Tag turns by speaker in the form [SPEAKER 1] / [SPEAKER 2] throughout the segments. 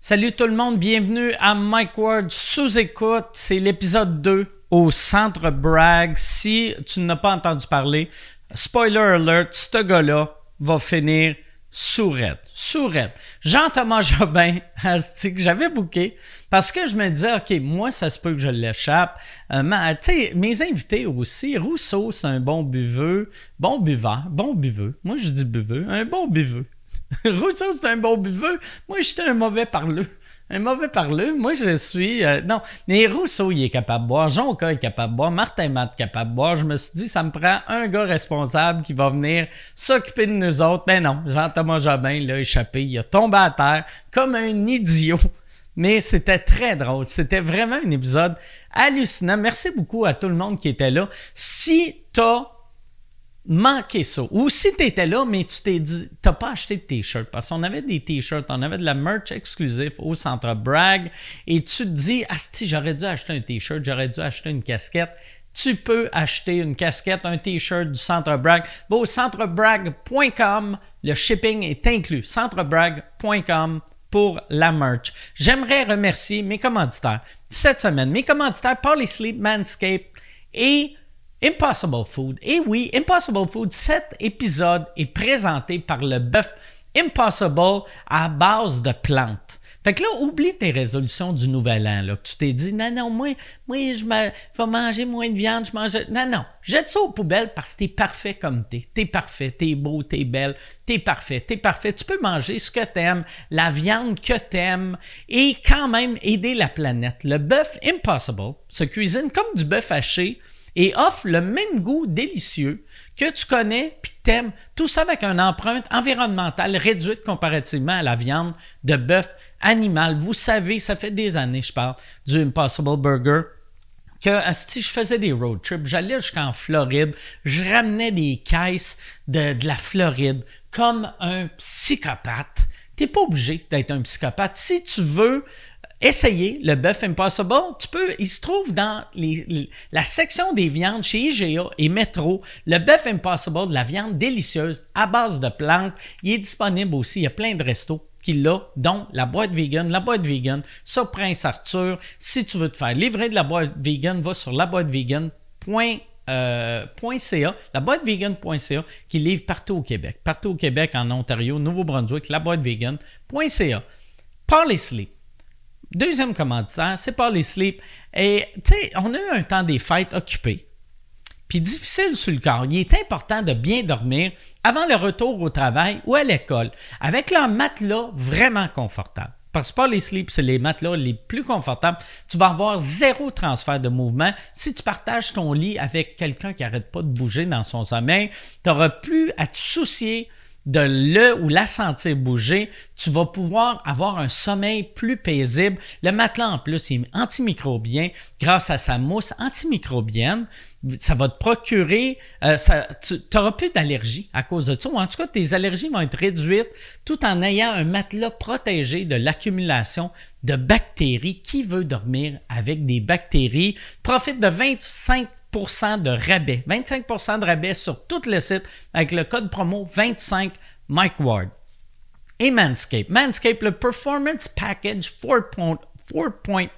[SPEAKER 1] Salut tout le monde, bienvenue à Mike Ward sous écoute. C'est l'épisode 2 au Centre Bragg. Si tu n'as pas entendu parler, spoiler alert, ce gars-là va finir sourette. Sourette. Jean-Thomas Jobin, asti, que j'avais booké parce que je me disais, OK, moi, ça se peut que je l'échappe. Euh, ma- tu sais, mes invités aussi, Rousseau, c'est un bon buveux, bon buveur, bon buveux. Moi, je dis buveux, un bon buveux. Rousseau, c'est un bon buveux. Moi, j'étais un mauvais parleux. Un mauvais parleux. Moi, je suis. euh, non, mais Rousseau, il est capable de boire. Jonca est capable de boire. Martin Matt est capable de boire. Je me suis dit, ça me prend un gars responsable qui va venir s'occuper de nous autres. Mais non, Jean-Thomas Jobin, il a échappé. Il a tombé à terre comme un idiot. Mais c'était très drôle. C'était vraiment un épisode hallucinant. Merci beaucoup à tout le monde qui était là. Si t'as manquer ça. Ou si tu étais là, mais tu t'es dit, t'as pas acheté de t-shirt, parce qu'on avait des t-shirts, on avait de la merch exclusif au Centre Bragg, et tu te dis, Asti, j'aurais dû acheter un t-shirt, j'aurais dû acheter une casquette. Tu peux acheter une casquette, un t-shirt du Centre Bragg. Va au centrebragg.com, le shipping est inclus. Centrebragg.com pour la merch. J'aimerais remercier mes commanditaires cette semaine. Mes commanditaires, Polysleep, Manscape et Impossible Food. Et oui, Impossible Food, cet épisode est présenté par le bœuf Impossible à base de plantes. Fait que là, oublie tes résolutions du nouvel an, là, que tu t'es dit, non, non, moi, moi, je me- vais manger moins de viande, je mange... Non, non, jette ça aux poubelles parce que t'es parfait comme t'es. T'es parfait, t'es beau, t'es belle, t'es parfait, t'es parfait. Tu peux manger ce que t'aimes, la viande que t'aimes et quand même aider la planète. Le bœuf Impossible se cuisine comme du bœuf haché et offre le même goût délicieux que tu connais puis que t'aimes, tout ça avec une empreinte environnementale réduite comparativement à la viande de bœuf animal. Vous savez, ça fait des années je parle du Impossible Burger que si je faisais des road trips, j'allais jusqu'en Floride, je ramenais des caisses de, de la Floride comme un psychopathe. T'es pas obligé d'être un psychopathe. Si tu veux essayer le bœuf Impossible, tu peux, il se trouve dans les- les- la section des viandes chez IGA et Metro. Le bœuf Impossible, de la viande délicieuse à base de plantes, il est disponible aussi. Il y a plein de restos qui l'a, dont la boîte vegan, la boîte vegan, sur Prince Arthur. Si tu veux te faire livrer de la boîte vegan, va sur euh, laboîtevegan.ca, laboîtevegan.ca, qui livre partout au Québec, partout au Québec, en Ontario, Nouveau-Brunswick, laboîtevegan.ca. Parlez sleep. Deuxième commanditaire, c'est Parlez sleep. Et, tu sais, on a eu un temps des fêtes occupé puis difficile sur le corps. Il est important de bien dormir avant le retour au travail ou à l'école avec leur matelas vraiment confortable. Parce que pas les slips, c'est les matelas les plus confortables. Tu vas avoir zéro transfert de mouvement. Si tu partages ton lit avec quelqu'un qui n'arrête pas de bouger dans son sommeil, tu n'auras plus à te soucier de le ou la sentir bouger, tu vas pouvoir avoir un sommeil plus paisible. Le matelas, en plus, est antimicrobien grâce à sa mousse antimicrobienne. Ça va te procurer, euh, ça- tu n'auras plus d'allergies à cause de ça. Ou en tout cas, tes allergies vont être réduites tout en ayant un matelas protégé de l'accumulation de bactéries. Qui veut dormir avec des bactéries? Profite de 25 25% de rabais. 25% de rabais sur tout le site avec le code promo 25 Mike Ward. Et Manscaped. Manscaped, le Performance Package 4.0 4.0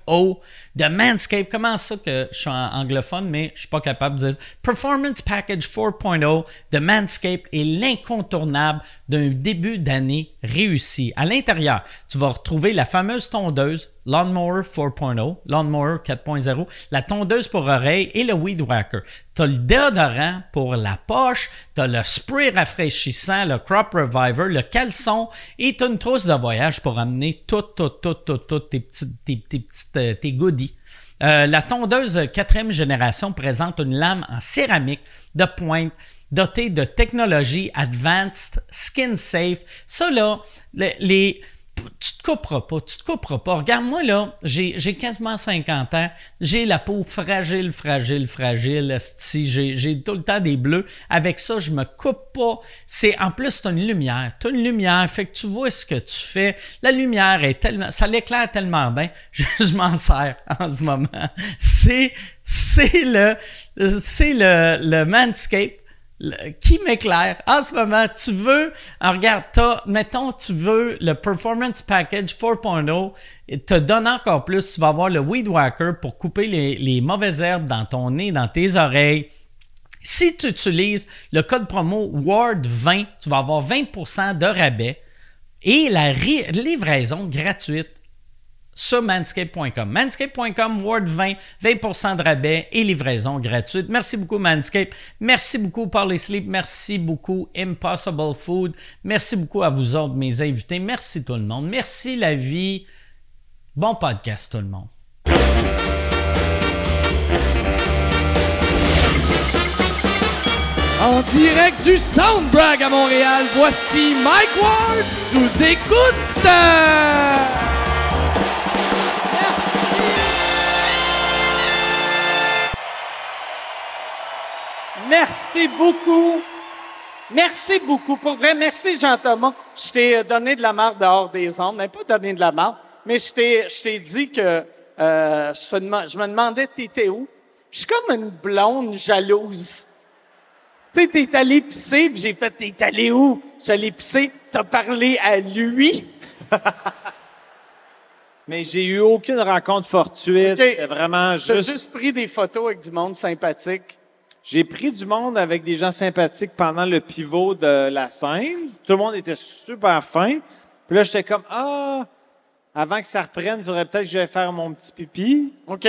[SPEAKER 1] de Manscaped. Comment ça que je suis en- anglophone, mais je suis pas capable de dire. ça? Performance Package 4.0 de Manscaped est l'incontournable d'un début d'année réussi. À l'intérieur, tu vas retrouver la fameuse tondeuse Lawnmower 4.0, Lawnmower 4.0, la tondeuse pour oreille et le Weed Whacker. Tu as le déodorant pour la poche, tu as le spray rafraîchissant, le Crop Reviver, le caleçon et tu as une trousse de voyage pour amener tout, tout, tout, tout, tout tes petites, tes, tes petites, euh, tes goodies. Euh, la tondeuse quatrième génération présente une lame en céramique de pointe dotée de technologie Advanced Skin Safe. Ça là, le- les, tu te couperas pas, tu te couperas pas. Regarde-moi là, j'ai j'ai quasiment 50 ans, j'ai la peau fragile, fragile, fragile, esti. j'ai j'ai tout le temps des bleus. Avec ça, je me coupe pas. C'est en plus c'est une lumière, t'as une lumière, fait que tu vois ce que tu fais. La lumière est tellement, ça l'éclaire tellement bien, je, je m'en sers en ce moment. C'est c'est le c'est le le Manscaped
[SPEAKER 2] le- qui m'éclaire. En ce moment, tu veux, ah, regarde, t'as, mettons, tu veux le Performance Package 4.0, et te donne encore plus, tu vas avoir le Weed Whacker pour couper les, les mauvaises herbes dans ton nez, dans tes oreilles. Si tu utilises le code promo WARD20, tu vas avoir 20% de rabais et la ri- livraison gratuite sur manscape.com. Manscape.com, Word 20, 20% de rabais et livraison gratuite. Merci beaucoup, Manscape. Merci beaucoup, Parley Sleep. Merci beaucoup, Impossible Food. Merci beaucoup à vous autres, mes invités. Merci tout le monde. Merci la vie. Bon podcast, tout le monde.
[SPEAKER 3] En direct du Soundbrag à Montréal, voici Mike Ward sous écoute.
[SPEAKER 1] Merci beaucoup. Merci beaucoup. Pour vrai, merci Jean-Thomas. Je t'ai euh, donné de la marde dehors des ondes. Mais pas donné de la marde, mais je t'ai, je t'ai dit que euh, je, te deman- je me demandais t'étais où. Je suis comme une blonde jalouse. Tu sais, t'es allé pisser, puis j'ai fait « T'es allé où? » Je suis allé pisser, t'as parlé à lui.
[SPEAKER 4] Mais j'ai eu aucune rencontre fortuite.
[SPEAKER 1] Ok.
[SPEAKER 4] C'était Vraiment
[SPEAKER 1] J'ai
[SPEAKER 4] juste.
[SPEAKER 1] juste pris des photos avec du monde sympathique.
[SPEAKER 4] J'ai pris du monde avec des gens sympathiques pendant le pivot de la scène. Tout le monde était super fin. Puis là, j'étais comme Ah, avant que ça reprenne, il faudrait peut-être que j'aille faire mon petit pipi.
[SPEAKER 1] OK?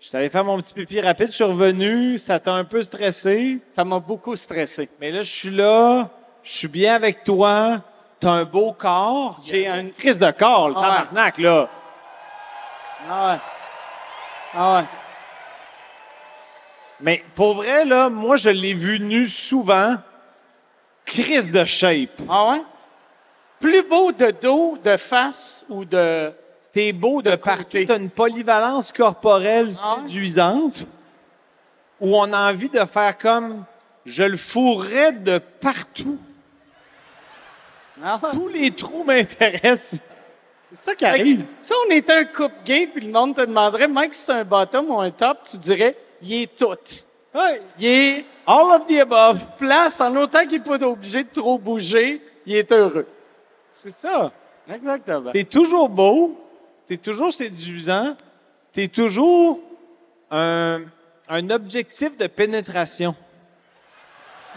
[SPEAKER 4] J'étais allé faire mon petit pipi rapide, je suis revenu, ça t'a un peu stressé.
[SPEAKER 1] Ça m'a beaucoup stressé.
[SPEAKER 4] Mais là, je suis là, je suis bien avec toi, t'as un beau corps. J'ai une crise de corps, le
[SPEAKER 1] Ah ouais.
[SPEAKER 4] tabarnak, là.
[SPEAKER 1] Ah ouais. Ah ouais.
[SPEAKER 4] Mais pour vrai, là, moi, je l'ai vu nu souvent. Crise de shape.
[SPEAKER 1] Ah ouais? Plus beau de dos, de face ou de.
[SPEAKER 4] T'es beau de, partout.
[SPEAKER 1] côté.
[SPEAKER 4] T'as une polyvalence corporelle
[SPEAKER 1] Ah ouais?
[SPEAKER 4] séduisante où on a envie de faire comme je le fourrais de partout.
[SPEAKER 1] Ah ouais?
[SPEAKER 4] Tous les trous m'intéressent. C'est ça qui
[SPEAKER 1] Fait que,
[SPEAKER 4] arrive.
[SPEAKER 1] si on était un couple gay puis le monde te demanderait, Mike, si c'est un bottom ou un top, tu dirais, il est tout.
[SPEAKER 4] Ouais.
[SPEAKER 1] Il est
[SPEAKER 4] All of the above.
[SPEAKER 1] place, en autant qu'il n'est pas obligé de trop bouger, il est heureux.
[SPEAKER 4] C'est ça.
[SPEAKER 1] Exactement.
[SPEAKER 4] T'es toujours beau, t'es toujours séduisant, t'es toujours un, un objectif de pénétration.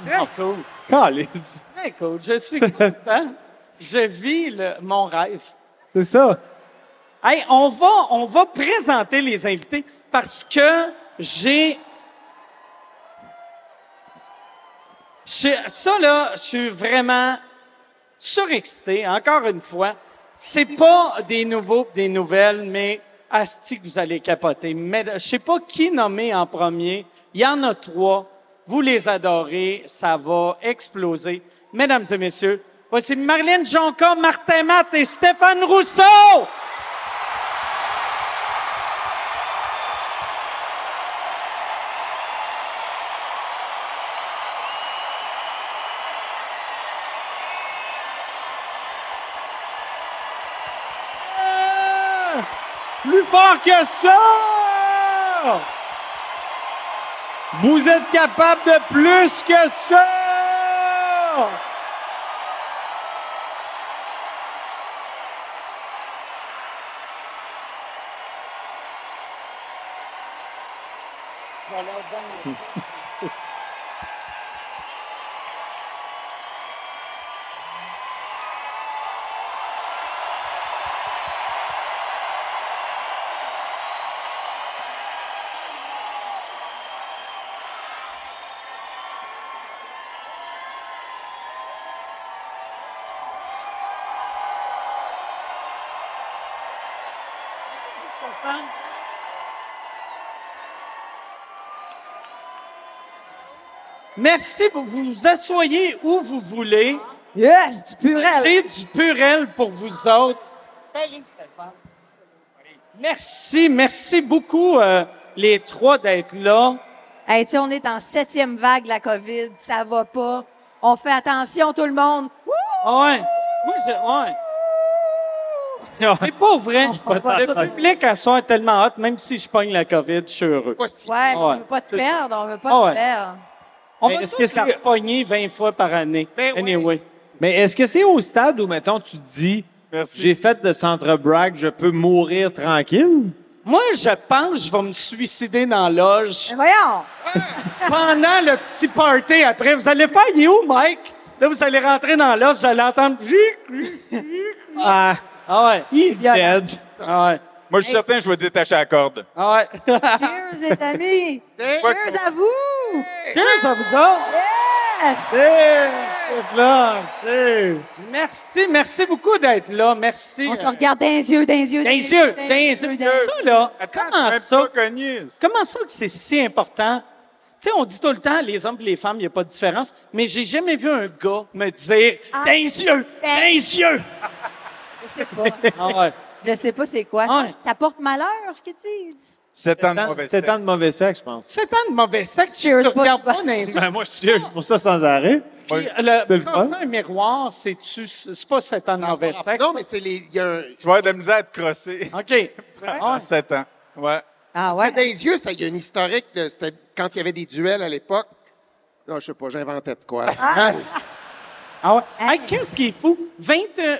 [SPEAKER 1] Très cool.
[SPEAKER 4] Calice.
[SPEAKER 1] Très cool. Je suis content. Je vis le- mon rêve.
[SPEAKER 4] C'est ça.
[SPEAKER 1] Hey, on va, on va présenter les invités parce que j'ai. Je- Ça, là, je suis vraiment surexcité, encore une fois. C'est pas des nouveaux pis des nouvelles, mais asti que vous allez capoter. Mais je sais pas qui nommer en premier. Il y en a trois. Vous les adorez. Ça va exploser. Mesdames et messieurs, voici Marlène Jonca, Martin Matt et Stéphane Rousseau!
[SPEAKER 4] Euh, Plus fort que ça! Vous êtes capable de plus que ça!
[SPEAKER 1] Merci. Vous vous asseyez où vous voulez.
[SPEAKER 3] Yes, du purel.
[SPEAKER 1] J'ai du purel pour vous autres. Salut, Stéphane. Merci, merci beaucoup, euh, les trois, d'être là.
[SPEAKER 5] Hey, tu sais, on est en septième vague de la COVID, ça va pas. On fait attention, tout le monde. Ouh!
[SPEAKER 1] Ah Ouais. Moi, je. Ouais. C'est pas vrai. Le public à soir est tellement hot, même si je pogne la COVID, je suis heureux.
[SPEAKER 5] Ouais,
[SPEAKER 1] Ah
[SPEAKER 5] on
[SPEAKER 1] ouais.
[SPEAKER 5] veut pas te
[SPEAKER 1] C'est ça.
[SPEAKER 5] perdre, on veut pas
[SPEAKER 1] Ah
[SPEAKER 5] te
[SPEAKER 1] ouais.
[SPEAKER 5] perdre.
[SPEAKER 1] On
[SPEAKER 4] Mais
[SPEAKER 1] va
[SPEAKER 4] est-ce
[SPEAKER 1] tous
[SPEAKER 4] que c'est-
[SPEAKER 1] la repogner 20 fois par année.
[SPEAKER 6] Ben oui.
[SPEAKER 1] anyway.
[SPEAKER 4] Mais est-ce que c'est au stade où, mettons, tu te dis,
[SPEAKER 6] Merci.
[SPEAKER 4] j'ai fait de Centre Bragg, je peux mourir tranquille?
[SPEAKER 1] Moi, je pense que je vais me suicider dans la loge
[SPEAKER 5] Mais Voyons!
[SPEAKER 1] pendant le petit party après. Vous allez faire « Il est où, Mike? » Là, vous allez rentrer dans la loge, vous allez entendre «
[SPEAKER 4] Ah,
[SPEAKER 1] Ah ouais,
[SPEAKER 4] he's dead.
[SPEAKER 1] ah ouais,
[SPEAKER 6] Moi, je suis certain que je vais détacher la corde.
[SPEAKER 1] ah ouais.
[SPEAKER 5] Cheers, les amis!
[SPEAKER 6] Hey.
[SPEAKER 5] Cheers à vous!
[SPEAKER 1] Cheers à vous autres!
[SPEAKER 5] Yes!
[SPEAKER 1] C'est- c'est là, c'est- Merci, merci beaucoup d'être là. Merci.
[SPEAKER 5] On se regarde dans les yeux, dans les yeux,
[SPEAKER 1] Dans les yeux, dans les yeux. Ça, là,
[SPEAKER 6] Attends,
[SPEAKER 1] comment
[SPEAKER 6] tu
[SPEAKER 1] ça?
[SPEAKER 6] m'as pas connu.
[SPEAKER 1] Comment ça que c'est si important? Tu sais, on dit tout le temps, les hommes et les femmes, il n'y a pas de différence, mais j'ai jamais vu un gars me dire
[SPEAKER 5] Ah.
[SPEAKER 1] dans les yeux, dans les yeux.
[SPEAKER 5] Je sais pas.
[SPEAKER 1] Ah ouais.
[SPEAKER 5] Je sais pas c'est quoi. Je pense
[SPEAKER 1] Ouais.
[SPEAKER 5] que ça porte malheur qu'ils disent.
[SPEAKER 6] Sept ans de mauvais
[SPEAKER 4] Sept ans de mauvais sexe, je pense.
[SPEAKER 1] C'est tant de mauvais sexe, tu
[SPEAKER 5] Cheers,
[SPEAKER 1] regardes
[SPEAKER 5] pas-
[SPEAKER 1] pas dans les yeux.
[SPEAKER 4] Ben, moi, je suis vieux, je suis pour ça sans arrêt.
[SPEAKER 6] Ouais.
[SPEAKER 1] Puis, le-
[SPEAKER 4] C'est le
[SPEAKER 1] brasser
[SPEAKER 4] fun.
[SPEAKER 1] un miroir, c'est-tu, c'est pas sept ans de mauvais sexe?
[SPEAKER 6] Non,
[SPEAKER 1] ça?
[SPEAKER 6] mais c'est les. il y a un- Tu vas avoir de la misère à te crosser
[SPEAKER 1] OK. Ah
[SPEAKER 6] en
[SPEAKER 1] ouais.
[SPEAKER 6] sept ans. Ouais.
[SPEAKER 5] Ah
[SPEAKER 7] Ah,
[SPEAKER 5] ouais?
[SPEAKER 7] Dans les yeux, ça, il y a une historique. de- C'était quand il y avait des duels à l'époque. Non, je sais pas, j'inventais de quoi. Hein?
[SPEAKER 1] Ah ouais. Hey, qu'est-ce qui est fou? 20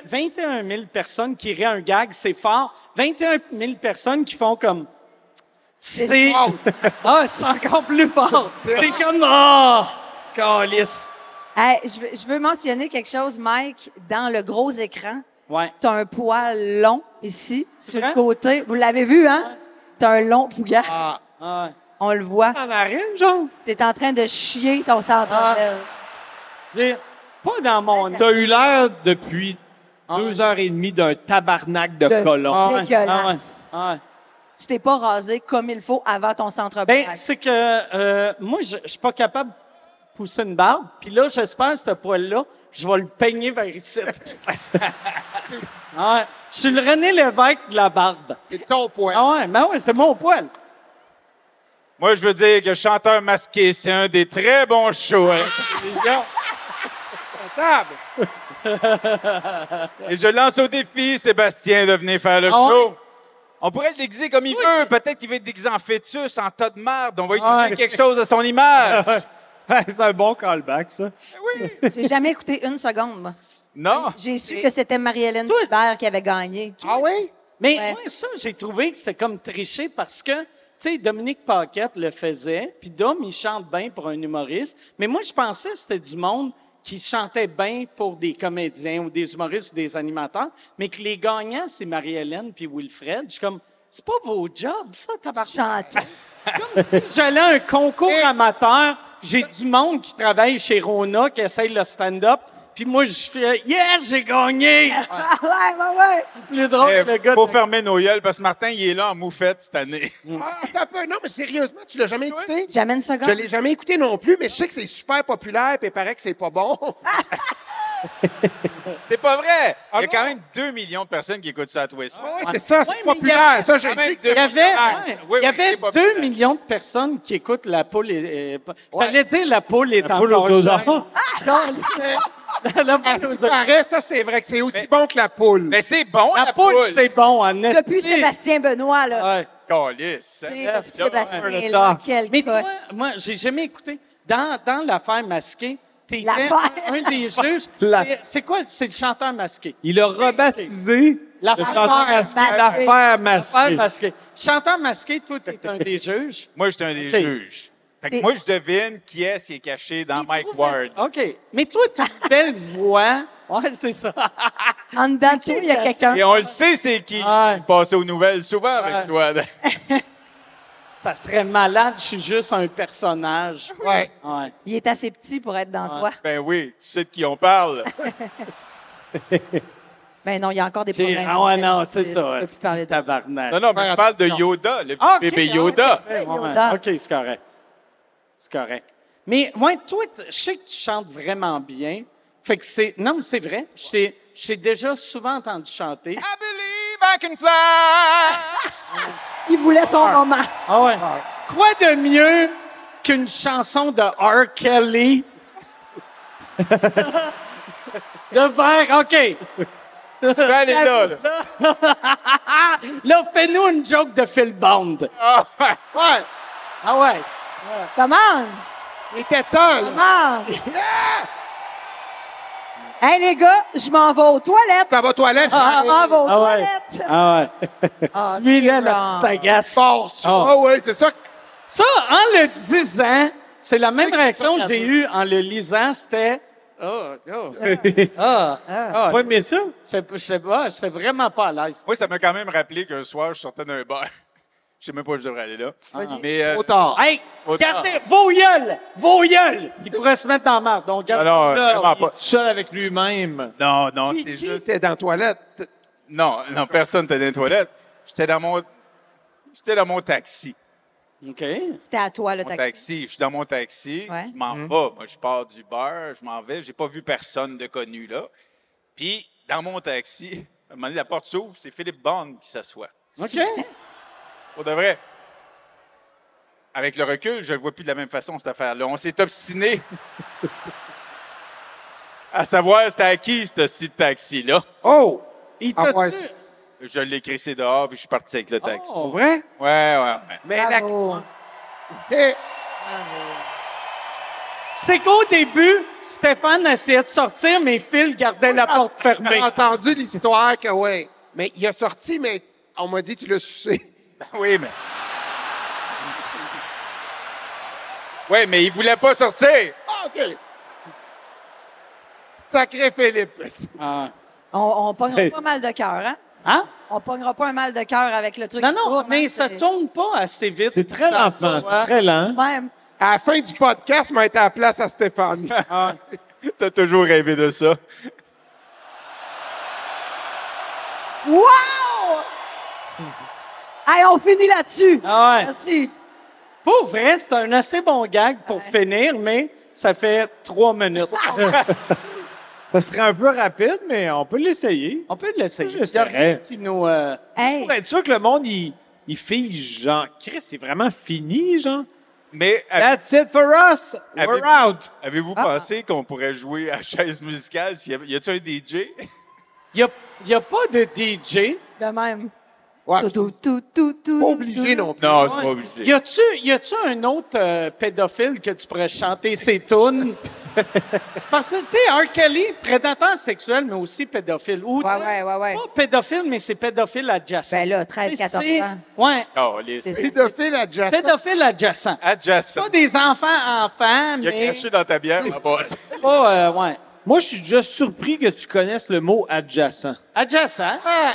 [SPEAKER 1] 21 000 personnes qui rient un gag, c'est fort. 21 000 personnes qui font comme. C'est.
[SPEAKER 7] Wow!
[SPEAKER 1] Ah, c'est encore plus fort. T'es comme. Ah! Calice.
[SPEAKER 5] Hey, je, veux, je veux mentionner quelque chose, Mike. Dans le gros écran,
[SPEAKER 1] Ouais.
[SPEAKER 5] t'as un poil long ici, sur
[SPEAKER 1] vrai?
[SPEAKER 5] le côté. Vous l'avez vu, hein? T'as un long pouga.
[SPEAKER 7] Ah,
[SPEAKER 1] Ah ouais.
[SPEAKER 5] On le voit.
[SPEAKER 4] En narine, genre?
[SPEAKER 5] T'es en train de chier ton centre.
[SPEAKER 1] Ah.
[SPEAKER 5] Bell.
[SPEAKER 1] J'ai. Pas dans mon.
[SPEAKER 4] T'as eu l'air depuis deux heures et demie d'un tabarnak de,
[SPEAKER 5] De-
[SPEAKER 4] colons.
[SPEAKER 1] Ah ouais.
[SPEAKER 5] Dégueulasse.
[SPEAKER 1] Ah ouais. Ah ouais.
[SPEAKER 5] Tu t'es pas rasé comme il faut avant ton centre.
[SPEAKER 1] Ben,
[SPEAKER 5] Bell.
[SPEAKER 1] c'est que euh, moi, je je suis pas capable de pousser une barbe. Puis là, j'espère que ce poil-là, je vais le peigner vers ici. Ah ouais. Je suis le René Lévesque de la barbe.
[SPEAKER 7] c'est ton point.
[SPEAKER 1] Ah ouais, ben ouais, c'est mon poil.
[SPEAKER 6] Moi, je veux dire que Chanteur masqué, c'est un des très bons shows. hein. Les gars. Comptable. Et je lance au défi Sébastien de venir faire le
[SPEAKER 1] Ah ouais?
[SPEAKER 6] show. On pourrait le déguiser comme il veut. Peut-être qu'il veut être déguisé en fœtus, en tas de merde. On va lui
[SPEAKER 1] Ah
[SPEAKER 6] trouver
[SPEAKER 1] ouais. Ah
[SPEAKER 6] quelque chose à son image.
[SPEAKER 4] c'est un bon callback, ça.
[SPEAKER 5] J'ai jamais écouté une seconde, moi.
[SPEAKER 1] Ah.
[SPEAKER 6] Non.
[SPEAKER 5] J'ai su que c'était Marie-Hélène Hubert qui avait gagné.
[SPEAKER 7] Ah oui?
[SPEAKER 1] Mais
[SPEAKER 5] Ouais.
[SPEAKER 1] moi, ça, j'ai trouvé que c'est comme tricher parce que, tu sais, Dominique Paquette le faisait, puis Dom, il chante bien pour un humoriste. Mais moi, je pensais que c'était du monde qui chantait bien pour des comédiens ou des humoristes ou des animateurs, mais que les gagnants, c'est Marie-Hélène puis Wilfred. Je suis comme, c'est pas vos jobs, ça, tabarnak.
[SPEAKER 5] Chanter.
[SPEAKER 1] Comme si j'allais à un concours
[SPEAKER 5] Eh.
[SPEAKER 1] amateur, j'ai du monde qui travaille chez Rona, qui essaye le stand-up, puis moi, je fais « Yes, j'ai gagné!
[SPEAKER 5] Ah ouais, ouais, ouais.
[SPEAKER 1] C'est plus drôle que le
[SPEAKER 6] Il
[SPEAKER 1] gars...
[SPEAKER 6] Eh, faut
[SPEAKER 1] de- Mm.
[SPEAKER 6] fermer nos gueules parce que Martin, il est là en moufette cette année.
[SPEAKER 7] Ah, attends un peu. Non, mais sérieusement, tu l'as jamais écouté?
[SPEAKER 5] Jamais une
[SPEAKER 7] Je
[SPEAKER 5] seconde.
[SPEAKER 7] l'ai jamais écouté non plus, mais je sais que c'est super populaire et paraît que c'est pas bon.
[SPEAKER 1] Ah,
[SPEAKER 6] C'est pas vrai!
[SPEAKER 7] Ah
[SPEAKER 6] il y a
[SPEAKER 7] non?
[SPEAKER 6] quand même 2 millions de personnes qui écoutent ça à Twist.
[SPEAKER 7] Ah ouais, c'est ça,
[SPEAKER 1] Ouais,
[SPEAKER 7] c'est
[SPEAKER 1] mais il y avait-
[SPEAKER 7] populaire. Ça, je
[SPEAKER 6] quand même
[SPEAKER 7] sais que
[SPEAKER 6] deux
[SPEAKER 7] c'est
[SPEAKER 1] Il y avait,
[SPEAKER 6] Ah,
[SPEAKER 1] ouais,
[SPEAKER 6] oui, oui,
[SPEAKER 1] il y avait
[SPEAKER 6] c'est pas
[SPEAKER 1] 2
[SPEAKER 6] pire.
[SPEAKER 1] millions de personnes qui écoutent La poule. est- est- J'allais dire La poule est Ah,
[SPEAKER 4] Pour
[SPEAKER 1] encore
[SPEAKER 4] aux
[SPEAKER 1] jeune.
[SPEAKER 4] gens.
[SPEAKER 1] la
[SPEAKER 7] à
[SPEAKER 6] Ah,
[SPEAKER 1] poule
[SPEAKER 7] ce
[SPEAKER 1] aux
[SPEAKER 7] qui
[SPEAKER 1] oreilles.
[SPEAKER 7] paraît, ça, c'est vrai que c'est aussi bon que la poule.
[SPEAKER 6] Mais c'est bon,
[SPEAKER 1] La
[SPEAKER 6] la, poule!
[SPEAKER 1] poule, c'est bon, Annette.
[SPEAKER 5] Depuis Sébastien Benoît, là.
[SPEAKER 1] Ouais.
[SPEAKER 6] Calisse.
[SPEAKER 5] Tu sais,
[SPEAKER 1] ouais.
[SPEAKER 5] depuis Sébastien,
[SPEAKER 1] Ouais.
[SPEAKER 5] là. Quel
[SPEAKER 1] Mais
[SPEAKER 5] coche.
[SPEAKER 1] toi, moi, j'ai jamais écouté. Dans, dans l'affaire masquée, t'es
[SPEAKER 5] L'affaire.
[SPEAKER 1] un, un des juges.
[SPEAKER 4] La-
[SPEAKER 1] C'est- C'est quoi? C'est le chanteur masqué.
[SPEAKER 4] Il a rebaptisé
[SPEAKER 1] La-
[SPEAKER 4] le chanteur masqué. L'affaire
[SPEAKER 1] L'affaire
[SPEAKER 4] masquée.
[SPEAKER 1] masquée. Chanteur masqué, toi, t'es un des juges.
[SPEAKER 6] Moi, j'étais un des
[SPEAKER 1] Ok.
[SPEAKER 6] juges. Fait que
[SPEAKER 5] T'es-
[SPEAKER 6] moi, je devine qui est-ce qui est caché dans Mike Ward.
[SPEAKER 1] OK. Mais toi, t'as une belle voix. Ouais, c'est ça.
[SPEAKER 5] En dedans de toi, il y a quelqu'un.
[SPEAKER 6] Et on le sait, c'est qui.
[SPEAKER 1] Ouais.
[SPEAKER 6] Il passait aux nouvelles souvent
[SPEAKER 1] Ouais.
[SPEAKER 6] avec toi.
[SPEAKER 1] Ça serait malade, je suis juste un personnage.
[SPEAKER 7] Ouais.
[SPEAKER 1] Ouais.
[SPEAKER 5] Il est assez petit pour être dans
[SPEAKER 1] Ouais.
[SPEAKER 5] toi.
[SPEAKER 6] Ben oui, tu sais de qui on parle.
[SPEAKER 5] Ben non, il y a encore des
[SPEAKER 1] J'ai-
[SPEAKER 5] problèmes.
[SPEAKER 1] Ah ouais, non, c'est
[SPEAKER 5] d'injustice.
[SPEAKER 1] ça.
[SPEAKER 5] Je peux plus parler de ça.
[SPEAKER 1] tabarnak.
[SPEAKER 6] Non, non, mais je parle de Yoda, le petit
[SPEAKER 1] Ah, ok,
[SPEAKER 6] bébé
[SPEAKER 1] ah,
[SPEAKER 6] Yoda.
[SPEAKER 1] parfait, ouais, ouais.
[SPEAKER 5] Yoda.
[SPEAKER 1] OK, c'est correct. C'est correct. Mais moi, toi, t- je sais que tu chantes vraiment bien. Fait que c'est... Non, mais c'est vrai. Je t'ai- je t'ai déjà souvent entendu chanter.
[SPEAKER 6] I believe I can fly!
[SPEAKER 5] Il voulait son roman.
[SPEAKER 1] Ah ouais. Quoi de mieux qu'une chanson de R. Kelly? de verre, OK.
[SPEAKER 6] tu peux aller là, là.
[SPEAKER 1] Là, fais-nous une joke de Phil Bond.
[SPEAKER 6] Ah, ouais.
[SPEAKER 7] Ouais.
[SPEAKER 1] Ah ouais.
[SPEAKER 5] Comment?
[SPEAKER 7] Il était tol.
[SPEAKER 1] Ah,
[SPEAKER 5] Mort! Hey, les gars, je m'en vais aux toilettes.
[SPEAKER 7] Ça va aux toilettes,
[SPEAKER 5] Ah,
[SPEAKER 7] j'arrive.
[SPEAKER 5] m'en vais aux
[SPEAKER 1] Ah ouais.
[SPEAKER 5] toilettes.
[SPEAKER 1] Ah ouais.
[SPEAKER 5] Ah,
[SPEAKER 1] Suis-la,
[SPEAKER 5] c'est
[SPEAKER 1] la
[SPEAKER 5] wrong.
[SPEAKER 1] petite agace.
[SPEAKER 7] Fort, ça. Ah oui, c'est ça.
[SPEAKER 1] Ça, en le disant, c'est la même
[SPEAKER 7] que
[SPEAKER 1] réaction
[SPEAKER 7] c'est
[SPEAKER 1] que
[SPEAKER 7] pas
[SPEAKER 1] j'ai
[SPEAKER 7] grave.
[SPEAKER 1] eue en le lisant, c'était Oh, oh. Ah, ah,
[SPEAKER 4] Pas aimé ça?
[SPEAKER 1] je sais pas, je sais pas, je sais vraiment pas à l'aise.
[SPEAKER 6] Moi, ça m'a quand même rappelé qu'un soir, je sortais d'un bar. Je sais même pas où je devrais aller là.
[SPEAKER 1] Ah.
[SPEAKER 6] Mais, euh,
[SPEAKER 7] Trop tard.
[SPEAKER 1] Hey,
[SPEAKER 6] Autant.
[SPEAKER 1] gardez vos yeux! Vos yeux! Il pourrait se mettre en marre, donc garde
[SPEAKER 6] Alors,
[SPEAKER 1] ça.
[SPEAKER 6] vraiment pas.
[SPEAKER 1] Il est tout seul avec lui-même.
[SPEAKER 6] non, non,
[SPEAKER 7] Qui-
[SPEAKER 6] c'est
[SPEAKER 7] qui
[SPEAKER 6] juste.
[SPEAKER 7] était dans la toilette?
[SPEAKER 6] Non, non, personne n'était dans les toilettes. J'étais dans mon. J'étais dans mon taxi.
[SPEAKER 1] OK.
[SPEAKER 5] C'était à toi, le
[SPEAKER 6] Mon
[SPEAKER 5] taxi.
[SPEAKER 6] taxi. Je suis dans mon taxi.
[SPEAKER 5] Ouais.
[SPEAKER 6] Je m'en vais. Moi, je pars du beurre. Je m'en vais. J'ai pas vu personne de connu là. Puis, dans mon taxi, à un moment donné, la porte s'ouvre. C'est Philippe Bond qui s'assoit.
[SPEAKER 1] OK.
[SPEAKER 6] Pour de vrai. Avec le recul, je ne le vois plus de la même façon, cette affaire-là. On s'est obstiné à savoir c'était à qui, ce petit taxi-là.
[SPEAKER 7] Oh!
[SPEAKER 1] Il
[SPEAKER 7] Ah
[SPEAKER 1] t'a
[SPEAKER 7] ouais,
[SPEAKER 1] tué.
[SPEAKER 6] Je l'ai crissé dehors, puis je suis parti avec le taxi.
[SPEAKER 1] Oh.
[SPEAKER 7] Vrai?
[SPEAKER 6] Ouais, ouais, ouais.
[SPEAKER 7] Mais la...
[SPEAKER 5] Bravo.
[SPEAKER 7] Eh,
[SPEAKER 1] C'est qu'au début, Stéphane essayait de sortir, mais Phil gardait la porte fermée.
[SPEAKER 7] J'ai entendu l'histoire que, ouais. Mais il a sorti, mais on m'a dit, tu l'as sucé.
[SPEAKER 6] Oui, mais... Oui, mais il voulait pas sortir.
[SPEAKER 7] Ah, OK. Sacré Philippe.
[SPEAKER 1] Ah.
[SPEAKER 5] On, on pognera
[SPEAKER 1] C'est-
[SPEAKER 5] pas mal de cœur, hein?
[SPEAKER 1] Hein?
[SPEAKER 5] On pognera pas un mal de cœur avec le truc.
[SPEAKER 1] Non,
[SPEAKER 5] qui
[SPEAKER 1] non,
[SPEAKER 5] tourne,
[SPEAKER 1] mais
[SPEAKER 5] hein,
[SPEAKER 1] ça
[SPEAKER 5] c'est-
[SPEAKER 1] tourne pas assez vite.
[SPEAKER 4] C'est très
[SPEAKER 1] Ça,
[SPEAKER 4] lent,
[SPEAKER 1] ça,
[SPEAKER 4] c'est
[SPEAKER 1] ouais.
[SPEAKER 4] très lent.
[SPEAKER 5] Même.
[SPEAKER 7] À la fin du podcast, m'a été à la place à Stéphane.
[SPEAKER 6] T'as toujours rêvé de ça.
[SPEAKER 5] Wow! Hey, on finit là-dessus.
[SPEAKER 1] Ah ouais.
[SPEAKER 5] Merci.
[SPEAKER 1] Pour vrai, c'est un assez bon gag pour
[SPEAKER 5] Ouais.
[SPEAKER 1] finir, mais ça fait trois minutes.
[SPEAKER 4] Ça serait un peu rapide, mais on peut l'essayer.
[SPEAKER 1] On peut l'essayer.
[SPEAKER 4] Je
[SPEAKER 1] Il y a rien
[SPEAKER 4] l'essayerais.
[SPEAKER 1] qui nous... euh,
[SPEAKER 5] Hey,
[SPEAKER 4] Pour être sûr que le monde, il, il fige, genre, Chris, c'est vraiment fini, genre.
[SPEAKER 6] Mais avez-
[SPEAKER 4] That's it for us. We're out.
[SPEAKER 6] avez-vous
[SPEAKER 5] Ah.
[SPEAKER 6] pensé qu'on pourrait jouer à chaise musicale? s'il y avait- Y a-t-il un DJ?
[SPEAKER 1] Il n'y a, pas de DJ.
[SPEAKER 5] de même.
[SPEAKER 7] Ouais,
[SPEAKER 5] Tout,
[SPEAKER 7] c'est
[SPEAKER 5] tout, tout, tout, tout,
[SPEAKER 7] pas obligé
[SPEAKER 5] tout.
[SPEAKER 7] non plus.
[SPEAKER 6] Non, c'est pas obligé.
[SPEAKER 1] Y a-tu, y a-tu un autre euh, pédophile que tu pourrais chanter ses tunes? Parce que, tu sais, R. Kelly, prédateur sexuel, mais aussi pédophile. Ou, tu
[SPEAKER 5] Ouais, ouais,
[SPEAKER 1] sais,
[SPEAKER 5] ouais, ouais.
[SPEAKER 1] Pas pédophile, mais c'est pédophile adjacent.
[SPEAKER 5] Ben là, 13, 14
[SPEAKER 1] C'est-
[SPEAKER 5] ans.
[SPEAKER 1] Ouais,
[SPEAKER 6] Oh, les-
[SPEAKER 5] C'est-
[SPEAKER 7] Pédophile adjacent.
[SPEAKER 1] pédophile adjacent.
[SPEAKER 6] Adjacent.
[SPEAKER 1] Pas des enfants-enfants,
[SPEAKER 6] Il a
[SPEAKER 1] mais
[SPEAKER 6] craché dans ta bière, la bosse.
[SPEAKER 1] pas... euh, ouais.
[SPEAKER 4] Moi, je suis juste surpris que tu connaisses le mot adjacent.
[SPEAKER 1] Adjacent.
[SPEAKER 7] Ah,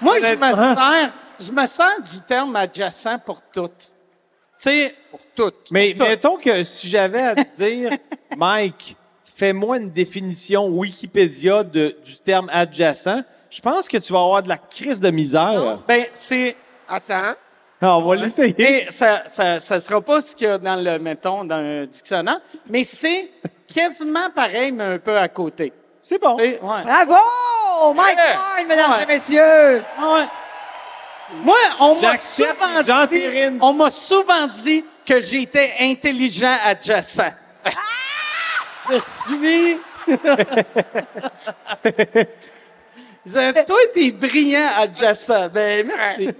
[SPEAKER 1] Moi, je me
[SPEAKER 4] Honnêtement.
[SPEAKER 1] sers, je me sers du terme adjacent pour tout. Tu sais,
[SPEAKER 7] pour toutes.
[SPEAKER 4] Mais
[SPEAKER 1] Toi.
[SPEAKER 4] mettons que si j'avais à te dire, Mike, fais-moi une définition Wikipédia de- du terme adjacent, je pense que tu vas avoir de la crise de misère.
[SPEAKER 1] ben, c'est.
[SPEAKER 7] Attends.
[SPEAKER 4] Ah, on va l'essayer.
[SPEAKER 1] Et ça, ça, ça sera pas ce qu'il y a dans le, mettons, dans un dictionnaire, mais c'est quasiment pareil, mais un peu à côté.
[SPEAKER 4] C'est bon.
[SPEAKER 1] Tu sais, ouais.
[SPEAKER 5] Bravo! Mike
[SPEAKER 6] Yeah!
[SPEAKER 5] Ward, mesdames
[SPEAKER 1] Ouais.
[SPEAKER 5] et messieurs!
[SPEAKER 1] Ouais. Moi, on m'a
[SPEAKER 4] J'accepte
[SPEAKER 1] souvent
[SPEAKER 4] Jean
[SPEAKER 1] dit,
[SPEAKER 4] Périne.
[SPEAKER 1] on m'a souvent dit que j'étais intelligent adjacent. Je suis. Je- Toi, t'es brillant adjacent. Ben, merci.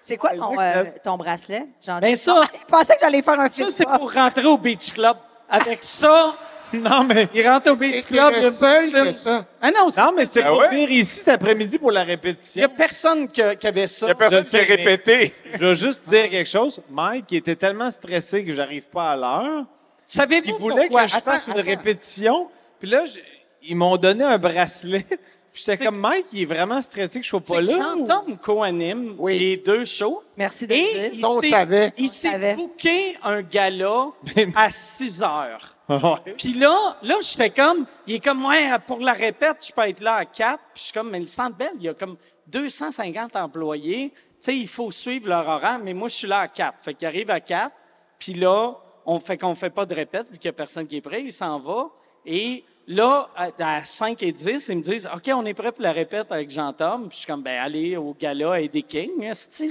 [SPEAKER 5] C'est quoi ton, euh, ton bracelet? J'en
[SPEAKER 1] Ben, ça,
[SPEAKER 5] Je pensais que j'allais faire un
[SPEAKER 1] ça
[SPEAKER 5] film.
[SPEAKER 1] c'est pour rentrer au beach club. Avec ça,
[SPEAKER 4] Non, mais,
[SPEAKER 1] il rentre au beach
[SPEAKER 7] Et
[SPEAKER 1] club.
[SPEAKER 7] t'es
[SPEAKER 1] il y a
[SPEAKER 7] le seul
[SPEAKER 1] une-
[SPEAKER 7] que ça.
[SPEAKER 1] Ah non, c'est-
[SPEAKER 4] non, mais c'était
[SPEAKER 6] Ah
[SPEAKER 4] pour
[SPEAKER 6] ouais?
[SPEAKER 4] venir ici cet après-midi pour la
[SPEAKER 1] il n'y a
[SPEAKER 4] répétition.
[SPEAKER 1] personne qui, qui avait ça.
[SPEAKER 6] Il n'y a personne qui a
[SPEAKER 4] sais, mais-
[SPEAKER 6] répété.
[SPEAKER 4] Je veux juste dire quelque chose. Mike il était tellement stressé que j'arrive pas à l'heure.
[SPEAKER 1] Savez-vous
[SPEAKER 4] Il voulait
[SPEAKER 1] pourquoi?
[SPEAKER 4] que je
[SPEAKER 1] Attends,
[SPEAKER 4] fasse une
[SPEAKER 1] attends.
[SPEAKER 4] répétition. Puis là, je- ils m'ont donné un bracelet. Puis j'étais comme, Mike, il est vraiment stressé que je sois
[SPEAKER 1] C'est
[SPEAKER 4] pas
[SPEAKER 1] que
[SPEAKER 4] là. ou-
[SPEAKER 1] Jean-Tom co-anime
[SPEAKER 7] Oui.
[SPEAKER 1] les deux shows.
[SPEAKER 5] Merci de
[SPEAKER 1] Et
[SPEAKER 5] le dire.
[SPEAKER 1] il
[SPEAKER 7] Ça, on
[SPEAKER 1] s'est-
[SPEAKER 7] savait.
[SPEAKER 1] il
[SPEAKER 5] savait.
[SPEAKER 1] s'est booké un gala
[SPEAKER 4] Ben,
[SPEAKER 1] à 6 heures.
[SPEAKER 4] Ouais.
[SPEAKER 1] Puis là, là, j'étais comme, il est comme, ouais, pour la répète, je peux être là à 4. Puis je suis comme, mais le Centre Bell, il y a comme 250 employés. Tu sais, il faut suivre leur horaire, mais moi, je suis là à 4. Fait qu'il arrive à 4. Puis là, on fait qu'on fait pas de répète, vu qu'il y a personne qui est prêt. Il s'en va. Et là, à, à 5 et 10, ils me disent, OK, on est prêt pour la répète avec Jean-Tom. Puis je suis comme, ben, allez au gala Eddie King, esti.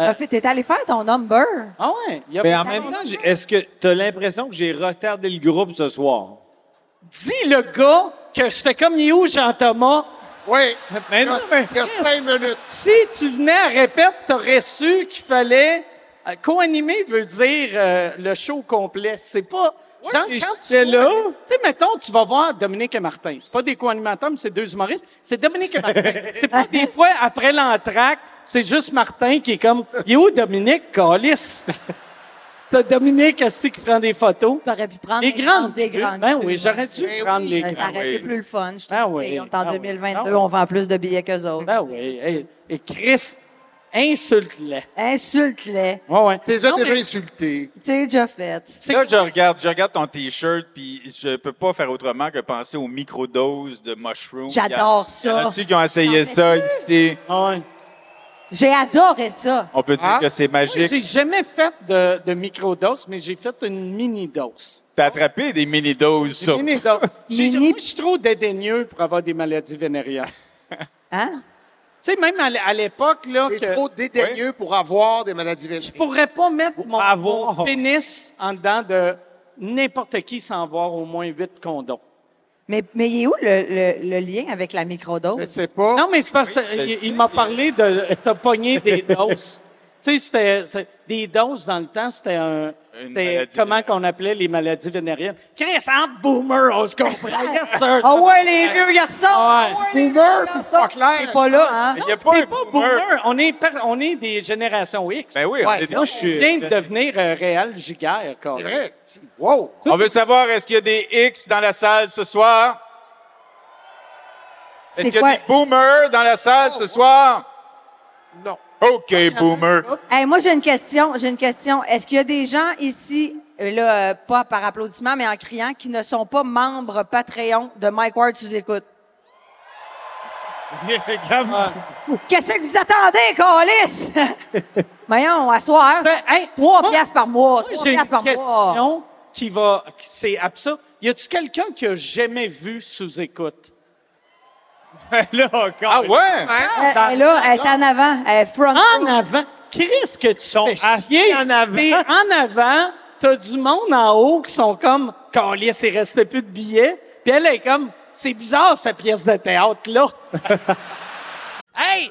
[SPEAKER 1] Euh,
[SPEAKER 5] T'as fait- T'es allé faire ton number.
[SPEAKER 1] Ah ouais, il y a
[SPEAKER 4] Mais en
[SPEAKER 1] pas-
[SPEAKER 4] même temps, j'ai- est-ce que tu as l'impression que j'ai retardé le groupe ce soir?
[SPEAKER 1] Dis le gars que j'étais comme, il est où Jean-Thomas?
[SPEAKER 7] Oui.
[SPEAKER 4] Mais
[SPEAKER 7] Il
[SPEAKER 4] non,
[SPEAKER 7] y a-
[SPEAKER 4] mais
[SPEAKER 7] il y a cinq minutes.
[SPEAKER 1] Si tu venais à répète, t'aurais su qu'il fallait euh, co-animé veut dire euh, le show complet. C'est pas. genre,
[SPEAKER 4] puis
[SPEAKER 1] quand tu
[SPEAKER 4] j'étais là.
[SPEAKER 1] co-animes- Tu sais, mettons, tu vas voir Dominique et Martin. C'est pas des co-animateurs, mais c'est deux humoristes. C'est Dominique et Martin. c'est pas des fois, après l'entracte, c'est juste Martin qui est comme Il est où Dominique? Calice! T'as Dominique assis qui prend des photos.
[SPEAKER 5] T'aurais pu prendre
[SPEAKER 1] Les
[SPEAKER 5] des
[SPEAKER 1] grandes
[SPEAKER 5] des
[SPEAKER 1] crues.
[SPEAKER 5] grandes
[SPEAKER 1] Ben
[SPEAKER 5] crues,
[SPEAKER 1] oui, j'aurais
[SPEAKER 5] ouais.
[SPEAKER 1] dû
[SPEAKER 7] Ben
[SPEAKER 1] prendre
[SPEAKER 7] oui.
[SPEAKER 1] les
[SPEAKER 5] Ben,
[SPEAKER 1] grandes.
[SPEAKER 5] Ça aurait été
[SPEAKER 6] oui.
[SPEAKER 5] plus le fun. Je
[SPEAKER 1] Ah
[SPEAKER 5] trouve.
[SPEAKER 1] oui.
[SPEAKER 5] Et on est en
[SPEAKER 1] Ah oui.
[SPEAKER 5] 2022,
[SPEAKER 1] Ah oui.
[SPEAKER 5] on vend plus de billets qu'eux autres.
[SPEAKER 1] Ben oui. Et, et Chris, insulte-les.
[SPEAKER 5] Insulte-les.
[SPEAKER 1] Ouais, ouais.
[SPEAKER 7] T'es
[SPEAKER 1] Non,
[SPEAKER 7] déjà
[SPEAKER 1] mais-
[SPEAKER 7] insulté.
[SPEAKER 5] C'est déjà fait.
[SPEAKER 6] Là, je regarde, je regarde ton T-shirt, puis je peux pas faire autrement que penser aux microdoses de mushrooms.
[SPEAKER 5] J'adore
[SPEAKER 6] Y en
[SPEAKER 5] ça.
[SPEAKER 6] a-tu qui ont essayé
[SPEAKER 5] T'en
[SPEAKER 6] ça ici?
[SPEAKER 1] Ouais.
[SPEAKER 5] J'ai adoré ça.
[SPEAKER 6] On peut dire
[SPEAKER 7] Ah.
[SPEAKER 6] que c'est magique.
[SPEAKER 1] J'ai jamais fait de, de microdose, mais j'ai fait une mini-dose.
[SPEAKER 6] T'as attrapé des mini-doses
[SPEAKER 1] Des
[SPEAKER 6] sur
[SPEAKER 1] mini-doses. J'ai-
[SPEAKER 5] Mini-
[SPEAKER 1] moi, Je suis trop dédaigneux pour avoir des maladies vénériennes. tu
[SPEAKER 5] Hein?
[SPEAKER 1] sais, même à, l- à l'époque, là,
[SPEAKER 7] T'es
[SPEAKER 1] que
[SPEAKER 7] trop dédaigneux pour avoir des maladies
[SPEAKER 1] je
[SPEAKER 7] vénériennes.
[SPEAKER 1] pourrais pas mettre mon,
[SPEAKER 4] Avoir.
[SPEAKER 1] mon pénis en dedans de n'importe qui sans avoir au moins huit condoms.
[SPEAKER 5] Mais, mais il est où le, le- le lien avec la microdose?
[SPEAKER 7] Je sais pas.
[SPEAKER 1] Non, mais c'est parce
[SPEAKER 6] je
[SPEAKER 1] qu'il
[SPEAKER 6] sais.
[SPEAKER 1] il m'a parlé de t'as pogné des doses. tu sais, c'était c'est- des doses dans le temps, c'était un.
[SPEAKER 6] Une
[SPEAKER 1] c'était
[SPEAKER 6] maladie
[SPEAKER 1] comment
[SPEAKER 6] vénérienne.
[SPEAKER 1] qu'on appelait les maladies vénériennes? Chris, entre boomer, on se comprend. Yes, sir.
[SPEAKER 5] Ah ouais, les vieux garçons! Ah ouais, les vieux
[SPEAKER 7] Boomer, puis
[SPEAKER 5] garçons!
[SPEAKER 7] pas clair.
[SPEAKER 5] T'es pas là, hein?
[SPEAKER 6] Il n'y a pas
[SPEAKER 1] T'es
[SPEAKER 6] un
[SPEAKER 1] pas
[SPEAKER 6] boomer.
[SPEAKER 1] boomer. On est, par- on est des générations X.
[SPEAKER 6] Ben oui, on
[SPEAKER 7] Ouais,
[SPEAKER 6] est-
[SPEAKER 1] Moi, je suis- viens de devenir euh, réel gigaire,
[SPEAKER 7] C'est vrai. c'est- Wow.
[SPEAKER 6] On veut savoir, est-ce qu'il y a des X dans la salle ce soir? Est-ce
[SPEAKER 5] C'est
[SPEAKER 6] qu'il y a
[SPEAKER 5] quoi?
[SPEAKER 6] des boomers dans la salle ce soir?
[SPEAKER 7] Non.
[SPEAKER 6] OK,
[SPEAKER 1] Ah,
[SPEAKER 6] boomer.
[SPEAKER 5] Hey, moi, j'ai une question. J'ai une question. Est-ce qu'il y a des gens ici, euh, là, euh, pas par applaudissement, mais en criant, qui ne sont pas membres Patreon de Mike Ward sous écoute? Qu'est-ce que vous attendez, Calice? Voyons, à soir. Trois piastres par mois. Trois
[SPEAKER 1] J'ai une
[SPEAKER 5] piastres par mois.
[SPEAKER 1] question qui va. qui- C'est absurde. Y a-tu quelqu'un qui a jamais vu sous écoute?
[SPEAKER 4] là encore.
[SPEAKER 6] Ah ouais?
[SPEAKER 5] Elle, elle est Eh, là, elle est en avant. Elle est front.
[SPEAKER 1] En avant. Chris, que tu sont fais
[SPEAKER 4] assis
[SPEAKER 1] chier.
[SPEAKER 4] en avant.
[SPEAKER 1] T'es en avant. T'as du monde en haut qui sont comme Calice, il restait plus de billets. Puis elle est comme C'est bizarre, cette pièce de théâtre-là.
[SPEAKER 8] Hey,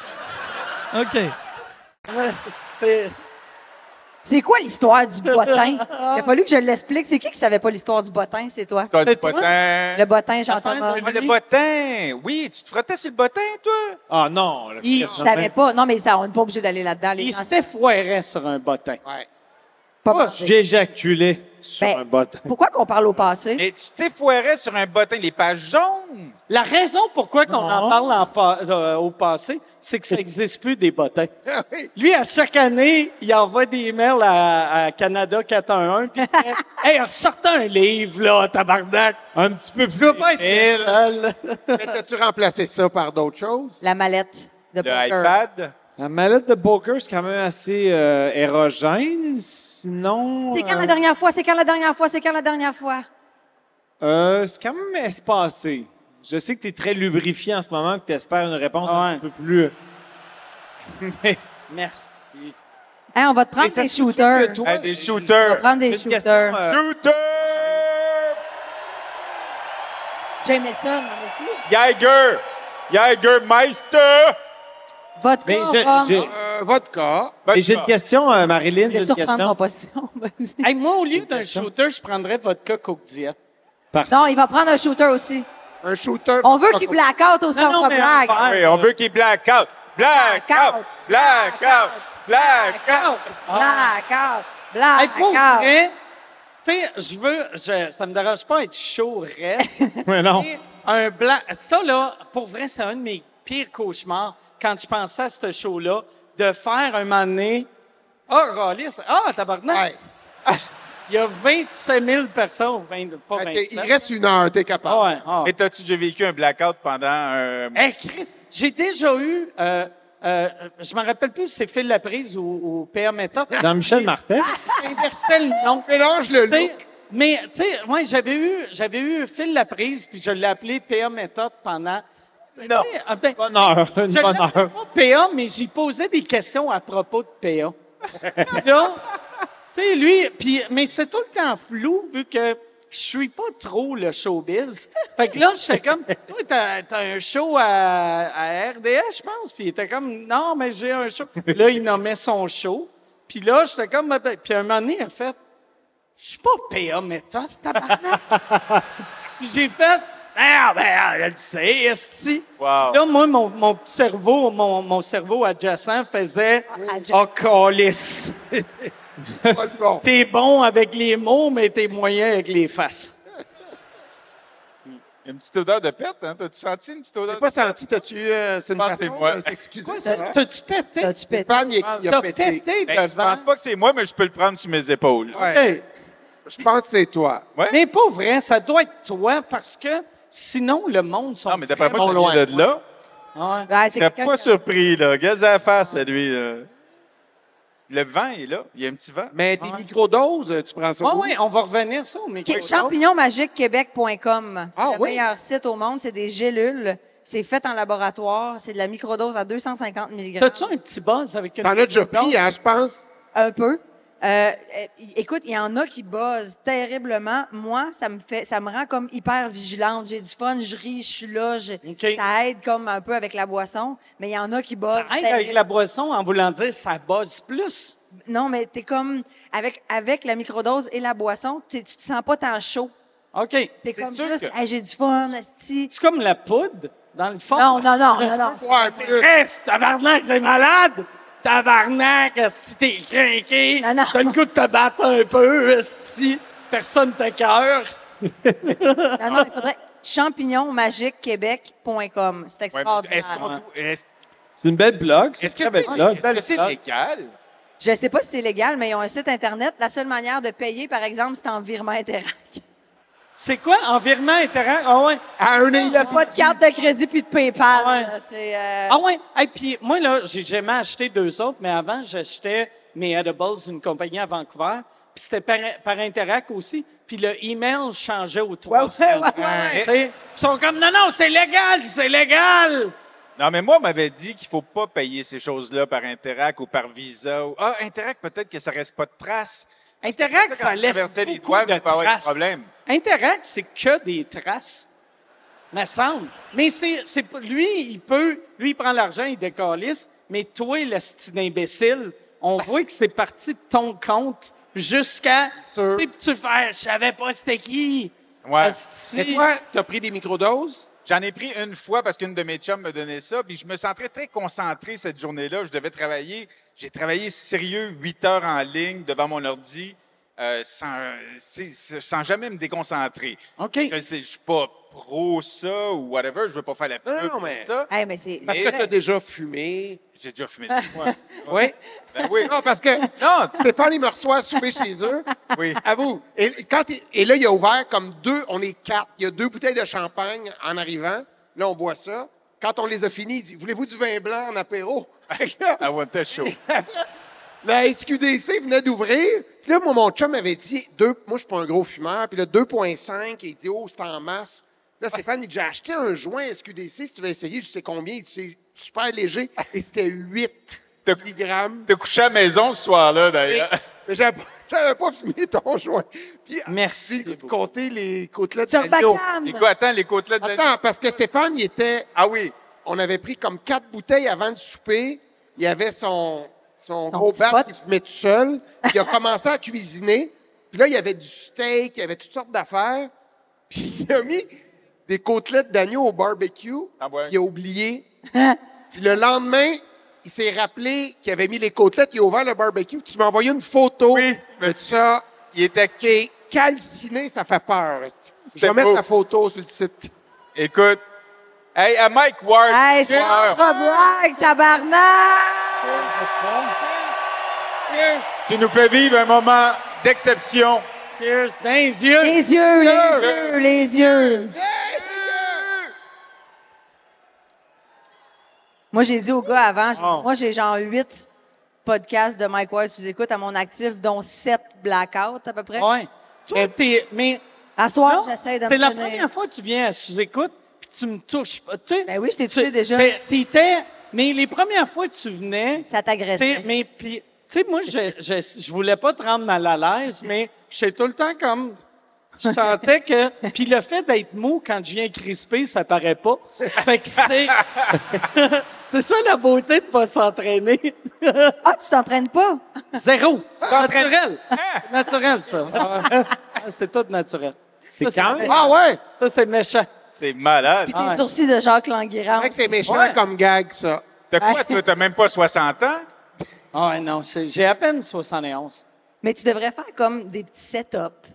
[SPEAKER 8] OK.
[SPEAKER 1] C'est-
[SPEAKER 5] C'est quoi l'histoire du bottin? Il a fallu que je l'explique. C'est qui qui savait pas l'histoire du bottin? C'est toi.
[SPEAKER 6] Quoi, du
[SPEAKER 1] C'est toi?
[SPEAKER 6] potin?
[SPEAKER 5] Le bottin,
[SPEAKER 1] Attends,
[SPEAKER 5] j'entends.
[SPEAKER 6] Ah, le bottin! Oui, tu te frottais sur le bottin, toi?
[SPEAKER 4] Ah non. là,
[SPEAKER 5] Il
[SPEAKER 4] Christophe,
[SPEAKER 5] savait pas. Non, mais ça, on n'est pas obligé d'aller là-dedans. Les
[SPEAKER 1] Il
[SPEAKER 5] gens
[SPEAKER 1] s'effoirait sur un bottin.
[SPEAKER 7] Ouais.
[SPEAKER 5] pas
[SPEAKER 4] Moi,
[SPEAKER 5] manger.
[SPEAKER 4] J'éjaculais sur
[SPEAKER 5] Ben,
[SPEAKER 4] un bottin.
[SPEAKER 5] Pourquoi qu'on parle au passé?
[SPEAKER 6] Mais tu t'effouerais sur un bottin, les pages jaunes!
[SPEAKER 1] La raison pourquoi qu'on en parle en pa- euh, au passé, c'est que ça n'existe plus des bottins.
[SPEAKER 7] Ah oui.
[SPEAKER 1] Lui, à chaque année, il envoie des emails à, à Canada 411 puis il fait Hey, ressortez un livre, là, tabarnak!
[SPEAKER 4] Un petit peu plus.
[SPEAKER 1] Je veux pas être
[SPEAKER 4] Et-
[SPEAKER 1] le seul.
[SPEAKER 7] Mais t'as-tu remplacé ça par d'autres choses?
[SPEAKER 5] La mallette de
[SPEAKER 6] Le
[SPEAKER 5] poker.
[SPEAKER 6] iPad?
[SPEAKER 4] La mallette de poker, c'est quand même assez euh, érogène. Sinon.
[SPEAKER 5] C'est quand
[SPEAKER 4] euh,
[SPEAKER 5] la dernière fois? C'est quand la dernière fois? C'est quand la dernière fois?
[SPEAKER 4] euh, c'est quand même espacé. Je sais que tu es très lubrifié en ce moment, que tu espères une réponse un
[SPEAKER 1] Ouais.
[SPEAKER 4] petit peu plus. euh,
[SPEAKER 1] Merci.
[SPEAKER 5] Hein, on va te
[SPEAKER 4] Mais
[SPEAKER 5] prendre
[SPEAKER 4] ça
[SPEAKER 5] des
[SPEAKER 4] se peut que
[SPEAKER 5] shooters.
[SPEAKER 4] toi-
[SPEAKER 6] Ah, des
[SPEAKER 5] On va te
[SPEAKER 6] shooters!
[SPEAKER 5] prendre
[SPEAKER 4] J'ai
[SPEAKER 5] des
[SPEAKER 4] une question, euh,
[SPEAKER 5] shooters.
[SPEAKER 6] Shooters!
[SPEAKER 5] J'aimais ça, non, mais tu-
[SPEAKER 6] Jäger! Jägermeister!
[SPEAKER 5] Votre
[SPEAKER 4] Mais
[SPEAKER 5] corps
[SPEAKER 4] je-
[SPEAKER 5] va-
[SPEAKER 4] j'ai-
[SPEAKER 7] Euh, vodka.
[SPEAKER 6] Ben,
[SPEAKER 4] Et j'ai une question, euh, Marilyn. J'ai
[SPEAKER 5] Viens-tu
[SPEAKER 4] une
[SPEAKER 5] reprendre
[SPEAKER 4] question.
[SPEAKER 5] ton position? Vas-y.
[SPEAKER 1] Hey, moi, au lieu d'un
[SPEAKER 4] question.
[SPEAKER 1] shooter, je prendrais votre coq au diète.
[SPEAKER 5] Non, il va prendre un shooter aussi.
[SPEAKER 7] Un shooter.
[SPEAKER 5] On veut qu'il blackout au
[SPEAKER 1] non,
[SPEAKER 5] centre
[SPEAKER 1] mais un verre.
[SPEAKER 5] blague.
[SPEAKER 6] Ah, Oui, on veut qu'il blackout! Blackout! Blackout! Blackout!
[SPEAKER 5] Blackout.
[SPEAKER 1] Hey, pour
[SPEAKER 5] Blackout.
[SPEAKER 1] vrai, tu sais, je veux, je, ça me dérange pas être chaud, raide.
[SPEAKER 4] Mais non.
[SPEAKER 1] Et un blanc. Ça, là, pour vrai, c'est un de mes pires cauchemars quand je pensais à ce show-là, de faire un moment donné. Ah, oh, Ah, tabarnak!
[SPEAKER 7] Ouais.
[SPEAKER 1] Il y a 27 000 personnes, ou 20, pas
[SPEAKER 7] Ah,
[SPEAKER 1] 27.
[SPEAKER 7] t'es- Il reste une heure, t'es capable.
[SPEAKER 1] Ah ouais, ah.
[SPEAKER 6] Mais t'as-tu déjà vécu un blackout pendant un...
[SPEAKER 1] Hey, Chris, j'ai déjà eu. euh, euh, je me rappelle plus si c'est Phil Laprise ou, ou Pierre Méthode.
[SPEAKER 4] Jean-Michel Martin.
[SPEAKER 1] Ah! Inversait le nom.
[SPEAKER 7] Mélange le
[SPEAKER 1] Tu sais,
[SPEAKER 7] look.
[SPEAKER 1] Mais, tu sais, moi, j'avais eu, j'avais eu Phil Laprise, puis je l'ai appelé PA Méthode pendant. Non. Ben,
[SPEAKER 4] Bonne heure, une
[SPEAKER 1] je
[SPEAKER 4] bonne
[SPEAKER 1] l'appelais
[SPEAKER 4] heure.
[SPEAKER 1] pas PA, mais j'y posais des questions à propos de PA. Puis là, tu sais, lui, puis, mais c'est tout le temps flou, vu que je suis pas trop le showbiz. Fait que là, j'étais comme, toi, t'as, t'as un show à, à RDS, je pense. Puis il était comme, non, mais j'ai un show. Là, il nommait son show. Puis là, j'étais comme, ben, ben, puis un moment donné, il a fait, je suis pas PA méthode, tabarnak. Puis j'ai fait, ah, ben, ah, je le sais, esti.
[SPEAKER 6] Wow.
[SPEAKER 1] Là, moi, mon, mon petit cerveau, mon, mon cerveau adjacent faisait,
[SPEAKER 5] Ah, adjacent.
[SPEAKER 1] oh, calice.
[SPEAKER 7] Pas le bon.
[SPEAKER 1] T'es bon avec les mots, mais t'es moyen avec les faces.
[SPEAKER 6] Une petite odeur de pète, hein? T'as-tu senti une petite odeur
[SPEAKER 7] T'as pas
[SPEAKER 6] de
[SPEAKER 7] senti, t'as-tu. euh, c'est une
[SPEAKER 6] pense que c'est
[SPEAKER 7] façon
[SPEAKER 6] moi.
[SPEAKER 7] de s'excuser, ça. hein?
[SPEAKER 1] T'as-tu pété?
[SPEAKER 5] T'as-tu pété?
[SPEAKER 7] Pan, il, il
[SPEAKER 1] T'as
[SPEAKER 7] a pété.
[SPEAKER 1] pété
[SPEAKER 6] Ben, je
[SPEAKER 1] devant.
[SPEAKER 6] pense pas que c'est moi, mais je peux le prendre sur mes épaules.
[SPEAKER 7] Ouais,
[SPEAKER 1] Hey,
[SPEAKER 7] Je pense que c'est toi.
[SPEAKER 1] Mais pas vrai, ça doit être toi, parce que sinon, le monde sont
[SPEAKER 6] Non, mais d'après moi,
[SPEAKER 7] Vraiment loin.
[SPEAKER 6] ça vient de là.
[SPEAKER 1] Ouais.
[SPEAKER 5] Ouais, c'est
[SPEAKER 6] T'es
[SPEAKER 5] quelqu'un
[SPEAKER 6] pas
[SPEAKER 5] qui-
[SPEAKER 6] surpris, là. Regarde la face à lui, là. Le vent est là. Il y a un petit vent.
[SPEAKER 7] Mais tes microdoses, tu prends ça.
[SPEAKER 1] Ouais,
[SPEAKER 7] où?
[SPEAKER 1] ouais, on va revenir ça au micro.
[SPEAKER 5] Qu- Champignonmagiquequebec.com. C'est
[SPEAKER 7] Ah
[SPEAKER 5] le
[SPEAKER 7] oui?
[SPEAKER 5] meilleur site au monde. C'est des gélules. C'est fait en laboratoire. C'est de la microdose à 250 mg.
[SPEAKER 1] T'as-tu un petit buzz avec une...
[SPEAKER 7] T'en as déjà pris, hein, je pense.
[SPEAKER 5] Un peu. Euh, euh, y- écoute, il y en a qui buzzent terriblement. Moi, ça me fait, ça me rend comme hyper vigilante. J'ai du fun, je ris, je suis là. je-
[SPEAKER 1] OK.
[SPEAKER 5] Ça aide comme un peu avec la boisson, mais il y en a qui buzzent.
[SPEAKER 1] Hey,
[SPEAKER 5] terrible.
[SPEAKER 1] avec la boisson, en voulant dire, ça buzz plus.
[SPEAKER 5] Non, mais t'es comme avec avec la microdose et la boisson, t'es- tu te sens pas tant chaud.
[SPEAKER 1] OK.
[SPEAKER 5] T'es
[SPEAKER 6] C'est
[SPEAKER 5] comme
[SPEAKER 6] sûr
[SPEAKER 5] juste,
[SPEAKER 6] que-
[SPEAKER 5] hey, j'ai du fun, esti.
[SPEAKER 1] C'est comme la poudre, dans le fond.
[SPEAKER 5] Non, non, non, non, non.
[SPEAKER 7] Ouais, plus.
[SPEAKER 1] Reste, tabarnak, c'est malade! Tabarnak, si t'es craqué,
[SPEAKER 5] Non, non.
[SPEAKER 1] t'as le goût de te battre un peu, si personne te cœur.
[SPEAKER 5] Non, non, il faudrait champignonmagiquequebec.com. C'est
[SPEAKER 6] Ouais, mais Est-ce
[SPEAKER 5] extraordinaire.
[SPEAKER 6] qu'on- est-ce-
[SPEAKER 4] C'est une belle blog. C'est
[SPEAKER 6] est-ce
[SPEAKER 4] une
[SPEAKER 6] que
[SPEAKER 4] très
[SPEAKER 6] c'est
[SPEAKER 4] belle blog.
[SPEAKER 6] est-ce que c'est légal?
[SPEAKER 5] Je sais pas si c'est légal, mais ils ont un site Internet. La seule manière de payer, par exemple, c'est en virement Interac.
[SPEAKER 1] C'est quoi, environnement intéressant? Ah ouais.
[SPEAKER 7] À un
[SPEAKER 5] Il n'y a pas de carte de crédit puis de PayPal.
[SPEAKER 1] Ouais.
[SPEAKER 5] là. C'est, euh,
[SPEAKER 1] Ah ouais. Et puis moi, là, j'ai jamais acheté deux autres, mais avant, j'achetais mes edibles d'une compagnie à Vancouver. Puis c'était par, par Interac aussi. Puis le email changeait aux
[SPEAKER 5] ouais,
[SPEAKER 1] trois
[SPEAKER 5] ouais,
[SPEAKER 1] semaines.
[SPEAKER 5] ouais, ouais, ouais.
[SPEAKER 1] Tu sais, Ils sont comme, non, non, c'est légal, c'est légal!
[SPEAKER 6] Non, mais moi, on m'avait dit qu'il faut pas payer ces choses-là par Interac ou par Visa. ou- Ah, Interac, peut-être que ça reste pas de traces.
[SPEAKER 1] Interac, ça
[SPEAKER 6] tu
[SPEAKER 1] laisse
[SPEAKER 6] traversais les
[SPEAKER 1] beaucoup
[SPEAKER 6] douanes,
[SPEAKER 1] de
[SPEAKER 6] tu peux avoir des
[SPEAKER 1] traces.
[SPEAKER 6] problèmes.
[SPEAKER 1] Interac, c'est que des traces, me semble. Mais c'est, c'est pas- lui, il peut, lui, il prend l'argent, il décalisse, mais toi, le style imbécile, on voit que c'est parti de ton compte jusqu'à,
[SPEAKER 7] Sûr.
[SPEAKER 1] tu sais, puis tu fais, je savais pas c'était qui.
[SPEAKER 6] Ouais.
[SPEAKER 1] Asti.
[SPEAKER 7] Mais toi, t'as pris des microdoses?
[SPEAKER 6] J'en ai pris une fois parce qu'une de mes chums me donnait ça, puis je me sentais très concentré cette journée-là. Je devais travailler. J'ai travaillé sérieux 8 heures en ligne devant mon ordi euh, sans, euh, c'est- c'est- sans jamais me déconcentrer.
[SPEAKER 1] OK.
[SPEAKER 6] Je ne suis pas pro ça ou whatever. Je veux pas faire la pub
[SPEAKER 7] Non, non,
[SPEAKER 6] pour
[SPEAKER 7] mais-
[SPEAKER 6] ça.
[SPEAKER 1] Ah.
[SPEAKER 5] Hey, mais c'est.
[SPEAKER 7] Parce que t'as déjà fumé.
[SPEAKER 6] J'ai déjà fumé des fois.
[SPEAKER 7] Oui.
[SPEAKER 6] Ben oui.
[SPEAKER 7] Non, parce que
[SPEAKER 6] Non,
[SPEAKER 7] Stéphane, il me reçoit à souper chez eux.
[SPEAKER 6] oui.
[SPEAKER 7] À vous. Et, quand il- et là, il a ouvert comme deux, on est quatre. Il y a deux bouteilles de champagne en arrivant. Là, on boit ça. Quand on les a finis, il dit Voulez-vous du vin blanc en apéro Fait que là,
[SPEAKER 6] I want that show.
[SPEAKER 7] La SQDC venait d'ouvrir. Puis là, moi, mon chum m'avait dit deux, Moi, je suis pas un gros fumeur. Puis là, 2,5. Il dit Oh, c'est en masse. Là, Stéphane, il dit J'ai acheté un joint SQDC. Si tu veux essayer, je sais combien. Il dit C'est super léger. Et c'était 8
[SPEAKER 6] De-
[SPEAKER 7] milligrammes.
[SPEAKER 6] T'as couché à la maison ce soir-là,
[SPEAKER 7] Mais
[SPEAKER 6] d'ailleurs.
[SPEAKER 7] mais j'avais pas, j'avais pas fumé ton joint. Puis,
[SPEAKER 1] Merci
[SPEAKER 7] puis, de compter les côtelettes
[SPEAKER 5] Sur
[SPEAKER 7] d'agneau.
[SPEAKER 5] Bacam!
[SPEAKER 6] Et quoi, attends, les côtelettes de...
[SPEAKER 7] Attends, parce que Stéphane, il était.
[SPEAKER 6] Ah oui.
[SPEAKER 7] On avait pris comme quatre bouteilles avant le souper. Il avait son, son,
[SPEAKER 5] Son
[SPEAKER 7] gros
[SPEAKER 5] petit
[SPEAKER 7] bar
[SPEAKER 5] pot.
[SPEAKER 7] qu'il fumait tout seul. Il a commencé à cuisiner. Puis là, il y avait du steak, il y avait toutes sortes d'affaires. Puis il a mis des côtelettes d'agneau au barbecue.
[SPEAKER 6] Ah ouais.
[SPEAKER 7] puis Il a oublié. puis le lendemain, il s'est rappelé qu'il avait mis les côtelettes, il a ouvert le barbecue. Tu m'as envoyé une photo
[SPEAKER 6] Oui,
[SPEAKER 7] de ça
[SPEAKER 6] Il était
[SPEAKER 7] qui est calciné, ça fait peur. esti. Je
[SPEAKER 6] C'était
[SPEAKER 7] vais mettre
[SPEAKER 6] beau.
[SPEAKER 7] la photo sur le site.
[SPEAKER 6] Écoute. Hey, à Mike Ward.
[SPEAKER 5] Hey,
[SPEAKER 6] Cheers.
[SPEAKER 5] centre blague, tabarnak!
[SPEAKER 1] Cheers!
[SPEAKER 6] Tu nous fais vivre un moment d'exception.
[SPEAKER 1] Cheers! Dans les yeux!
[SPEAKER 5] Les yeux, les yeux, les yeux. Moi, j'ai dit au gars avant, j'ai dit,
[SPEAKER 1] Ah.
[SPEAKER 4] Oh.
[SPEAKER 5] moi, j'ai genre huit podcasts de Mike Ward, tu écoutes à mon actif, dont sept blackouts à peu près.
[SPEAKER 1] Ouais. Toi, t'es- mais
[SPEAKER 5] À soir,
[SPEAKER 1] non,
[SPEAKER 5] j'essaie de me
[SPEAKER 1] c'est la
[SPEAKER 5] tenir.
[SPEAKER 1] première fois que tu viens à sous-écoute, puis tu me touches pas. Tu sais,
[SPEAKER 5] Ben oui, je t'ai
[SPEAKER 1] tu-
[SPEAKER 5] touché déjà.
[SPEAKER 1] t'es- T'étais, mais les premières fois que tu venais,
[SPEAKER 5] Ça t'agressait.
[SPEAKER 1] t'sais, mais puis, tu sais, moi, je, je, je voulais pas te rendre mal à l'aise, mais j'étais tout le temps comme, je sentais que, puis le fait d'être mou quand je viens crisper, ça paraît pas. Fait que c'est, c'est ça la beauté de pas s'entraîner.
[SPEAKER 5] Ah, tu t'entraînes pas?
[SPEAKER 1] Zéro. C'est
[SPEAKER 6] t'entraînes-
[SPEAKER 1] naturel. Naturel, ça. Ouais. C'est tout naturel. Ça, C'est
[SPEAKER 4] quand
[SPEAKER 7] Ah ouais!
[SPEAKER 1] Ça, c'est méchant.
[SPEAKER 6] C'est malade.
[SPEAKER 5] Puis tes
[SPEAKER 1] ouais.
[SPEAKER 5] sourcils de Jacques
[SPEAKER 7] C'est
[SPEAKER 5] Languirand.
[SPEAKER 7] vrai que c'est méchant
[SPEAKER 1] Ouais.
[SPEAKER 7] comme gag, ça.
[SPEAKER 6] T'as quoi, toi? T'as même pas 60 ans?
[SPEAKER 1] Ah ouais, non, c'est- j'ai à peine 71.
[SPEAKER 5] Mais tu devrais faire comme des petits setups.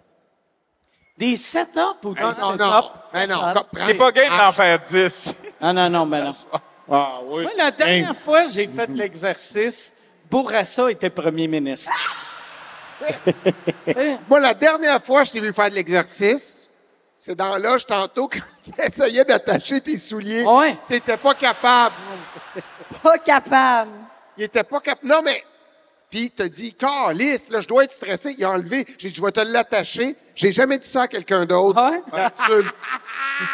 [SPEAKER 1] Des setups ou des
[SPEAKER 7] Non, non,
[SPEAKER 1] setups?
[SPEAKER 7] non. Ben non,
[SPEAKER 5] top.
[SPEAKER 7] comme- prends-
[SPEAKER 6] T'es pas game
[SPEAKER 7] Ah,
[SPEAKER 6] d'en faire 10.
[SPEAKER 1] Ah non, non, ben non.
[SPEAKER 4] Ah oui.
[SPEAKER 1] Moi, la dernière fois, j'ai fait l'exercice, Bourassa était premier ministre.
[SPEAKER 7] Moi, la dernière fois que je t'ai vu faire de l'exercice, c'est dans l'âge tantôt quand tu essayais d'attacher tes souliers.
[SPEAKER 1] Ah Ouais.
[SPEAKER 7] T'étais pas capable.
[SPEAKER 5] Pas capable.
[SPEAKER 7] Il était pas capable. Non, mais. Puis il t'a dit, Carlis, là, je dois être stressé. Il a enlevé. J'ai dit, je vais te l'attacher. J'ai jamais dit ça à quelqu'un d'autre.
[SPEAKER 1] Ouais.
[SPEAKER 7] Là-dessus.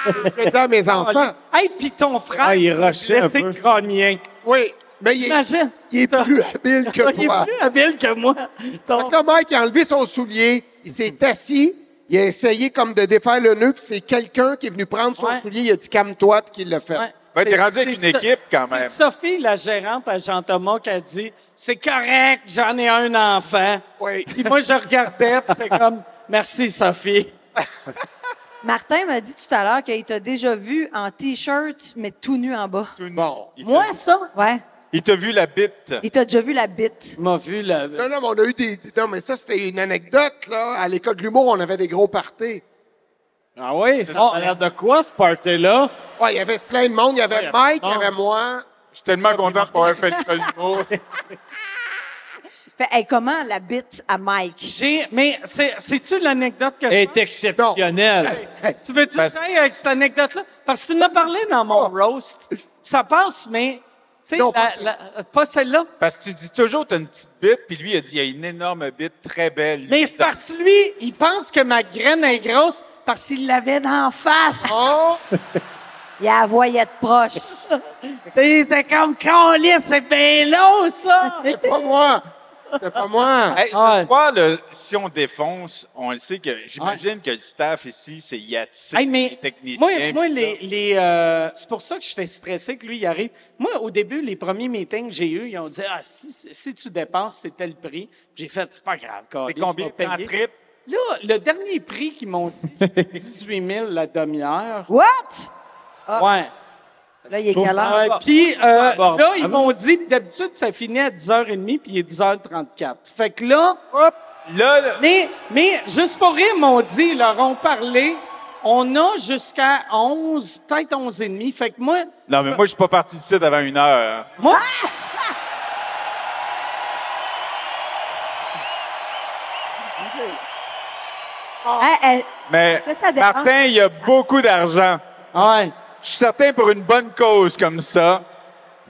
[SPEAKER 7] je le dis à mes enfants.
[SPEAKER 1] Hey, puis ton frère,
[SPEAKER 4] Ah, il rushait un
[SPEAKER 1] laissé
[SPEAKER 4] peu.
[SPEAKER 1] grognien.
[SPEAKER 7] Oui. Mais il est,
[SPEAKER 1] Imagine.
[SPEAKER 7] il est plus habile que
[SPEAKER 1] Il est
[SPEAKER 7] toi.
[SPEAKER 1] plus habile que moi.
[SPEAKER 7] Fait
[SPEAKER 1] Ton-
[SPEAKER 7] que là, Mike, il a enlevé son soulier. Il s'est
[SPEAKER 1] Mm-hmm.
[SPEAKER 7] assis. Il a essayé comme de défaire le nœud. Puis c'est quelqu'un qui est venu prendre son
[SPEAKER 1] Ouais.
[SPEAKER 7] soulier. Il a dit, calme-toi. Puis qu'il l'a fait.
[SPEAKER 1] Ouais.
[SPEAKER 6] Ben, t'es rendu avec
[SPEAKER 1] C'est
[SPEAKER 6] une
[SPEAKER 1] So-
[SPEAKER 6] équipe, quand
[SPEAKER 1] c'est
[SPEAKER 6] même.
[SPEAKER 1] Sophie, la gérante à Jean-Thomas, qui a dit C'est correct, j'en ai un enfant.
[SPEAKER 7] Oui.
[SPEAKER 1] Puis moi, je regardais, puis j'étais comme Merci, Sophie.
[SPEAKER 5] Martin m'a dit tout à l'heure qu'il t'a déjà vu en T-shirt, mais tout nu en bas.
[SPEAKER 7] Bon.
[SPEAKER 6] Il t'a-
[SPEAKER 1] Moi, ça,
[SPEAKER 5] Ouais.
[SPEAKER 6] Il t'a vu la bite.
[SPEAKER 5] Il t'a déjà vu la bite.
[SPEAKER 1] tu m'as vu là.
[SPEAKER 7] Non, non, mais on a eu des. Non, mais ça, c'était une anecdote, là. À l'école de l'humour, on avait des gros parties.
[SPEAKER 4] Ah oui, ça a l'air de quoi, ce party-là?
[SPEAKER 7] Ouais, il y avait plein de monde. Il y avait Mike, il y avait moi.
[SPEAKER 6] Je suis tellement content de pouvoir faire le l'humour.
[SPEAKER 5] Fait, hey, comment la bite à Mike?
[SPEAKER 1] J'ai, mais c'est- c'est-tu l'anecdote que je
[SPEAKER 4] est
[SPEAKER 1] pense?
[SPEAKER 4] exceptionnelle.
[SPEAKER 1] Tu veux-tu que
[SPEAKER 6] Parce- Oh.
[SPEAKER 1] j'aille avec cette anecdote-là? Parce que tu en as parlé dans mon roast. Ça passe, mais... Tu sais,
[SPEAKER 7] Non,
[SPEAKER 1] la-
[SPEAKER 7] pas
[SPEAKER 1] la-
[SPEAKER 7] celle-là.
[SPEAKER 1] pas, celle-là.
[SPEAKER 6] Parce que tu dis toujours, t'as une petite bite, puis lui, il a dit, il a une énorme bite, très belle. Lui,
[SPEAKER 1] Mais
[SPEAKER 6] ça-
[SPEAKER 1] parce que lui, il pense que ma graine est grosse parce qu'il l'avait d'en face.
[SPEAKER 6] Ah.
[SPEAKER 7] Oh!
[SPEAKER 5] Il a la voyette proche.
[SPEAKER 1] T'es t'es comme, Calais, c'est bien long, ça!
[SPEAKER 7] C'est pas moi! C'est pas moi!
[SPEAKER 6] Hey, ce
[SPEAKER 1] Ouais.
[SPEAKER 6] soir, là, si on défonce, on le sait que j'imagine que le staff ici, c'est Yatsi,
[SPEAKER 1] Hey, mais
[SPEAKER 6] les techniciens.
[SPEAKER 1] moi, moi
[SPEAKER 6] puis
[SPEAKER 1] les, les, euh, c'est pour ça que j'étais stressé que lui il arrive. Moi, au début, les premiers meetings que j'ai eus, ils ont dit ah, si, si tu dépenses, c'est tel prix. J'ai fait c'est pas grave,
[SPEAKER 6] ça.
[SPEAKER 1] Carlis,
[SPEAKER 6] C'est combien
[SPEAKER 1] je
[SPEAKER 6] de
[SPEAKER 1] vais
[SPEAKER 6] temps
[SPEAKER 1] payer.
[SPEAKER 6] trip?
[SPEAKER 1] Là, le dernier prix qu'ils m'ont dit, c'était 18 000 la demi-heure.
[SPEAKER 5] What?
[SPEAKER 6] Ah.
[SPEAKER 1] Ouais.
[SPEAKER 5] Là, il est quelle heure?
[SPEAKER 1] Ouais, Puis euh,
[SPEAKER 4] abordable.
[SPEAKER 1] là, ils m'ont dit que d'habitude, ça finit à 10h30, puis il est 10h34. Fait que là,
[SPEAKER 6] Hop! Là, là,
[SPEAKER 1] mais, mais juste pour rire, ils m'ont dit, ils leur ont parlé, on a jusqu'à 11, peut-être 11h30. Fait que moi,
[SPEAKER 6] non, mais moi, je suis pas parti d'ici avant une heure. hein.
[SPEAKER 1] Moi?
[SPEAKER 5] Hey, hey,
[SPEAKER 6] Mais
[SPEAKER 5] Là, ça dépend.
[SPEAKER 6] Martin, il y a beaucoup d'argent.
[SPEAKER 1] Ouais.
[SPEAKER 6] Je suis certain pour une bonne cause comme ça,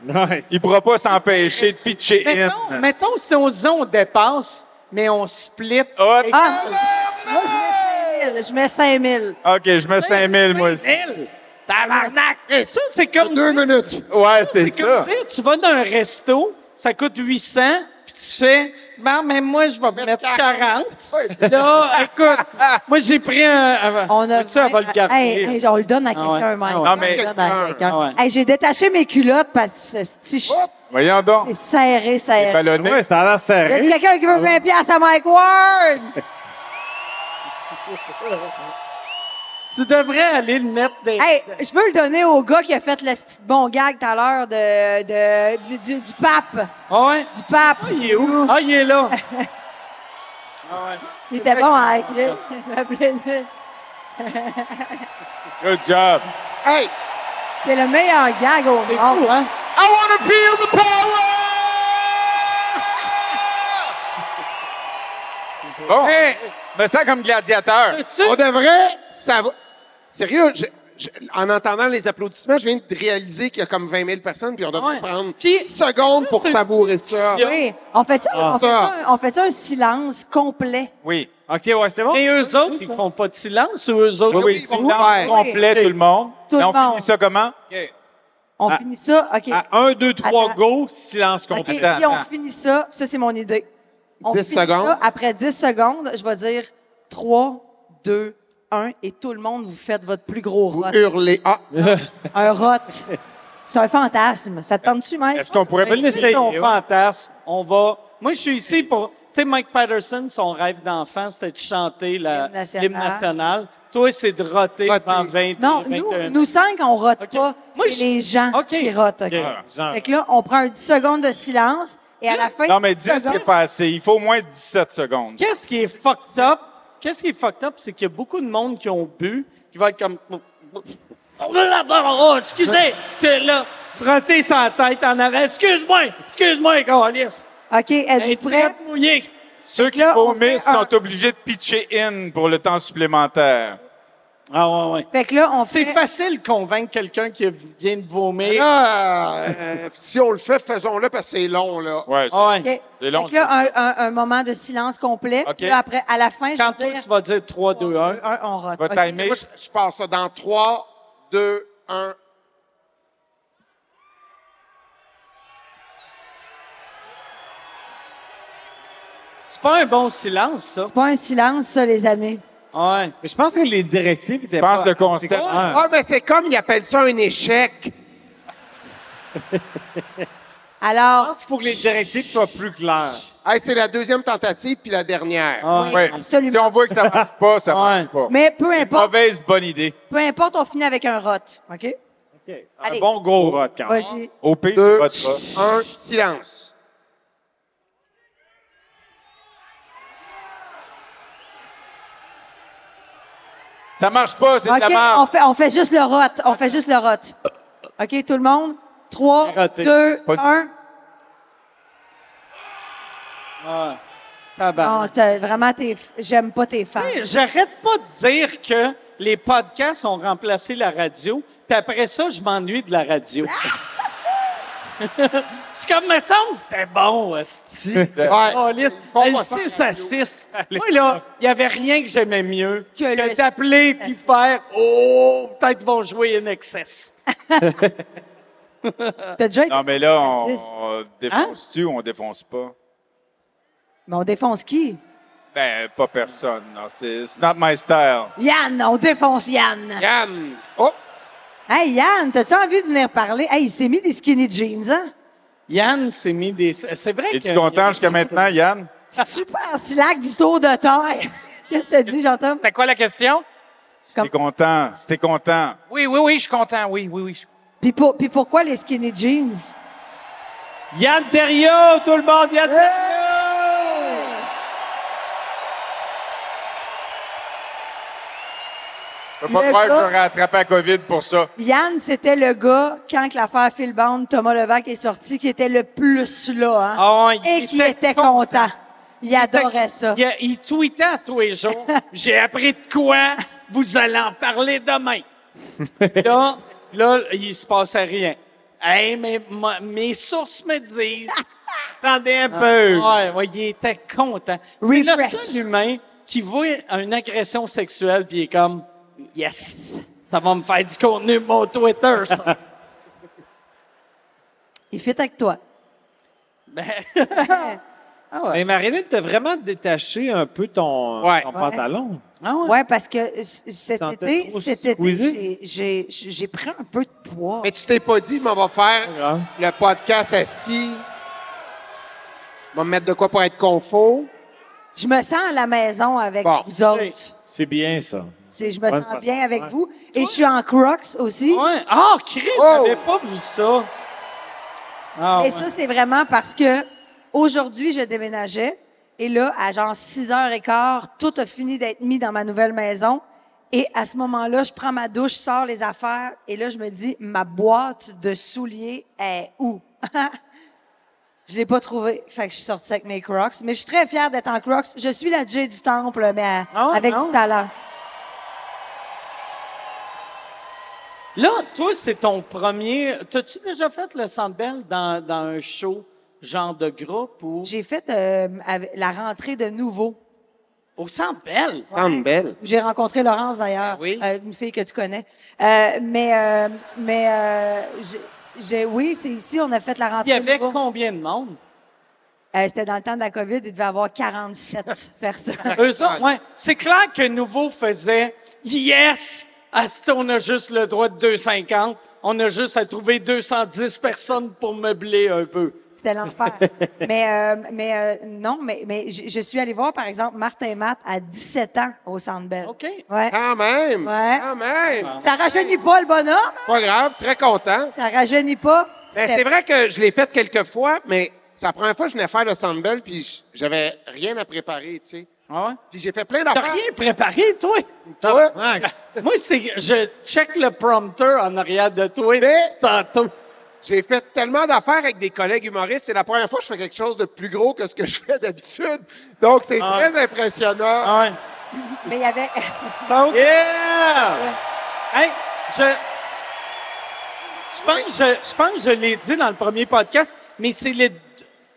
[SPEAKER 4] Ouais.
[SPEAKER 6] il pourra pas s'empêcher de pitcher
[SPEAKER 1] Mettons,
[SPEAKER 6] in.
[SPEAKER 1] mettons si on se dit on dépasse, mais on split.
[SPEAKER 6] Oh,
[SPEAKER 5] Ah! Moi, je mets 5 000. Je mets 5 000.
[SPEAKER 6] OK, je mets 5 000, moi aussi.
[SPEAKER 1] Mille! Tabarnak! Ça, c'est comme,
[SPEAKER 7] Deux minutes!
[SPEAKER 6] Ouais, c'est
[SPEAKER 1] c'est comme
[SPEAKER 6] ça.
[SPEAKER 1] dire, tu vas dans un resto, ça coûte 800, puis tu fais, ben, mais moi, je vais mettre 40.
[SPEAKER 7] Ouais, c'est-
[SPEAKER 1] Là, écoute, moi, j'ai pris un...
[SPEAKER 5] On a.
[SPEAKER 1] Tu sais, elle va le garder.
[SPEAKER 5] Hey, hey, on le donne à
[SPEAKER 1] Ah ouais.
[SPEAKER 5] quelqu'un, Mike.
[SPEAKER 1] Ah ouais.
[SPEAKER 5] On
[SPEAKER 6] Non, mais-
[SPEAKER 5] le donne à quelqu'un.
[SPEAKER 1] Ah ouais.
[SPEAKER 5] Hey, j'ai détaché mes culottes parce que c'est c'est
[SPEAKER 6] Voyons donc.
[SPEAKER 5] serré, serré.
[SPEAKER 6] Ballonné.
[SPEAKER 4] Ouais, ça a l'air
[SPEAKER 5] Y a-t-il
[SPEAKER 4] serré.
[SPEAKER 5] quelqu'un qui veut 20 piastres à Mike Ward?
[SPEAKER 1] Tu devrais aller le mettre des...
[SPEAKER 5] Hey, je veux le donner au gars qui a fait le petit bon gag tout à l'heure de, de- du, du- du pape.
[SPEAKER 1] Ah ouais?
[SPEAKER 5] Du pape.
[SPEAKER 1] Il est où? Ah, il est là. Ah
[SPEAKER 5] Il était bon à écrire. Ça fait plaisir.
[SPEAKER 6] Good job.
[SPEAKER 7] Hey!
[SPEAKER 5] C'est le meilleur gag au
[SPEAKER 1] C'est
[SPEAKER 5] monde.
[SPEAKER 1] fou, hein?
[SPEAKER 6] I want to feel the power! Bon,
[SPEAKER 7] Hey!
[SPEAKER 6] me sens comme gladiateur.
[SPEAKER 1] Peux-tu-
[SPEAKER 7] On devrait. Ça va. Sérieux, je- je- en entendant les applaudissements, je viens de réaliser qu'il y a comme 20 000 personnes, puis on devrait
[SPEAKER 1] Ouais.
[SPEAKER 7] prendre
[SPEAKER 1] Puis,
[SPEAKER 7] 10 secondes pour
[SPEAKER 1] c'est une
[SPEAKER 7] savourer ça.
[SPEAKER 1] discussion.
[SPEAKER 5] Oui. On fait ça,
[SPEAKER 7] Ah.
[SPEAKER 5] on fait ça, on fait ça un silence complet.
[SPEAKER 6] Oui.
[SPEAKER 4] OK, ouais, c'est bon?
[SPEAKER 1] Et eux autres, ils font pas de silence ou eux autres?
[SPEAKER 7] Oui, oui,
[SPEAKER 6] Oui,
[SPEAKER 7] ils
[SPEAKER 6] silence
[SPEAKER 7] vont faire.
[SPEAKER 6] complet,
[SPEAKER 1] Oui.
[SPEAKER 6] tout le monde.
[SPEAKER 5] Tout
[SPEAKER 6] Et
[SPEAKER 5] le
[SPEAKER 6] on
[SPEAKER 5] monde.
[SPEAKER 6] finit ça comment?
[SPEAKER 5] On finit ça, OK.
[SPEAKER 4] À 1, 2, 3,
[SPEAKER 5] Attends.
[SPEAKER 4] go, silence
[SPEAKER 5] OK,
[SPEAKER 4] complet.
[SPEAKER 5] puis on
[SPEAKER 6] attends.
[SPEAKER 5] finit ça. Ça, c'est mon idée. On
[SPEAKER 7] 10
[SPEAKER 5] finit ça.
[SPEAKER 7] secondes.
[SPEAKER 5] Après 10 secondes, je vais dire 3, 2, 1 et tout le monde, vous faites votre plus gros
[SPEAKER 7] Vous
[SPEAKER 5] rot.
[SPEAKER 7] hurlez. Ah,
[SPEAKER 5] Un rot. C'est un fantasme. Ça te tente-tu, mec?
[SPEAKER 6] Est-ce qu'on pourrait
[SPEAKER 1] On
[SPEAKER 6] plus l'essayer?
[SPEAKER 1] on
[SPEAKER 6] ouais.
[SPEAKER 1] fantasme, on va. Moi, je suis ici pour. Tu sais, Mike Patterson, son rêve d'enfant, c'était de chanter la-
[SPEAKER 5] L'hymne national.
[SPEAKER 1] l'hymne national. Toi, c'est de roter
[SPEAKER 7] Roter.
[SPEAKER 1] pendant 20
[SPEAKER 5] Non,
[SPEAKER 1] 21
[SPEAKER 5] nous, nous cinq, on rote
[SPEAKER 1] OK.
[SPEAKER 5] pas.
[SPEAKER 1] Moi,
[SPEAKER 5] c'est
[SPEAKER 1] je-
[SPEAKER 5] les gens
[SPEAKER 1] OK.
[SPEAKER 5] qui rotent. OK?
[SPEAKER 6] Voilà.
[SPEAKER 4] Genre,
[SPEAKER 5] Fait que là, on prend un 10 secondes de silence et à la fin.
[SPEAKER 6] Non, mais
[SPEAKER 5] 10
[SPEAKER 6] 10,
[SPEAKER 5] secondes-
[SPEAKER 6] c'est pas assez. Il faut au moins 17 secondes.
[SPEAKER 1] Qu'est-ce qui est fucked up? Qu'est-ce qui est fucked up, c'est qu'il y a beaucoup de monde qui ont bu, qui va être comme. Oh, excusez! C'est là, frotter sa tête en arrêt. Excuse-moi! Excuse-moi, Carlis!
[SPEAKER 5] OK,
[SPEAKER 1] Un
[SPEAKER 5] êtes-vous prêts?
[SPEAKER 1] tirette mouillé!
[SPEAKER 6] Ceux qui
[SPEAKER 5] Là, on
[SPEAKER 6] vomissent
[SPEAKER 5] fait un-
[SPEAKER 6] sont obligés de pitcher in pour le temps supplémentaire.
[SPEAKER 1] Ah, ouais, ouais.
[SPEAKER 5] Fait que là, on
[SPEAKER 1] C'est
[SPEAKER 5] fait-
[SPEAKER 1] facile de convaincre quelqu'un qui vient de vomir.
[SPEAKER 7] là, euh, si on le fait, faisons-le parce que c'est long, là.
[SPEAKER 6] Ouais. c'est-
[SPEAKER 1] Ah, Ouais.
[SPEAKER 5] OK.
[SPEAKER 6] C'est long.
[SPEAKER 5] Ah. Fait que là, un, un- un moment de silence complet.
[SPEAKER 6] OK.
[SPEAKER 5] Là, après, à la fin,
[SPEAKER 1] Quand
[SPEAKER 5] je vais
[SPEAKER 1] toi,
[SPEAKER 5] dire
[SPEAKER 1] tu vas dire 3, 2, 1.
[SPEAKER 5] un, on rote.
[SPEAKER 6] Va
[SPEAKER 5] OK.
[SPEAKER 6] timer.
[SPEAKER 7] Moi, je, je passe ça dans 3, 2, 1.
[SPEAKER 1] C'est pas un bon silence, ça. Ah,
[SPEAKER 5] C'est pas un silence, ça, les amis.
[SPEAKER 1] Ouais.
[SPEAKER 4] Mais je pense que les directives étaient
[SPEAKER 6] Je pense
[SPEAKER 4] pas-
[SPEAKER 6] le concept.
[SPEAKER 4] Ah,
[SPEAKER 7] Ah, mais c'est comme ils appellent ça un échec.
[SPEAKER 4] Je
[SPEAKER 5] Alors,
[SPEAKER 4] pense qu'il faut que les directives soient plus claires.
[SPEAKER 7] Hey, c'est la deuxième tentative puis la dernière.
[SPEAKER 1] Ah,
[SPEAKER 6] Ouais.
[SPEAKER 5] absolument.
[SPEAKER 6] Si on voit que ça marche pas, ça marche pas.
[SPEAKER 5] mais peu importe,
[SPEAKER 6] Mauvaise bonne idée.
[SPEAKER 5] peu importe, on finit avec un rot. OK?
[SPEAKER 4] Un
[SPEAKER 5] Allez.
[SPEAKER 4] bon go, Rod, quand même.
[SPEAKER 5] Vas-y.
[SPEAKER 6] Au pire,
[SPEAKER 7] Deux.
[SPEAKER 6] tu votes pas.
[SPEAKER 7] Un silence.
[SPEAKER 6] Ça marche pas, c'est de la
[SPEAKER 5] OK, on
[SPEAKER 6] merde.
[SPEAKER 5] fait, on fait juste le rot. On fait juste le rot. OK, tout le monde? 3,
[SPEAKER 1] Roté.
[SPEAKER 5] 2,
[SPEAKER 6] Pas de-
[SPEAKER 5] 1.
[SPEAKER 1] Ah. Tabarnak.
[SPEAKER 5] vraiment, t'es f- j'aime pas tes fans.
[SPEAKER 1] Tu sais, J'arrête pas de dire que les podcasts ont remplacé la radio, puis après ça, je m'ennuie de la radio. C'est comme, me semble, c'était bon, hostie.
[SPEAKER 6] Ouais.
[SPEAKER 1] Oh, lisse.
[SPEAKER 7] Bon,
[SPEAKER 1] Elle
[SPEAKER 7] bon,
[SPEAKER 1] six
[SPEAKER 7] bon.
[SPEAKER 1] à 6. Moi, là, il n'y avait rien que j'aimais mieux que,
[SPEAKER 5] Que le
[SPEAKER 1] d'appeler
[SPEAKER 5] six à
[SPEAKER 1] puis ben,
[SPEAKER 5] six.
[SPEAKER 1] faire « Oh, peut-être vont jouer In Excess
[SPEAKER 5] T'as déjà été
[SPEAKER 6] Non, mais là, on,
[SPEAKER 5] raciste.
[SPEAKER 1] Hein?
[SPEAKER 6] on défonce-tu ou on défonce pas?
[SPEAKER 5] Mais on défonce qui?
[SPEAKER 6] Ben, pas personne. Non, c'est it's not my style.
[SPEAKER 5] Yann, on défonce Yann.
[SPEAKER 7] Yann. Oh,
[SPEAKER 5] Hey, Yann, t'as-tu envie de venir parler? Hey, il s'est mis des skinny jeans, hein? ».
[SPEAKER 1] Yann s'est mis des... C'est vrai que...
[SPEAKER 6] Es-tu content jusqu'à maintenant, Yann?
[SPEAKER 5] Super slack du tour de terre. Qu'est-ce que t'as dit, jean
[SPEAKER 9] T'as quoi la question?
[SPEAKER 5] Comme-
[SPEAKER 6] T'es content? Si t'es content.
[SPEAKER 9] Oui, oui, oui, je suis content. Oui, oui, oui.
[SPEAKER 5] Puis, pour- puis pourquoi les skinny jeans?
[SPEAKER 4] Yann Terriot, tout le monde, Yann Terriot!
[SPEAKER 6] Je peux pas
[SPEAKER 5] Le
[SPEAKER 6] croire que
[SPEAKER 5] gars-
[SPEAKER 6] j'aurais attrapé la COVID pour ça.
[SPEAKER 5] Yann, c'était le gars, quand que l'affaire Phil Bond, Thomas Levac est sorti, qui était le plus là, hein?
[SPEAKER 1] Ah ouais, il
[SPEAKER 5] Et qui était content. Il adorait ça.
[SPEAKER 1] Il, il tweetait à tous les jours « J'ai appris de quoi, vous allez en parler demain. » Là, là, il se passait rien. Hey, mais ma- mes sources me disent...
[SPEAKER 4] Attendez un peu.
[SPEAKER 1] Ah, Ouais, ouais, il était content. C'est le
[SPEAKER 5] Refresh.
[SPEAKER 1] seul humain qui voit une agression sexuelle puis il est comme « Yes, ça va me faire du contenu pour mon Twitter, ça.
[SPEAKER 5] Il fit avec toi.
[SPEAKER 1] Ben,
[SPEAKER 4] Mais Marilyn, t'as vraiment détaché un peu ton, ton pantalon.
[SPEAKER 1] ah ouais.
[SPEAKER 5] Ouais, parce que euh, c- cet
[SPEAKER 4] sentais
[SPEAKER 5] été,
[SPEAKER 4] trop
[SPEAKER 5] cet été,
[SPEAKER 4] squeezé?
[SPEAKER 5] j'ai- j'ai- j'ai j'ai pris un peu de poids.
[SPEAKER 7] mais tu t'es pas dit, mais on va faire
[SPEAKER 4] grave.
[SPEAKER 7] le podcast assis. On va me mettre de quoi pour être confort.
[SPEAKER 5] Je me sens à la maison avec
[SPEAKER 7] Bon.
[SPEAKER 5] vous autres.
[SPEAKER 4] C'est bien, ça.
[SPEAKER 5] C'est- Je me
[SPEAKER 4] Bonne
[SPEAKER 5] sens
[SPEAKER 4] façon,
[SPEAKER 5] bien avec
[SPEAKER 4] ouais.
[SPEAKER 5] vous. Et je suis en Crocs aussi.
[SPEAKER 1] Ouais. Ah, Chris, j'avais pas vu ça. Ah,
[SPEAKER 5] Et
[SPEAKER 1] ouais.
[SPEAKER 5] ça, c'est vraiment parce que aujourd'hui, je déménageais. Et là, à genre 6h15, tout a fini d'être mis dans ma nouvelle maison. Et à ce moment-là, je prends ma douche, je sors les affaires. Et là, je me dis, ma boîte de souliers est où? je l'ai pas trouvée. Fait que je suis sortie avec mes Crocs. Mais je suis très fière d'être en Crocs. Je suis la J du temple, mais euh,
[SPEAKER 1] Ah ouais,
[SPEAKER 5] avec
[SPEAKER 1] non?
[SPEAKER 5] du talent.
[SPEAKER 1] Là, toi, c'est ton premier. T'as-tu déjà fait le Centre Bell dans, dans un show genre de groupe ou
[SPEAKER 5] J'ai fait euh, avec- la rentrée de nouveau.
[SPEAKER 1] au Centre Bell?
[SPEAKER 7] Ça me belle.
[SPEAKER 5] J'ai rencontré Laurence d'ailleurs,
[SPEAKER 7] Oui.
[SPEAKER 5] euh, une fille que tu connais. Euh, mais euh, mais euh, j'ai- j'ai- oui, c'est ici, on a fait la rentrée.
[SPEAKER 1] Il y avait
[SPEAKER 5] nouveau.
[SPEAKER 1] combien de monde?
[SPEAKER 5] Euh, C'était dans le temps de la COVID, il devait avoir 47 personnes.
[SPEAKER 1] Eux autres, ouais. C'est clair que Nouveau faisait Yes! À ce on a juste le droit de 250. On a juste à trouver 210 personnes pour meubler un peu.
[SPEAKER 5] C'était l'enfer. mais euh, mais euh, non, mais, mais je je suis allée voir, par exemple, Martin et Matt à 17 ans au Centre Bell.
[SPEAKER 1] OK. Ah.
[SPEAKER 5] Ouais.
[SPEAKER 7] Quand même!
[SPEAKER 5] Ouais.
[SPEAKER 7] Quand même!
[SPEAKER 5] Ça rajeunit pas le bonhomme,
[SPEAKER 7] Pas grave, très content.
[SPEAKER 5] ça rajeunit pas.
[SPEAKER 7] Ben,
[SPEAKER 5] C'était-
[SPEAKER 7] c'est vrai que je l'ai fait quelques fois, mais c'est la première fois que je venais faire le Sandbell, puis j- j'avais rien à préparer, tu sais.
[SPEAKER 1] Ah ouais?
[SPEAKER 7] Puis j'ai fait plein
[SPEAKER 1] T'as
[SPEAKER 7] d'affaires.
[SPEAKER 1] rien préparé, toi? Moi, c'est je check le prompteur en arrière de toi
[SPEAKER 7] Mais-
[SPEAKER 1] tantôt.
[SPEAKER 7] J'ai fait tellement d'affaires avec des collègues humoristes. C'est la première fois que je fais quelque chose de plus gros que ce que je fais d'habitude. Donc, c'est
[SPEAKER 1] Ah.
[SPEAKER 7] très impressionnant.
[SPEAKER 1] Ouais.
[SPEAKER 5] Mais il y avait.
[SPEAKER 1] Yeah! Hey, je. Je pense, que je, je pense que je l'ai dit dans le premier podcast, mais c'est le,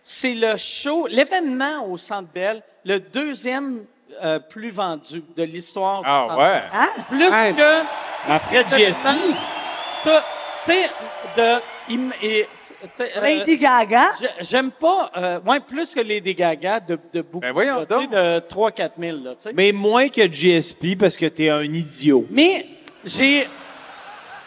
[SPEAKER 1] c'est le show, l'événement au Centre Bell, le deuxième euh, plus vendu de l'histoire. du
[SPEAKER 6] Ah
[SPEAKER 1] Centre
[SPEAKER 6] ouais.
[SPEAKER 5] Hein?
[SPEAKER 1] Plus
[SPEAKER 7] Hey.
[SPEAKER 1] que.
[SPEAKER 4] Après GSP,
[SPEAKER 1] Tu sais, de. il m- et- tu sais, euh,
[SPEAKER 5] Lady Gaga.
[SPEAKER 1] je- J'aime pas. euh, ouais, plus que les Gaga de, de beaucoup.
[SPEAKER 6] Ben voyons
[SPEAKER 1] là, tu sais,
[SPEAKER 6] donc.
[SPEAKER 1] De 3-4 000, là, tu sais. Mais,
[SPEAKER 4] mais moins que GSP parce que t'es un idiot.
[SPEAKER 1] j'ai.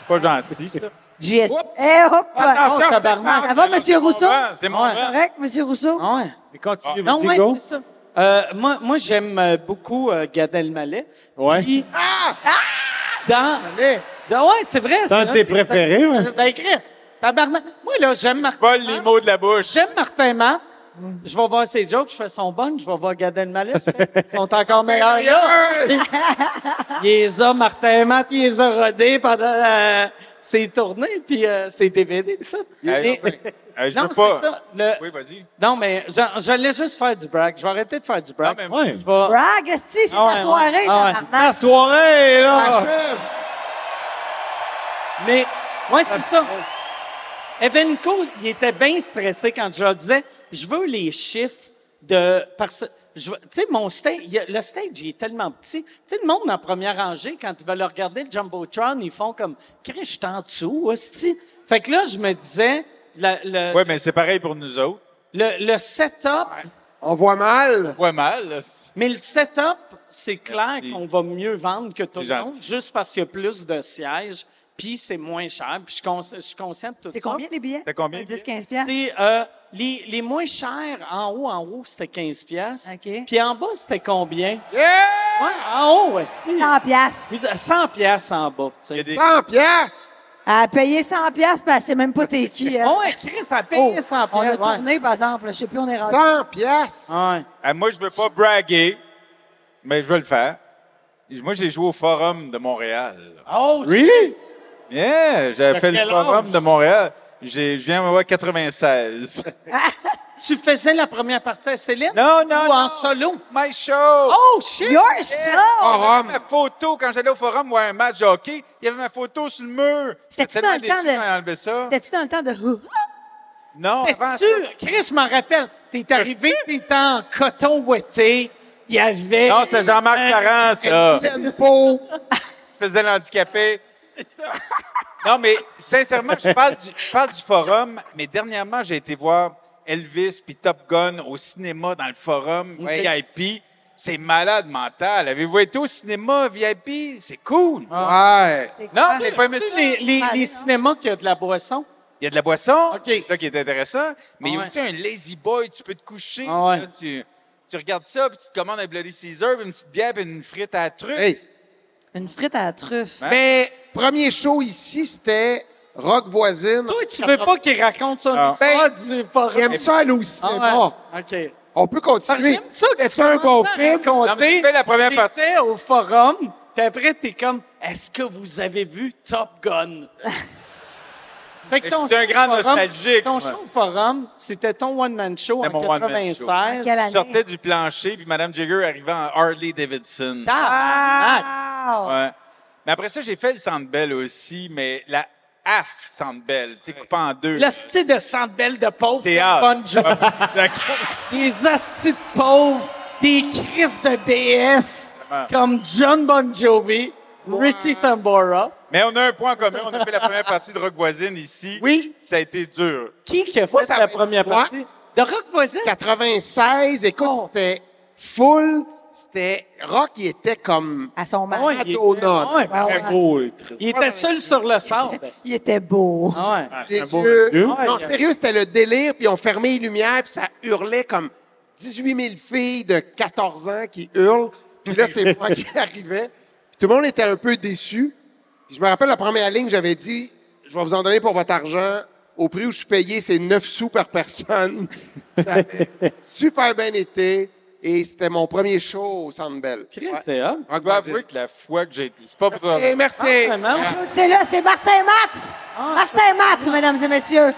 [SPEAKER 6] Pas gentil, ça.
[SPEAKER 5] JS. Eh, hop!
[SPEAKER 1] Attention,
[SPEAKER 5] Oh,
[SPEAKER 1] tabarnak.
[SPEAKER 5] Ça va, M. Rousseau?
[SPEAKER 6] Ah, C'est mon
[SPEAKER 1] Ouais.
[SPEAKER 6] vent.
[SPEAKER 5] Correct, M. Rousseau?
[SPEAKER 1] Ah ouais.
[SPEAKER 4] Mais continue,
[SPEAKER 1] Non,
[SPEAKER 4] vas-y,
[SPEAKER 1] ouais,
[SPEAKER 4] go.
[SPEAKER 1] c'est ça. Euh, moi, moi j'aime euh, beaucoup euh, Gad Elmaleh.
[SPEAKER 4] Ouais.
[SPEAKER 1] Puis,
[SPEAKER 7] Ah!
[SPEAKER 1] dans,
[SPEAKER 7] Mais,
[SPEAKER 1] dans- ouais, c'est vrai.
[SPEAKER 4] C'est un de tes préférés, ouais.
[SPEAKER 1] Ben, Chris, tabarnak. Moi, là, j'aime Martin.
[SPEAKER 6] Vole les
[SPEAKER 1] Matt.
[SPEAKER 6] mots de la bouche.
[SPEAKER 1] J'aime Martin Matt. Je vais voir ses jokes, je fais son bon, je vais voir Gad Elmaleh, je fais, ils sont encore meilleurs. là. il les a, Martin Matt, il les a rodés pendant euh, ses tournées, puis euh, ses DVD, puis tout.
[SPEAKER 6] Hey,
[SPEAKER 1] Mais-
[SPEAKER 6] Euh, je
[SPEAKER 1] non,
[SPEAKER 6] veux
[SPEAKER 1] c'est
[SPEAKER 6] pas.
[SPEAKER 1] ça. Le-
[SPEAKER 6] Oui, vas-y.
[SPEAKER 1] Non, mais j'en- j'allais juste faire du brag. Je vais arrêter de faire du brag.
[SPEAKER 6] Non, mais-
[SPEAKER 4] Ouais.
[SPEAKER 1] Je vais-
[SPEAKER 5] Brag, esti, c'est
[SPEAKER 1] Ah ouais,
[SPEAKER 5] ta soirée,
[SPEAKER 1] ouais. Ah ouais.
[SPEAKER 5] tabarnak.
[SPEAKER 4] Soirée, là!
[SPEAKER 7] achève!
[SPEAKER 1] Mais, ouais, c'est ça. Evenco, il était bien stressé quand je leur disais, je veux les chiffres de, parce, je veux- tu sais, mon stage, il y a- le stage, il est tellement petit. Tu sais, le monde en première rangée, quand ils veulent regarder le Jumbotron, ils font comme, Chris, je suis en dessous, hostie. Fait que là, je me disais, la- le,
[SPEAKER 6] Oui, mais c'est pareil pour nous autres.
[SPEAKER 1] le, le setup,
[SPEAKER 7] On voit mal.
[SPEAKER 6] On voit mal. là.
[SPEAKER 1] Mais le setup, c'est clair
[SPEAKER 6] Merci.
[SPEAKER 1] qu'on va mieux vendre que tout
[SPEAKER 6] C'est
[SPEAKER 1] le monde,
[SPEAKER 6] gentil.
[SPEAKER 1] juste parce qu'il y a plus de sièges, puis c'est moins cher, puis je, suis cons- je suis conscient de tout
[SPEAKER 5] C'est
[SPEAKER 1] ça.
[SPEAKER 5] combien les billets?
[SPEAKER 6] C'est combien, les
[SPEAKER 5] 10, 15 piastres?
[SPEAKER 1] C'est euh, les, les moins chers, en haut, en haut, c'était 15 piastres.
[SPEAKER 5] OK.
[SPEAKER 1] Puis en bas, c'était combien? Ouais, en haut, aussi.
[SPEAKER 5] 100 piastres.
[SPEAKER 1] 100 piastres en bas, tu sais.
[SPEAKER 6] Il y a des-
[SPEAKER 7] 100 piastres!
[SPEAKER 5] À payer 100 piastres, parce c'est même pas t'es qui, elle.
[SPEAKER 1] Ouais, Chris a payé 100
[SPEAKER 5] Oh, on a
[SPEAKER 1] piastres. ouais.
[SPEAKER 5] tourné, par exemple. là, Je sais plus, on est rendu.
[SPEAKER 7] 100 piastres!
[SPEAKER 1] Ouais.
[SPEAKER 6] Ah, moi, je veux pas braguer, mais je veux le faire. Moi, j'ai joué au Forum de Montréal.
[SPEAKER 1] Oh,
[SPEAKER 4] Really?
[SPEAKER 6] Yeah, j'avais
[SPEAKER 1] T'as
[SPEAKER 6] fait le
[SPEAKER 1] quel
[SPEAKER 6] Forum
[SPEAKER 1] âge?
[SPEAKER 6] de Montréal. J'ai- Je viens avoir 96.
[SPEAKER 1] tu faisais la première partie à Céline?
[SPEAKER 6] Non, non,
[SPEAKER 1] Ou
[SPEAKER 6] non.
[SPEAKER 1] en solo?
[SPEAKER 6] My show!
[SPEAKER 1] Oh, shit!
[SPEAKER 5] Your show!
[SPEAKER 6] On avait ma photo, quand j'allais au forum voir un match de hockey, il y avait ma photo sur le mur.
[SPEAKER 5] C'était-tu
[SPEAKER 6] J'étais tellement
[SPEAKER 5] dans le temps
[SPEAKER 6] déçu
[SPEAKER 5] de-
[SPEAKER 6] quand ils enlevaient ça.
[SPEAKER 5] C'était-tu dans le temps de.
[SPEAKER 6] Non, avant ça.
[SPEAKER 1] T'es-tu, Chris, je m'en rappelle, t'es arrivé, t'étais en coton ouetté, il y avait...
[SPEAKER 4] Ah,
[SPEAKER 6] Non, c'était Jean-Marc Parent, ça.
[SPEAKER 7] Pleine peau!
[SPEAKER 6] Je faisais l'handicapé. Non, mais sincèrement, je parle, du, je parle du forum, mais dernièrement, j'ai été voir Elvis puis Top Gun au cinéma dans le forum VIP. C'est malade mental. Avez-vous été au cinéma VIP? C'est cool.
[SPEAKER 1] Ah.
[SPEAKER 7] Ouais!
[SPEAKER 6] Non, j'ai pas aimé
[SPEAKER 1] Tu sais,
[SPEAKER 6] ça.
[SPEAKER 1] les, les,
[SPEAKER 5] Ah,
[SPEAKER 1] les
[SPEAKER 5] non.
[SPEAKER 1] cinémas qui ont de la boisson.
[SPEAKER 6] Il y a de la boisson,
[SPEAKER 1] OK. Ah,
[SPEAKER 6] c'est ça qui est intéressant, mais il y
[SPEAKER 1] Ouais.
[SPEAKER 6] a aussi un lazy boy, tu peux te coucher,
[SPEAKER 1] Ah ouais.
[SPEAKER 6] là, tu, tu regardes ça, puis tu te commandes un Bloody Caesar, puis une petite bière, puis une frite à la truffe.
[SPEAKER 7] Hey.
[SPEAKER 1] Hein?
[SPEAKER 5] Une frite à la truffe.
[SPEAKER 7] Mais, premier show ici, c'était Rock Voisine.
[SPEAKER 1] Toi, tu veux pas qu'ils racontent ça,
[SPEAKER 6] Ah.
[SPEAKER 1] l'histoire du forum.
[SPEAKER 7] Ben, Il aime ça aller au cinéma.
[SPEAKER 1] Ah, ouais. OK.
[SPEAKER 7] On peut
[SPEAKER 1] Parce que
[SPEAKER 7] continuer.
[SPEAKER 1] J'aime ça que
[SPEAKER 7] C'est un bon film.
[SPEAKER 6] Non, mais tu fais la première partie.
[SPEAKER 1] J'étais au forum, puis après, t'es comme, est-ce que vous avez vu Top Gun? fait que
[SPEAKER 6] Je suis un
[SPEAKER 1] show
[SPEAKER 6] grand
[SPEAKER 1] au forum-
[SPEAKER 6] nostalgique,
[SPEAKER 1] Ton
[SPEAKER 6] moi.
[SPEAKER 1] show au forum, c'était ton one-man show en
[SPEAKER 6] C'était mon one-man
[SPEAKER 1] 96.
[SPEAKER 6] show.
[SPEAKER 5] En quelle
[SPEAKER 6] Je sortais
[SPEAKER 1] hein.
[SPEAKER 5] année?
[SPEAKER 6] du plancher, puis Madame Jagger arrivait en Harley Davidson.
[SPEAKER 1] Tabarnak!
[SPEAKER 5] Wow!
[SPEAKER 6] Ouais. Mais après ça, j'ai fait le Centre Bell aussi, mais la AF Centre Bell, tu sais, coupé en deux.
[SPEAKER 1] Le style de centre belle de pauvre.
[SPEAKER 6] Théâtre.
[SPEAKER 1] Bon job.
[SPEAKER 7] Ah, ben,
[SPEAKER 1] des astis de pauvres, des crises de BS, comme John Bon Jovi, Richie Sambora.
[SPEAKER 6] Mais on a un point en commun. On a fait la première partie de Rock Voisine ici.
[SPEAKER 1] Oui.
[SPEAKER 6] Ça a été dur.
[SPEAKER 1] Qui qui a fait
[SPEAKER 7] Moi, ça-
[SPEAKER 1] la première
[SPEAKER 7] Ouais.
[SPEAKER 1] partie? De Rock Voisin?
[SPEAKER 7] 96, écoute,
[SPEAKER 1] Oh.
[SPEAKER 7] c'était full, c'était rock, il était comme
[SPEAKER 5] À son mari.
[SPEAKER 1] Ouais, il était-
[SPEAKER 7] Madonna.
[SPEAKER 1] ouais,
[SPEAKER 5] Ah ouais.
[SPEAKER 1] Il était seul sur le sable.
[SPEAKER 5] Il était beau.
[SPEAKER 1] Ah ouais.
[SPEAKER 7] des
[SPEAKER 4] c'est un beau
[SPEAKER 7] yeux.
[SPEAKER 4] monsieur.
[SPEAKER 7] Non,
[SPEAKER 1] Ouais.
[SPEAKER 7] sérieux, c'était le délire, puis on fermait les lumières, puis ça hurlait comme 18 000 filles de 14 ans qui hurlent. Puis là, c'est moi qui arrivais. Puis tout le monde était un peu déçu. Puis je me rappelle la première ligne, j'avais dit Je vais vous en donner pour votre argent. Au prix où je suis payé, c'est 9 sous par personne. Ça avait super bien été. Et c'était mon premier show au Centre Bell.
[SPEAKER 1] Chris,
[SPEAKER 7] Ouais. Ah, bah,
[SPEAKER 1] c'est hot.
[SPEAKER 6] Je dois avouer que la fois que j'ai été. C'est pas pour ça.
[SPEAKER 1] Eh,
[SPEAKER 7] Et merci.
[SPEAKER 1] Vraiment?
[SPEAKER 5] C'est là, c'est Martin Matt.
[SPEAKER 1] Ah,
[SPEAKER 5] Martin Matt, mesdames et messieurs.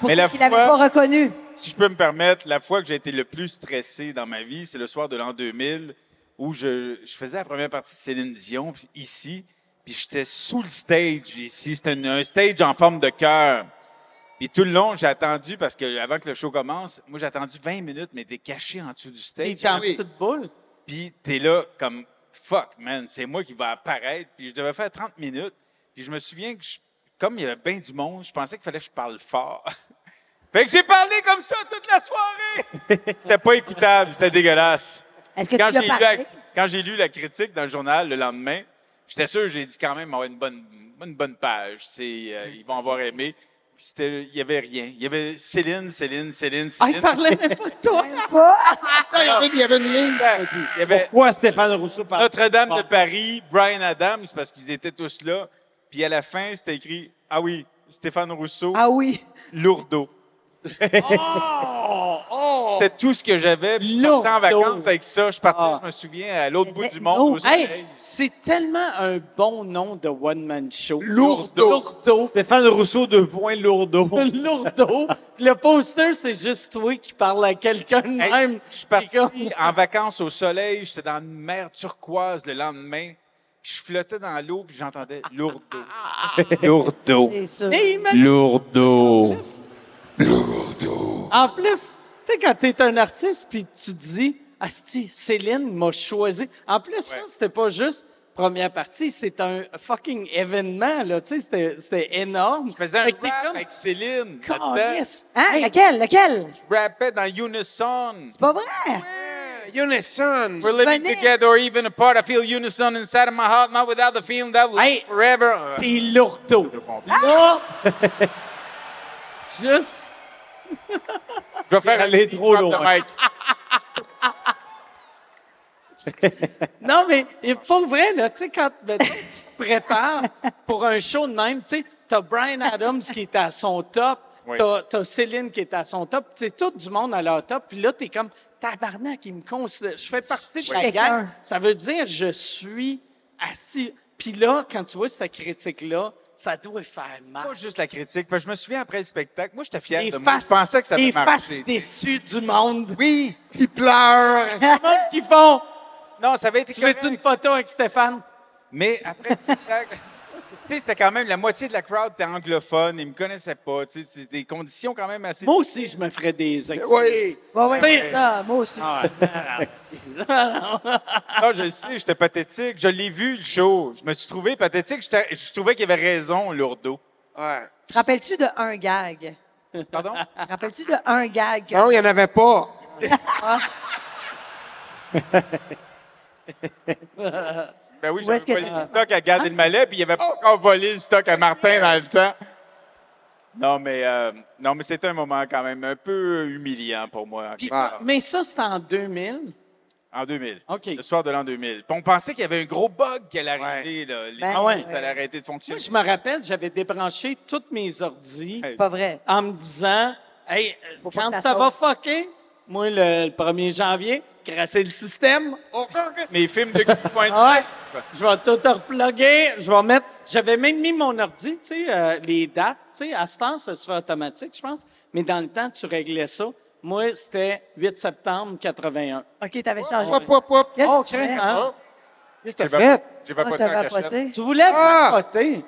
[SPEAKER 5] Pour
[SPEAKER 6] Mais
[SPEAKER 5] ceux
[SPEAKER 6] la
[SPEAKER 5] qui l'avaient
[SPEAKER 6] fois-
[SPEAKER 5] pas reconnu.
[SPEAKER 6] Si je peux me permettre, la fois que j'ai été le plus stressé dans ma vie, c'est le soir de l'an 2000 où je, je faisais la première partie de Céline Dion puis ici, puis j'étais sous le stage ici. C'était une- un stage en forme de cœur. Puis tout le long, j'ai attendu parce que avant que le show commence, moi j'ai attendu 20 minutes, mais t'es caché en dessous du
[SPEAKER 1] Il
[SPEAKER 6] stage.
[SPEAKER 1] était en
[SPEAKER 7] Oui.
[SPEAKER 1] petite boule.
[SPEAKER 6] Puis t'es là comme fuck, man, c'est moi qui va apparaître. Puis je devais faire 30 minutes. Puis je me souviens que je- comme il y avait bien du monde, je pensais qu'il fallait que je parle fort. fait que j'ai parlé comme ça toute la soirée. c'était pas écoutable, c'était dégueulasse.
[SPEAKER 5] Est-ce que
[SPEAKER 6] Quand
[SPEAKER 5] tu
[SPEAKER 6] j'ai, lu
[SPEAKER 5] l'as
[SPEAKER 6] la,
[SPEAKER 5] parlé?
[SPEAKER 6] quand j'ai lu la critique dans le journal le lendemain, j'étais sûr, j'ai dit quand même avoir une bonne, une bonne page. tu sais, euh, ils vont avoir aimé. Puis c'était- il y avait rien. Il y avait Céline, Céline, Céline,
[SPEAKER 1] Ah, il
[SPEAKER 6] Céline.
[SPEAKER 1] parlait même pas de toi.
[SPEAKER 5] Oh,
[SPEAKER 7] Ah, il y avait- Il y avait une ligne.
[SPEAKER 6] Il y avait-
[SPEAKER 1] Pourquoi Stéphane Rousseau parle?
[SPEAKER 6] Notre-Dame de Paris, Brian Adams, parce qu'ils étaient tous là. Puis à la fin, c'était écrit Ah oui, Stéphane Rousseau,
[SPEAKER 5] Ah oui.
[SPEAKER 6] Lourdeau.
[SPEAKER 1] Oh! Oh!
[SPEAKER 6] C'était tout ce que j'avais. Puis je partais en
[SPEAKER 1] Lourdeau.
[SPEAKER 6] vacances avec ça. Je partais,
[SPEAKER 1] Ah.
[SPEAKER 6] je me souviens, à l'autre bout
[SPEAKER 5] Mais
[SPEAKER 6] du monde. au soleil.
[SPEAKER 1] Hey, c'est tellement un bon nom de one-man show.
[SPEAKER 7] Lourdeau.
[SPEAKER 1] Lourdeau.
[SPEAKER 4] Stéphane Rousseau, deux points, lourdeau.
[SPEAKER 1] Lourdeau. Le poster, c'est juste toi qui parle à quelqu'un de
[SPEAKER 6] Hey,
[SPEAKER 1] même.
[SPEAKER 6] je suis parti
[SPEAKER 1] Les gars.
[SPEAKER 6] en vacances au soleil. J'étais dans une mer turquoise le lendemain. Puis je flottais dans l'eau, puis j'entendais Lourdeau.
[SPEAKER 1] Ah,
[SPEAKER 6] Lourdeau.
[SPEAKER 5] C'est sûr.
[SPEAKER 1] Mais imagine-
[SPEAKER 6] Lourdeau.
[SPEAKER 1] En plus, tu sais, quand t'es un artiste puis tu dis, Asti, Céline m'a choisi. En plus, ça,
[SPEAKER 6] Ouais.
[SPEAKER 1] c'était pas juste première partie, c'est un fucking événement, là. Tu sais, c'était- c'était énorme.
[SPEAKER 6] Je faisais un
[SPEAKER 1] Fait que t'es
[SPEAKER 6] rap
[SPEAKER 1] comme,
[SPEAKER 6] avec Céline. là-dedans.
[SPEAKER 1] Calisse.
[SPEAKER 5] Hein?
[SPEAKER 1] Hey,
[SPEAKER 5] Lequel? Lequel?
[SPEAKER 6] Je rappais dans Unison.
[SPEAKER 5] C'est pas vrai?
[SPEAKER 7] Unison.
[SPEAKER 6] We're living
[SPEAKER 5] Venez.
[SPEAKER 6] together or even apart. I feel unison inside of my heart, not without the feeling that will
[SPEAKER 1] Hey.
[SPEAKER 6] last forever.
[SPEAKER 1] T'es lourdeau. Là, juste,
[SPEAKER 6] Je vais faire un
[SPEAKER 4] allé
[SPEAKER 6] beat
[SPEAKER 4] trop
[SPEAKER 6] drop de
[SPEAKER 4] loin.
[SPEAKER 6] mic.
[SPEAKER 1] non, mais et pour vrai, là, tu sais, quand ben, tu tu te prépares pour un show de même, tu sais, t'as Brian Adams qui est à son top,
[SPEAKER 6] Oui.
[SPEAKER 1] t'as, t'as Céline qui est à son top, c'est tout du monde à leur top, puis là, t'es comme, tabarnak, il me considère, je fais partie de la
[SPEAKER 5] suis
[SPEAKER 1] gang.
[SPEAKER 5] quelqu'un.
[SPEAKER 1] Ça veut dire, je suis assis. Puis là, quand tu vois cette critique-là, ça doit faire mal.
[SPEAKER 6] Pas juste la critique. parce que je me souviens après le spectacle, moi, j'étais fier
[SPEAKER 1] Des
[SPEAKER 6] de moi. Je
[SPEAKER 1] faces-
[SPEAKER 6] pensais que ça
[SPEAKER 1] des
[SPEAKER 6] allait
[SPEAKER 1] faces
[SPEAKER 6] marcher.
[SPEAKER 1] déçues du monde.
[SPEAKER 6] Oui.
[SPEAKER 7] Il pleure.
[SPEAKER 1] qui font.
[SPEAKER 6] Non, ça avait été
[SPEAKER 1] Tu veux-tu
[SPEAKER 6] correct.
[SPEAKER 1] une photo avec Stéphane?
[SPEAKER 6] Mais après le spectacle, tu sais, c'était quand même la moitié de la crowd était anglophone. Ils me connaissaient pas. Tu sais, c'est des conditions quand même assez...
[SPEAKER 1] Moi aussi, je me ferais des excuses.
[SPEAKER 7] Oui.
[SPEAKER 5] Oui, oui,
[SPEAKER 1] Fait-
[SPEAKER 5] c'est ça, moi aussi.
[SPEAKER 1] Ah, non, non, non.
[SPEAKER 6] Non, Ah, je le sais, j'étais pathétique. Je l'ai vu, le show. Je me suis trouvé pathétique. J'étais- Je trouvais qu'il avait raison, Lourdeau.
[SPEAKER 7] Ouais.
[SPEAKER 5] Te rappelles-tu de un gag?
[SPEAKER 6] Pardon?
[SPEAKER 5] Te rappelles-tu de un gag? que-
[SPEAKER 7] Non, il n'y en avait pas.
[SPEAKER 6] Ben oui,
[SPEAKER 5] Où est-ce
[SPEAKER 6] j'avais volé
[SPEAKER 5] que
[SPEAKER 6] le stock à Gad Elmaleh, puis il avait pas encore volé le stock à Martin dans le temps. Non, mais, euh, non, mais c'était un moment quand même un peu humiliant pour moi. en
[SPEAKER 1] Puis-
[SPEAKER 6] quelque part.
[SPEAKER 1] Mais ça, c'est en 2000.
[SPEAKER 6] En 2000.
[SPEAKER 1] OK.
[SPEAKER 6] Le soir de l'an 2000. Puis on pensait qu'il y avait un gros bug qui allait arriver. Là. Les
[SPEAKER 5] Ben,
[SPEAKER 6] news
[SPEAKER 1] ouais.
[SPEAKER 6] allaient arrêter de
[SPEAKER 1] Moi,
[SPEAKER 6] fonctionner.
[SPEAKER 1] je me rappelle, j'avais débranché toutes mes ordis
[SPEAKER 6] Hey.
[SPEAKER 5] Pas vrai.
[SPEAKER 1] en me disant, hey, euh,
[SPEAKER 5] Faut pas
[SPEAKER 1] quand
[SPEAKER 5] que
[SPEAKER 1] ça,
[SPEAKER 5] ça
[SPEAKER 1] va
[SPEAKER 5] saute.
[SPEAKER 1] fucker, moi, le, le 1er janvier, crasser le système,
[SPEAKER 6] Mes films de cul point de
[SPEAKER 5] Ah
[SPEAKER 1] Ouais.
[SPEAKER 6] safe.
[SPEAKER 1] je vais tout reploguer, je vais mettre... J'avais même mis mon ordi, tu sais, euh, les dates, tu sais, à ce temps, ça se fait automatique, je pense, mais dans le temps, tu réglais ça. Moi, c'était 8 septembre 81.
[SPEAKER 5] OK, t'avais changé.
[SPEAKER 7] Hop, hop, hop.
[SPEAKER 5] Qu'est-ce
[SPEAKER 1] Oh,
[SPEAKER 5] que tu
[SPEAKER 1] Chris,
[SPEAKER 5] fais?
[SPEAKER 1] hein?
[SPEAKER 7] Qu'est-ce que t'as
[SPEAKER 6] J'ai pas-
[SPEAKER 7] fait?
[SPEAKER 6] J'ai
[SPEAKER 5] Ah,
[SPEAKER 6] vapoté
[SPEAKER 5] t'as
[SPEAKER 6] en cachette.
[SPEAKER 5] vapoté.
[SPEAKER 1] Tu voulais
[SPEAKER 7] Ah!
[SPEAKER 1] vapoter.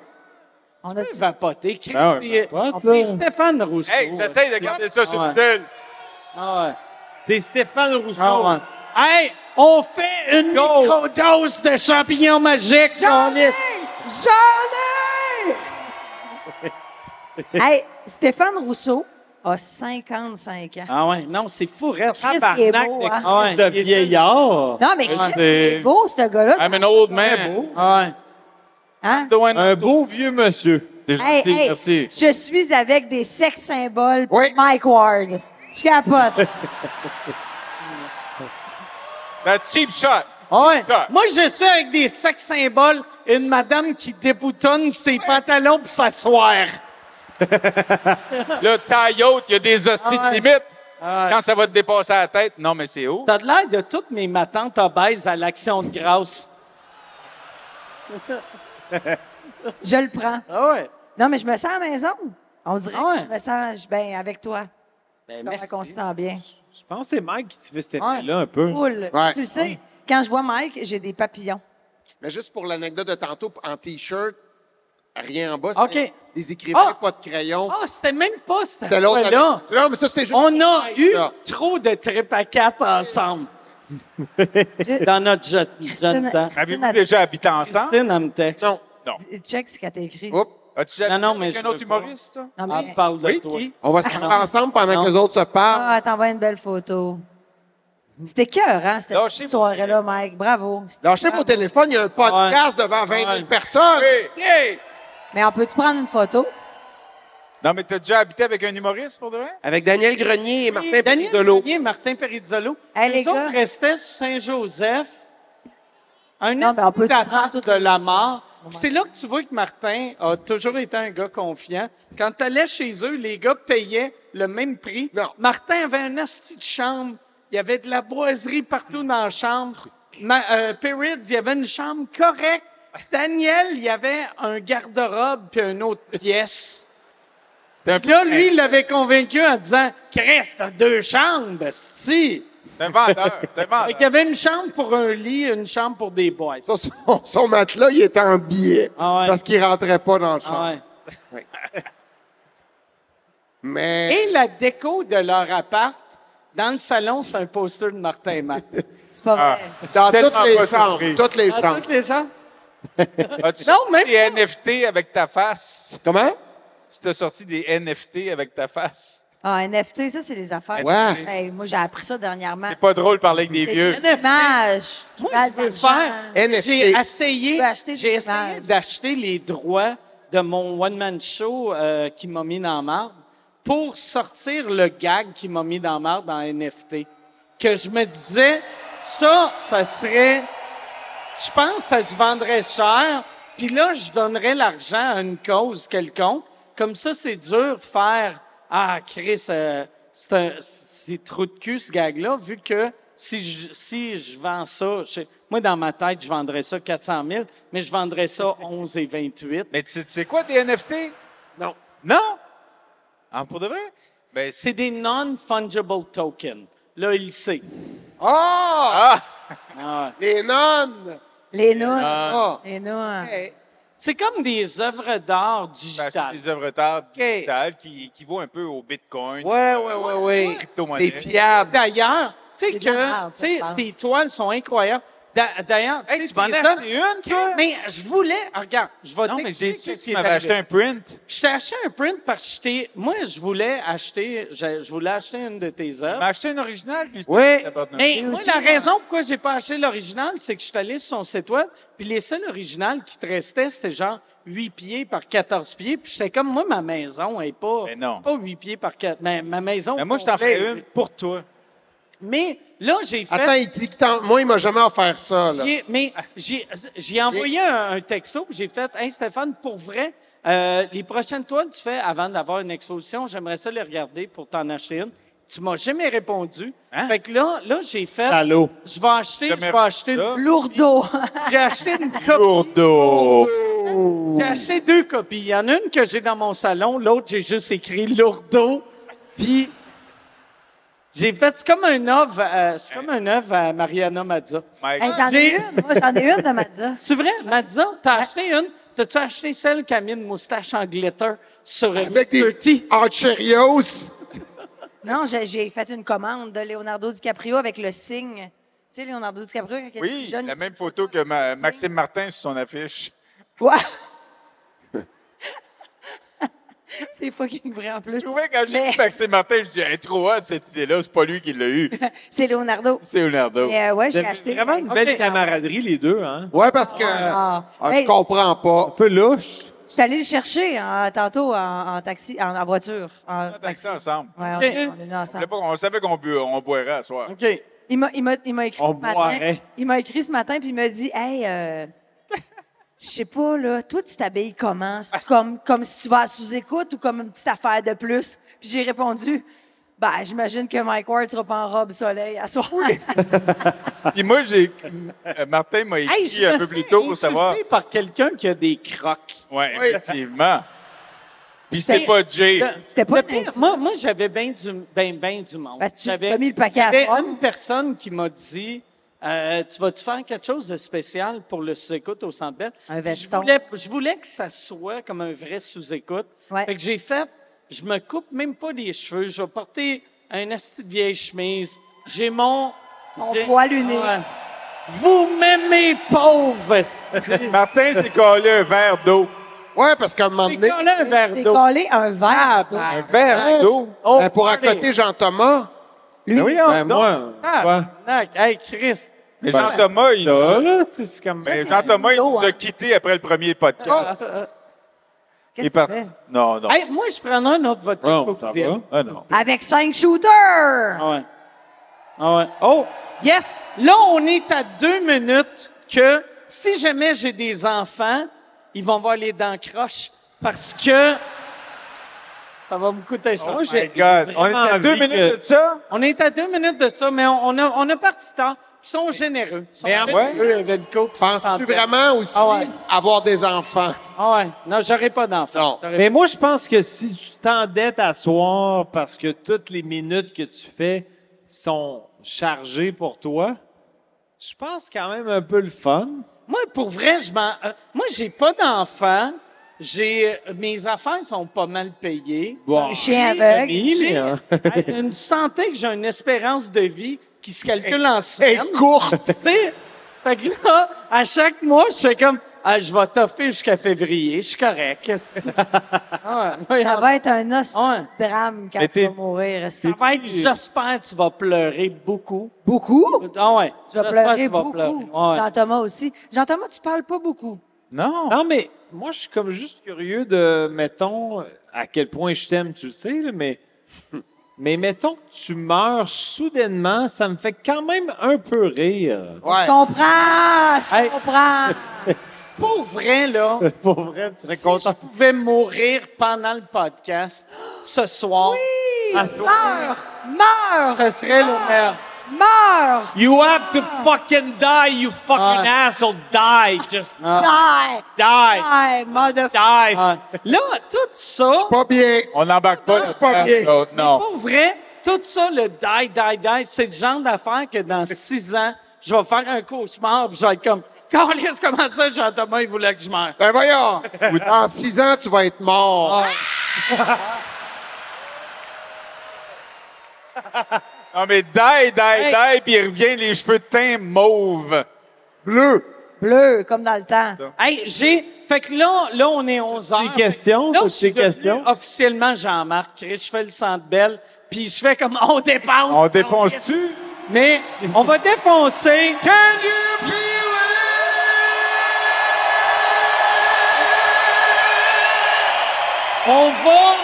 [SPEAKER 5] On a
[SPEAKER 1] Tu peux vapoter. Chris,
[SPEAKER 4] Ben ouais,
[SPEAKER 1] t'es-
[SPEAKER 4] vapote,
[SPEAKER 1] t'es
[SPEAKER 4] là.
[SPEAKER 1] Stéphane Rousseau.
[SPEAKER 6] Hey, j'essaye de garder ça subtil.
[SPEAKER 1] Ah ouais.
[SPEAKER 4] T'es Stéphane Rousseau.
[SPEAKER 1] Ah ouais. Hey, on fait une microdose de champignons magiques.
[SPEAKER 5] J'en ai!
[SPEAKER 1] câlisse.
[SPEAKER 5] J'en ai! hey, Stéphane Rousseau a 55 ans.
[SPEAKER 1] Ah ouais, non, c'est fou, Red.
[SPEAKER 5] Chris, il est
[SPEAKER 1] Tabarnak oh.
[SPEAKER 5] beau,
[SPEAKER 1] de
[SPEAKER 5] hein?
[SPEAKER 1] crise de vieillard.
[SPEAKER 5] Non, mais
[SPEAKER 9] Ah,
[SPEAKER 5] Chris, il
[SPEAKER 9] c'est-
[SPEAKER 5] est beau, ce gars-là.
[SPEAKER 9] I'm an old man.
[SPEAKER 1] Ah ouais.
[SPEAKER 5] Hein?
[SPEAKER 9] Doing-
[SPEAKER 4] Un beau vieux monsieur.
[SPEAKER 9] C'est
[SPEAKER 5] Hey,
[SPEAKER 9] gentil,
[SPEAKER 5] hey,
[SPEAKER 9] merci.
[SPEAKER 5] Je suis avec des sex symboles pour
[SPEAKER 7] Oui.
[SPEAKER 5] Mike Ward. Je capote.
[SPEAKER 6] La cheap shot.
[SPEAKER 1] Ah ouais.
[SPEAKER 6] Ça.
[SPEAKER 1] Moi, je suis avec des sacs symboles et une madame qui déboutonne ses pantalons pour s'asseoir.
[SPEAKER 6] Le taille haute, il y a des hosties
[SPEAKER 1] Ah ouais.
[SPEAKER 6] de limite.
[SPEAKER 1] Ah ouais.
[SPEAKER 6] Quand ça va te dépasser la tête, non, mais c'est haut.
[SPEAKER 1] T'as de l'air de toutes mes matantes obèses à l'action de grâce.
[SPEAKER 5] je le prends.
[SPEAKER 1] Ah ouais.
[SPEAKER 5] Non, mais je me sens à la maison. On dirait
[SPEAKER 1] Ah ouais.
[SPEAKER 5] que je me sens bien avec toi.
[SPEAKER 1] Ben,
[SPEAKER 5] Comment
[SPEAKER 1] merci.
[SPEAKER 5] qu'on se sent bien.
[SPEAKER 4] Je pense que c'est Mike qui te fait cet effet-là un peu.
[SPEAKER 5] Cool.
[SPEAKER 7] Ouais.
[SPEAKER 5] Tu le sais, quand je vois Mike, j'ai des papillons.
[SPEAKER 7] Mais juste pour l'anecdote de tantôt, en T-shirt, rien en bas,
[SPEAKER 1] OK.
[SPEAKER 7] c'était des écrivains,
[SPEAKER 1] Ah!
[SPEAKER 7] pas de crayon.
[SPEAKER 1] Ah, c'était même pas cette
[SPEAKER 7] C'était l'autre.
[SPEAKER 1] fois-là.
[SPEAKER 7] Non, mais ça, c'est juste.
[SPEAKER 1] On a eu
[SPEAKER 7] ça.
[SPEAKER 1] trop de trip à quatre ensemble. Dans notre jeune, jeune temps.
[SPEAKER 6] Avez-vous déjà habité ensemble?
[SPEAKER 1] Christine, elle me texte.
[SPEAKER 7] Non.
[SPEAKER 5] Check ce qu'elle t'a écrit.
[SPEAKER 7] Oups.
[SPEAKER 6] As-tu déjà
[SPEAKER 1] Non, non,
[SPEAKER 6] habité
[SPEAKER 1] mais
[SPEAKER 6] avec
[SPEAKER 1] je
[SPEAKER 6] un
[SPEAKER 1] veux
[SPEAKER 6] autre
[SPEAKER 1] pas.
[SPEAKER 6] humoriste, ça?
[SPEAKER 5] Non,
[SPEAKER 1] Elle me
[SPEAKER 5] mais...
[SPEAKER 1] parle de
[SPEAKER 6] Oui,
[SPEAKER 1] toi.
[SPEAKER 6] qui?
[SPEAKER 7] On va se prendre ensemble pendant
[SPEAKER 1] Ah, Non.
[SPEAKER 7] que les autres se parlent.
[SPEAKER 5] Ah, elle t'envoie une belle photo. C'était cœur, hein, cette
[SPEAKER 6] Lâchez
[SPEAKER 5] petite
[SPEAKER 6] vos
[SPEAKER 5] soirée-là, Mike. Bravo.
[SPEAKER 7] Lâchez vos téléphones, il y a un podcast devant 20 000
[SPEAKER 1] Ouais.
[SPEAKER 7] personnes.
[SPEAKER 6] Hey!
[SPEAKER 5] Mais on peut-tu prendre une photo?
[SPEAKER 6] Non, mais t'as déjà habité avec un humoriste, pour de vrai?
[SPEAKER 7] Avec Daniel Grenier et Martin
[SPEAKER 1] Daniel
[SPEAKER 7] Pizzolo.
[SPEAKER 1] Grenier, Martin Perizzolo.
[SPEAKER 5] Hey,
[SPEAKER 1] les
[SPEAKER 5] les gars.
[SPEAKER 1] autres restaient sur Saint-Joseph. Un
[SPEAKER 5] Non, mais on peut-tu prendre
[SPEAKER 1] apprendre
[SPEAKER 5] toute
[SPEAKER 1] de
[SPEAKER 5] la-
[SPEAKER 1] la mort. Puis C'est là que tu vois que Martin a toujours été un gars confiant. Quand tu allais chez eux, les gars payaient le même prix.
[SPEAKER 7] Non.
[SPEAKER 1] Martin avait un asti de chambre. Il y avait de la boiserie partout dans la chambre. Ma, euh, Peretz, il y avait une chambre correcte. Daniel, il y avait un garde-robe puis une autre pièce.
[SPEAKER 6] T'es un
[SPEAKER 1] Puis Là, lui, il l'avait convaincu en disant Chris, t'as deux chambres, si.
[SPEAKER 6] T'es un vendeur. T'es un
[SPEAKER 1] Fait qu'il y
[SPEAKER 6] vendeur.
[SPEAKER 1] avait une chambre pour un lit, une chambre pour des boîtes.
[SPEAKER 7] Ça, son, son matelas, il était en billet.
[SPEAKER 1] Ah ouais.
[SPEAKER 7] Parce qu'il rentrait pas dans le champ.
[SPEAKER 1] Ah ouais.
[SPEAKER 7] Mais.
[SPEAKER 1] Et la déco de leur appart, dans le salon, c'est un poster de Martin et Matt.
[SPEAKER 5] C'est pas
[SPEAKER 6] Ah.
[SPEAKER 5] vrai.
[SPEAKER 7] Dans
[SPEAKER 6] Tellement
[SPEAKER 7] toutes les
[SPEAKER 6] pas
[SPEAKER 7] chambres.
[SPEAKER 6] surpris.
[SPEAKER 7] Toutes les
[SPEAKER 1] À
[SPEAKER 7] chambres.
[SPEAKER 1] toutes les gens.
[SPEAKER 6] As-tu
[SPEAKER 1] Non,
[SPEAKER 6] sorti
[SPEAKER 1] même
[SPEAKER 6] des NFT avec ta face?
[SPEAKER 7] Comment?
[SPEAKER 6] Si t'as sorti des NFT avec ta face,
[SPEAKER 5] Ah, NFT, ça, c'est les affaires.
[SPEAKER 7] Ouais.
[SPEAKER 5] Hey, moi, j'ai appris ça dernièrement.
[SPEAKER 1] Ah,
[SPEAKER 6] c'est pas drôle de parler avec des vieux.
[SPEAKER 5] des images. qui
[SPEAKER 1] Moi,
[SPEAKER 5] valent
[SPEAKER 1] je veux
[SPEAKER 5] de l'argent.
[SPEAKER 1] faire- J'ai
[SPEAKER 7] NFT.
[SPEAKER 1] essayé,
[SPEAKER 5] peux acheter des
[SPEAKER 1] j'ai essayé
[SPEAKER 5] images.
[SPEAKER 1] d'acheter les droits de mon one-man show euh, qui m'a mis dans la marde pour sortir le gag qui m'a mis dans la marde en NFT. Que je me disais, ça, ça serait... Je pense que ça se vendrait cher, puis là, je donnerais l'argent à une cause quelconque. Comme ça, c'est dur de faire « Ah, Chris, euh, c'est un- c'est trop de cul, ce gag-là, vu que si je, si je vends ça... je- moi, dans ma tête, je vendrais ça 400 000, mais je vendrais ça 11 et 28.
[SPEAKER 6] Mais tu tu sais quoi, des NFT?
[SPEAKER 7] Non.
[SPEAKER 6] Non? Ah, pour de vrai? Ben, c'est.
[SPEAKER 1] C'est des non-fungible tokens. Là, il le sait.
[SPEAKER 7] Ah!
[SPEAKER 6] Ah!
[SPEAKER 1] Ah ouais.
[SPEAKER 7] Les nonnes!
[SPEAKER 5] Les noix.
[SPEAKER 7] Ah!
[SPEAKER 5] Les noix.
[SPEAKER 7] Hey.
[SPEAKER 1] C'est comme des œuvres d'art
[SPEAKER 6] Ben, acheter
[SPEAKER 1] digitales.
[SPEAKER 6] des œuvres d'art digitales qui équivaut un peu au Bitcoin.
[SPEAKER 7] Ouais, ouais, ouais, ouais.
[SPEAKER 6] Crypto-monnaie.
[SPEAKER 7] C'est fiable.
[SPEAKER 1] D'ailleurs, tu sais
[SPEAKER 5] C'est de la
[SPEAKER 1] que
[SPEAKER 5] merde,
[SPEAKER 1] tu
[SPEAKER 5] ça,
[SPEAKER 1] sais,
[SPEAKER 5] je pense.
[SPEAKER 1] tes toiles sont incroyables. D'a- D'ailleurs,
[SPEAKER 6] Hey,
[SPEAKER 1] sais,
[SPEAKER 6] tu m'en
[SPEAKER 1] tes
[SPEAKER 6] as
[SPEAKER 1] œuvres-
[SPEAKER 6] acheté une, toi?
[SPEAKER 1] Mais je voulais, ah, regarde, je vais
[SPEAKER 6] Non, mais
[SPEAKER 1] t'expliquer
[SPEAKER 6] j'ai su que
[SPEAKER 1] ce
[SPEAKER 6] tu
[SPEAKER 1] qui est
[SPEAKER 6] m'avais acheté
[SPEAKER 1] arrivé.
[SPEAKER 6] un print.
[SPEAKER 1] Je t'ai acheté un print parce que j'étais- moi, je voulais acheter, je, je voulais acheter une de tes
[SPEAKER 6] Il
[SPEAKER 1] œuvres.
[SPEAKER 6] m'a acheté une originale, lui. c'était-
[SPEAKER 7] Oui.
[SPEAKER 6] c'était pas de-
[SPEAKER 1] Mais moi,
[SPEAKER 6] ben,
[SPEAKER 1] la raison pourquoi j'ai pas acheté l'original, c'est que je suis allé sur son site web, puis les seuls originales qui te restaient, c'était genre 8 pieds par 14 pieds, puis j'étais comme, moi, ma maison est pas,
[SPEAKER 6] Mais non.
[SPEAKER 1] c'est pas 8 pieds par 4, mais ma maison...
[SPEAKER 6] Mais Ben, moi, je t'en ferai
[SPEAKER 1] complète.
[SPEAKER 6] une pour toi.
[SPEAKER 1] Mais là, j'ai fait...
[SPEAKER 7] Attends, il dit que t'en- moi, il m'a jamais offert ça. Là.
[SPEAKER 1] J'ai- mais euh, j'ai j'ai envoyé un, un texto, puis j'ai fait Hey Stéphane, pour vrai, euh, les prochaines toiles que tu fais avant d'avoir une exposition, j'aimerais ça les regarder pour t'en acheter une. Tu m'as jamais répondu.
[SPEAKER 6] Hein?
[SPEAKER 1] Fait que là, là j'ai fait
[SPEAKER 4] Allô?
[SPEAKER 1] Je vais acheter, je
[SPEAKER 6] Jamais
[SPEAKER 1] vais acheter. une-
[SPEAKER 6] ça.
[SPEAKER 5] Lourdeau.
[SPEAKER 1] J'ai acheté une copie.
[SPEAKER 4] Lourdeau!
[SPEAKER 1] J'ai acheté deux copies. Il y en a une que j'ai dans mon salon, l'autre, j'ai juste écrit Lourdeau. Puis J'ai fait, c'est comme un œuvre, euh, c'est comme un œuvre à Mariana Mazza.
[SPEAKER 6] Mike,
[SPEAKER 5] Hey, j'en ai
[SPEAKER 1] J'ai-
[SPEAKER 5] une. Moi, j'en ai une de Madza.
[SPEAKER 1] C'est vrai, Mazza, t'as acheté une? T'as-tu acheté celle qui a mis une moustache en glitter sur une
[SPEAKER 7] Avec des
[SPEAKER 1] T?
[SPEAKER 7] hot Cheerios.
[SPEAKER 5] Non, j'ai- j'ai fait une commande de Leonardo DiCaprio avec le signe. Tu sais, Leonardo DiCaprio, quand il était
[SPEAKER 6] oui,
[SPEAKER 5] jeune.
[SPEAKER 6] la même photo que Ma- Maxime Martin sur son affiche.
[SPEAKER 5] Ouais. C'est fucking vrai en plus.
[SPEAKER 6] Je trouvais quand j'ai
[SPEAKER 5] Mais-
[SPEAKER 6] vu Maxime Martin, je dis, elle est trop hot cette idée-là, c'est pas lui qui l'a eu,
[SPEAKER 5] C'est Leonardo.
[SPEAKER 6] c'est Leonardo.
[SPEAKER 5] Mais euh, ouais, j'ai
[SPEAKER 4] J'avais
[SPEAKER 5] acheté.
[SPEAKER 4] vraiment une belle
[SPEAKER 1] Ok.
[SPEAKER 4] camaraderie, les deux. Hein?
[SPEAKER 7] Ouais, parce que
[SPEAKER 5] Ah.
[SPEAKER 7] ah,
[SPEAKER 5] Hey.
[SPEAKER 7] tu comprends
[SPEAKER 4] Un
[SPEAKER 7] pas.
[SPEAKER 4] peu louche.
[SPEAKER 5] Je suis allée le chercher en- tantôt en, en taxi, en, en voiture. En
[SPEAKER 4] Ah,
[SPEAKER 6] On a
[SPEAKER 5] taxi.
[SPEAKER 6] taxé ensemble.
[SPEAKER 5] Ouais, on,
[SPEAKER 1] Ok.
[SPEAKER 5] est- on est venus
[SPEAKER 6] On
[SPEAKER 5] ensemble.
[SPEAKER 6] voulait pas- On savait qu'on bu- on boirait à soir.
[SPEAKER 1] OK.
[SPEAKER 5] Il m'a, il m'a, il m'a écrit
[SPEAKER 4] On
[SPEAKER 5] ce matin.
[SPEAKER 4] boirait.
[SPEAKER 5] Il m'a écrit ce matin puis il m'a dit Hey, euh, je sais pas, là, toi, tu t'habilles comment C'est-tu comme, comme si tu vas à sous-écoute ou comme une petite affaire de plus Puis j'ai répondu Ben, j'imagine que Mike Ward sera pas en robe soleil à soir.
[SPEAKER 6] Puis moi, j'ai. euh, Martin m'a écrit
[SPEAKER 1] Hey, je
[SPEAKER 6] un
[SPEAKER 1] me
[SPEAKER 6] peu
[SPEAKER 1] fais
[SPEAKER 6] plus tôt pour savoir.
[SPEAKER 1] insulter par quelqu'un qui a des crocs.
[SPEAKER 6] Oui, effectivement. Puis
[SPEAKER 5] Ben,
[SPEAKER 6] c'est
[SPEAKER 1] Mais-
[SPEAKER 6] pas Jay.
[SPEAKER 5] C'était pas
[SPEAKER 1] Le
[SPEAKER 5] une
[SPEAKER 1] pire,
[SPEAKER 5] insulte.
[SPEAKER 1] Moi, moi j'avais bien du, ben, ben du monde.
[SPEAKER 5] Parce que tu
[SPEAKER 1] J'avais-
[SPEAKER 5] t'as mis le paquet à
[SPEAKER 1] j'avais
[SPEAKER 5] toi.
[SPEAKER 1] une personne qui m'a dit euh, Tu vas-tu faire quelque chose de spécial pour le sous-écoute au Centre Bell?
[SPEAKER 5] Un
[SPEAKER 1] Puis je
[SPEAKER 5] veston.
[SPEAKER 1] voulais, je voulais que ça soit comme un vrai sous-écoute.
[SPEAKER 5] Ouais.
[SPEAKER 1] Fait que j'ai fait Je me coupe même pas les cheveux. Je vais porter un asti de vieille chemise. J'ai mon.
[SPEAKER 5] Ton
[SPEAKER 1] j'ai-
[SPEAKER 5] poil uni.
[SPEAKER 1] Vous m'aimez, pauvre! esti.
[SPEAKER 6] Martin s'est collé un verre d'eau.
[SPEAKER 7] Ouais, parce qu'à un moment
[SPEAKER 1] J'ai
[SPEAKER 7] donné,
[SPEAKER 1] collé un verre
[SPEAKER 5] T'es
[SPEAKER 1] d'eau.
[SPEAKER 5] collé un verre. d'eau.
[SPEAKER 1] bah.
[SPEAKER 7] Hein?
[SPEAKER 6] Verre d'eau?
[SPEAKER 1] Oh,
[SPEAKER 7] hein, pour
[SPEAKER 1] allez.
[SPEAKER 7] accoter Jean-Thomas,
[SPEAKER 4] Ben oui, ben, moi,
[SPEAKER 1] Ah, tabarnak. Hey, Chris.
[SPEAKER 6] Mais Jean-Thomas, il,
[SPEAKER 4] ça, là, tu sais, c'est comme...
[SPEAKER 6] mais
[SPEAKER 5] c'est
[SPEAKER 6] Jean-Thomas, il
[SPEAKER 5] l'eau,
[SPEAKER 6] nous
[SPEAKER 5] hein. Ah,
[SPEAKER 6] a quittés après le premier podcast. il
[SPEAKER 5] Qu'est-ce
[SPEAKER 6] est
[SPEAKER 5] que tu
[SPEAKER 6] parti.
[SPEAKER 5] fais?
[SPEAKER 6] Non, non.
[SPEAKER 1] Hey, moi, je prendrais un autre vodka
[SPEAKER 4] Oh, ça
[SPEAKER 1] cocktail.
[SPEAKER 4] va?
[SPEAKER 6] Ah, non.
[SPEAKER 5] Avec cinq shooters.
[SPEAKER 1] Ah ouais. Ah ouais. Oh, yes! Là, on est à deux minutes que si jamais j'ai des enfants, ils vont voir les dents croches parce que ça va me coûter
[SPEAKER 4] Ah,
[SPEAKER 1] cher.
[SPEAKER 6] Oh my God. On était à deux
[SPEAKER 4] envie
[SPEAKER 6] minutes
[SPEAKER 4] que-
[SPEAKER 6] de ça?
[SPEAKER 1] On est à deux minutes de ça, mais on, on a, on a parti tard. Ils sont généreux. Ils sont
[SPEAKER 4] Mais en-
[SPEAKER 1] généreux, Evenco,
[SPEAKER 7] penses-tu
[SPEAKER 1] puis ils s'entendent.
[SPEAKER 7] vraiment aussi
[SPEAKER 1] Ah ouais.
[SPEAKER 7] avoir des enfants?
[SPEAKER 1] Ah ouais. Non, j'aurais pas d'enfants.
[SPEAKER 7] Non.
[SPEAKER 1] J'aurais-
[SPEAKER 4] Mais moi, je pense que si tu t'endettes à soir parce que toutes les minutes que tu fais sont chargées pour toi, je pense quand même un peu le fun.
[SPEAKER 1] Moi, pour vrai, je m'en. euh, moi, j'ai pas d'enfants. J'ai euh, mes affaires sont pas mal payées.
[SPEAKER 4] Bon,
[SPEAKER 5] Un chien
[SPEAKER 1] J'ai-
[SPEAKER 5] aveugle.
[SPEAKER 4] Camille,
[SPEAKER 1] j'ai-
[SPEAKER 4] hein?
[SPEAKER 1] une santé que j'ai une espérance de vie qui se calcule en
[SPEAKER 7] Et
[SPEAKER 1] semaine.
[SPEAKER 7] courte!
[SPEAKER 1] Tu sais, fait que là, à chaque mois, je fais comme ah, je vais toffer jusqu'à février, je suis correct. Qu'est-ce que- Ah, ouais,
[SPEAKER 5] Ça va être un os
[SPEAKER 1] Ah Ouais.
[SPEAKER 5] drame quand
[SPEAKER 6] Mais
[SPEAKER 5] tu vas
[SPEAKER 6] t'es-
[SPEAKER 5] mourir.
[SPEAKER 1] ça va être- j'espère que tu vas pleurer beaucoup.
[SPEAKER 5] Beaucoup.
[SPEAKER 1] Ah ouais,
[SPEAKER 5] Tu vas
[SPEAKER 1] j'espère que
[SPEAKER 5] pleurer
[SPEAKER 1] tu vas
[SPEAKER 5] beaucoup.
[SPEAKER 1] pleurer. Ouais.
[SPEAKER 5] Jean-Thomas aussi. Jean-Thomas, tu parles pas beaucoup.
[SPEAKER 6] Non.
[SPEAKER 4] Non, mais moi, je suis comme juste curieux de, mettons, à quel point je t'aime, tu le sais, là, mais, mais mettons que tu meurs soudainement, ça me fait quand même un peu rire.
[SPEAKER 7] Ouais.
[SPEAKER 5] Je comprends, je
[SPEAKER 1] Hey.
[SPEAKER 5] comprends.
[SPEAKER 1] Pour vrai, là,
[SPEAKER 4] Pour vrai, tu serais
[SPEAKER 1] si je
[SPEAKER 4] content.
[SPEAKER 1] pouvais mourir pendant le podcast ce soir, à ce
[SPEAKER 5] Meurs, meurs,
[SPEAKER 1] ce serait le meilleur.
[SPEAKER 5] meurs,
[SPEAKER 4] You have to fucking die, you fucking
[SPEAKER 1] Ah.
[SPEAKER 4] asshole. Die, just
[SPEAKER 5] die,
[SPEAKER 4] die,
[SPEAKER 5] die, motherfucker.
[SPEAKER 4] die.
[SPEAKER 1] Ah. Là, tout ça,
[SPEAKER 7] Pas bien.
[SPEAKER 6] On n'embarque pas
[SPEAKER 1] Non,
[SPEAKER 6] là-dedans,
[SPEAKER 1] c'est pas bien.
[SPEAKER 6] nous autres, Non.
[SPEAKER 1] pour vrai, tout ça, le die, die, die, c'est le genre d'affaire que dans six ans, je vais faire un cauchemar puis je vais être comme, Carlis, comment ça, Jean-Thomas, il voulait que je meure?
[SPEAKER 7] Ben voyons, dans six ans, tu vas être mort.
[SPEAKER 6] Non, mais die, die, die, puis il revient les cheveux de teint mauve.
[SPEAKER 7] Bleu.
[SPEAKER 5] Bleu, comme dans le temps.
[SPEAKER 1] Hey, j'ai. Fait que là, là, on est 11 heures.
[SPEAKER 4] Des questions?
[SPEAKER 1] Fait que Là,
[SPEAKER 4] Faut
[SPEAKER 1] je
[SPEAKER 4] que
[SPEAKER 1] suis
[SPEAKER 4] des questions?
[SPEAKER 1] devenu officiellement Jean-Marc. Chris, Je fais le centre belle, puis je fais comme on dépense.
[SPEAKER 6] On défonce-tu?
[SPEAKER 1] Mais on va défoncer. On va,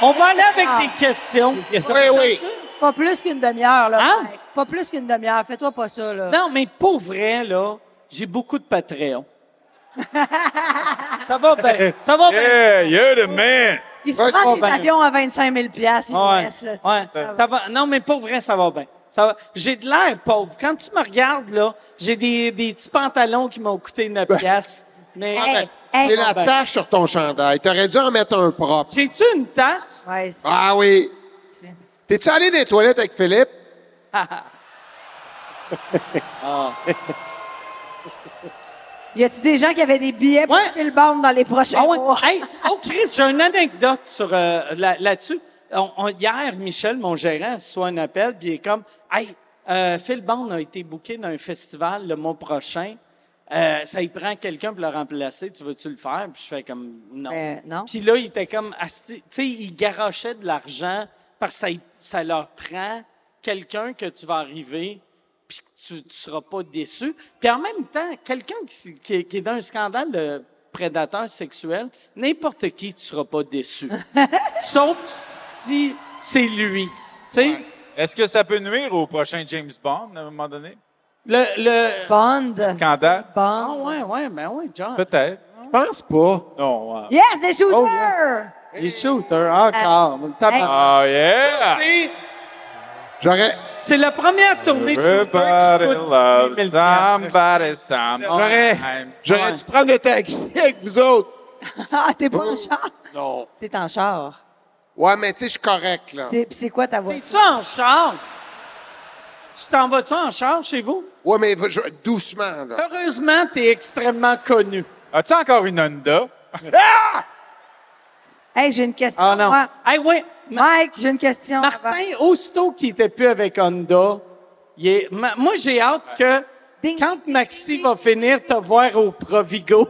[SPEAKER 1] on va aller avec
[SPEAKER 5] Ah.
[SPEAKER 1] des questions.
[SPEAKER 7] Oui, oui.
[SPEAKER 5] Pas plus qu'une demi-heure, là.
[SPEAKER 1] Hein?
[SPEAKER 5] Mike. Pas plus qu'une demi-heure. Fais-toi pas ça, là.
[SPEAKER 1] Non, mais pour vrai, là, j'ai beaucoup de Patreon. ça va bien. Ça va bien.
[SPEAKER 6] Yeah, you're the man.
[SPEAKER 5] Il se
[SPEAKER 7] Ouais,
[SPEAKER 5] prend
[SPEAKER 7] je
[SPEAKER 5] des
[SPEAKER 7] comprends.
[SPEAKER 5] avions à 25 000 US.
[SPEAKER 1] Ouais,
[SPEAKER 5] tu sais,
[SPEAKER 1] ouais,
[SPEAKER 5] ça va.
[SPEAKER 1] ça va. Non, mais pour vrai, ça va bien. Ça va. J'ai de l'air pauvre. Quand tu me regardes, là, j'ai des, des petits pantalons qui m'ont coûté 9 piastres. Mais
[SPEAKER 7] Ah, ben,
[SPEAKER 5] hey,
[SPEAKER 7] c'est la
[SPEAKER 1] ben.
[SPEAKER 7] tache sur ton chandail. T'aurais dû en mettre un propre.
[SPEAKER 1] j'ai-tu une tache?
[SPEAKER 5] Ouais, c'est-
[SPEAKER 7] Ah oui.
[SPEAKER 5] c'est-
[SPEAKER 7] T'es-tu allé dans les toilettes avec Philippe?
[SPEAKER 5] Y a-tu des gens qui avaient des billets pour
[SPEAKER 1] Ouais.
[SPEAKER 5] Phil Bond dans les prochains
[SPEAKER 1] Ah ouais.
[SPEAKER 5] mois?
[SPEAKER 1] Hey, oh Chris, j'ai une anecdote sur euh, là- là-dessus. On- on- hier, Michel, mon gérant, reçoit un appel, puis il est comme, hey, euh, Phil Bond a été booké dans un festival le mois prochain. Euh, ça y prend quelqu'un pour le remplacer. Tu veux-tu le faire? Puis je fais comme, non.
[SPEAKER 5] Euh, non.
[SPEAKER 1] Puis là, il était comme, asti- tu sais, il garochait de l'argent parce que ça, y- ça leur prend quelqu'un que tu vas arriver puis que tu ne seras pas déçu. Puis en même temps, quelqu'un qui, s- qui est- qui est dans un scandale de prédateur sexuel, n'importe qui, tu ne seras pas déçu. Sauf si c'est lui. Tu sais,
[SPEAKER 6] Est-ce que ça peut nuire au prochain James Bond à un moment donné?
[SPEAKER 1] le... le...
[SPEAKER 5] Bond.
[SPEAKER 6] Scandale?
[SPEAKER 1] Ah
[SPEAKER 5] Bond.
[SPEAKER 1] ouais, ouais, ben ouais, John.
[SPEAKER 6] Peut-être.
[SPEAKER 4] Je pense pas.
[SPEAKER 6] Non. ouais.
[SPEAKER 5] Yes, des shooters!
[SPEAKER 1] Oh, yeah. Les shooters, encore. Tabarnak.
[SPEAKER 6] Ah, yeah!
[SPEAKER 1] C'est-
[SPEAKER 7] J'aurais.
[SPEAKER 1] C'est la première tournée de shooter
[SPEAKER 6] Everybody
[SPEAKER 1] qui coûte
[SPEAKER 6] loves
[SPEAKER 1] 18 000 piastres.
[SPEAKER 6] somebody sometime.
[SPEAKER 4] J'aurais- J'aurais
[SPEAKER 1] Ouais.
[SPEAKER 4] dû prendre le taxi avec vous autres.
[SPEAKER 5] Ah, t'es pas en char? Non. T'es en char.
[SPEAKER 7] Ouais, mais tu sais, je suis correct, là.
[SPEAKER 5] C'est- pis c'est quoi ta voiture?
[SPEAKER 1] T'es-tu en char? Tu t'en vas-tu en char chez vous?
[SPEAKER 7] Ouais, mais va- je- doucement, là.
[SPEAKER 1] Heureusement, t'es extrêmement connu.
[SPEAKER 6] As-tu encore une Honda?
[SPEAKER 5] Hey, j'ai une question.
[SPEAKER 1] Ah non.
[SPEAKER 5] Moi,
[SPEAKER 1] Hey, ouais, Ma-
[SPEAKER 5] Mike, j'ai une question. avant.
[SPEAKER 1] Martin, aussitôt qu'il était plus avec Honda, il est- Ma- moi, j'ai hâte que
[SPEAKER 5] Ding,
[SPEAKER 1] quand
[SPEAKER 5] ding,
[SPEAKER 1] Maxi
[SPEAKER 5] ding,
[SPEAKER 1] va finir, te voir au Provigo.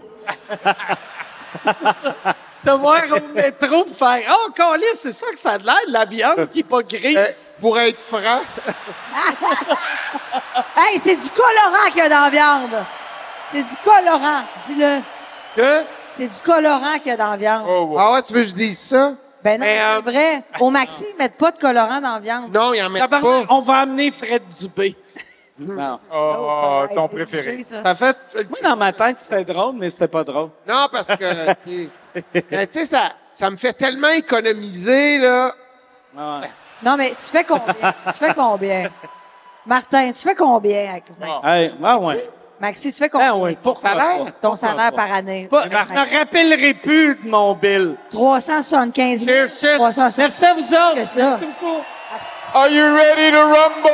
[SPEAKER 1] te voir au métro pour faire « Oh, Calis, c'est ça que ça a de l'air, de la viande qui n'est pas
[SPEAKER 7] Euh,
[SPEAKER 1] grise.
[SPEAKER 7] pour être franc,
[SPEAKER 5] Hey, c'est du colorant qu'il y a dans la viande. C'est du colorant, dis-le.
[SPEAKER 7] que.
[SPEAKER 5] C'est du colorant qu'il y a dans la viande.
[SPEAKER 6] Oh, wow.
[SPEAKER 7] hein? Ah ouais, tu veux que je dise ça?
[SPEAKER 5] Ben non,
[SPEAKER 7] Mais,
[SPEAKER 5] c'est
[SPEAKER 7] euh,
[SPEAKER 5] vrai. Au maxi, ils mettent pas de colorant dans la viande.
[SPEAKER 7] Non, il en met
[SPEAKER 1] Tabarnak,
[SPEAKER 7] pas.
[SPEAKER 1] On va amener Fred Dubé. non.
[SPEAKER 6] Oh, oh,
[SPEAKER 5] Oh, hey,
[SPEAKER 6] ton
[SPEAKER 5] c'est
[SPEAKER 6] préféré.
[SPEAKER 5] bouché, ça.
[SPEAKER 1] Ça fait. Moi, dans ma tête, c'était drôle, mais c'était pas drôle.
[SPEAKER 7] Non, parce que, tu sais, mais tu sais, ça, ça me fait tellement économiser, là.
[SPEAKER 1] Ouais.
[SPEAKER 5] Non, mais tu fais combien? tu fais combien? Martin, tu fais combien avec Maxi?
[SPEAKER 1] Hey, ah ouais.
[SPEAKER 5] Maxi, tu fais combien?
[SPEAKER 1] Ah ouais. Pour
[SPEAKER 7] salaire?
[SPEAKER 5] Ton salaire par année.
[SPEAKER 1] Pas, je me rappellerai plus de mon bill.
[SPEAKER 5] 375 000.
[SPEAKER 1] Cheers, cheers.
[SPEAKER 5] 375 000.
[SPEAKER 1] Merci à vous autres.
[SPEAKER 5] que ça.
[SPEAKER 1] Merci beaucoup.
[SPEAKER 6] Are you ready to rumble?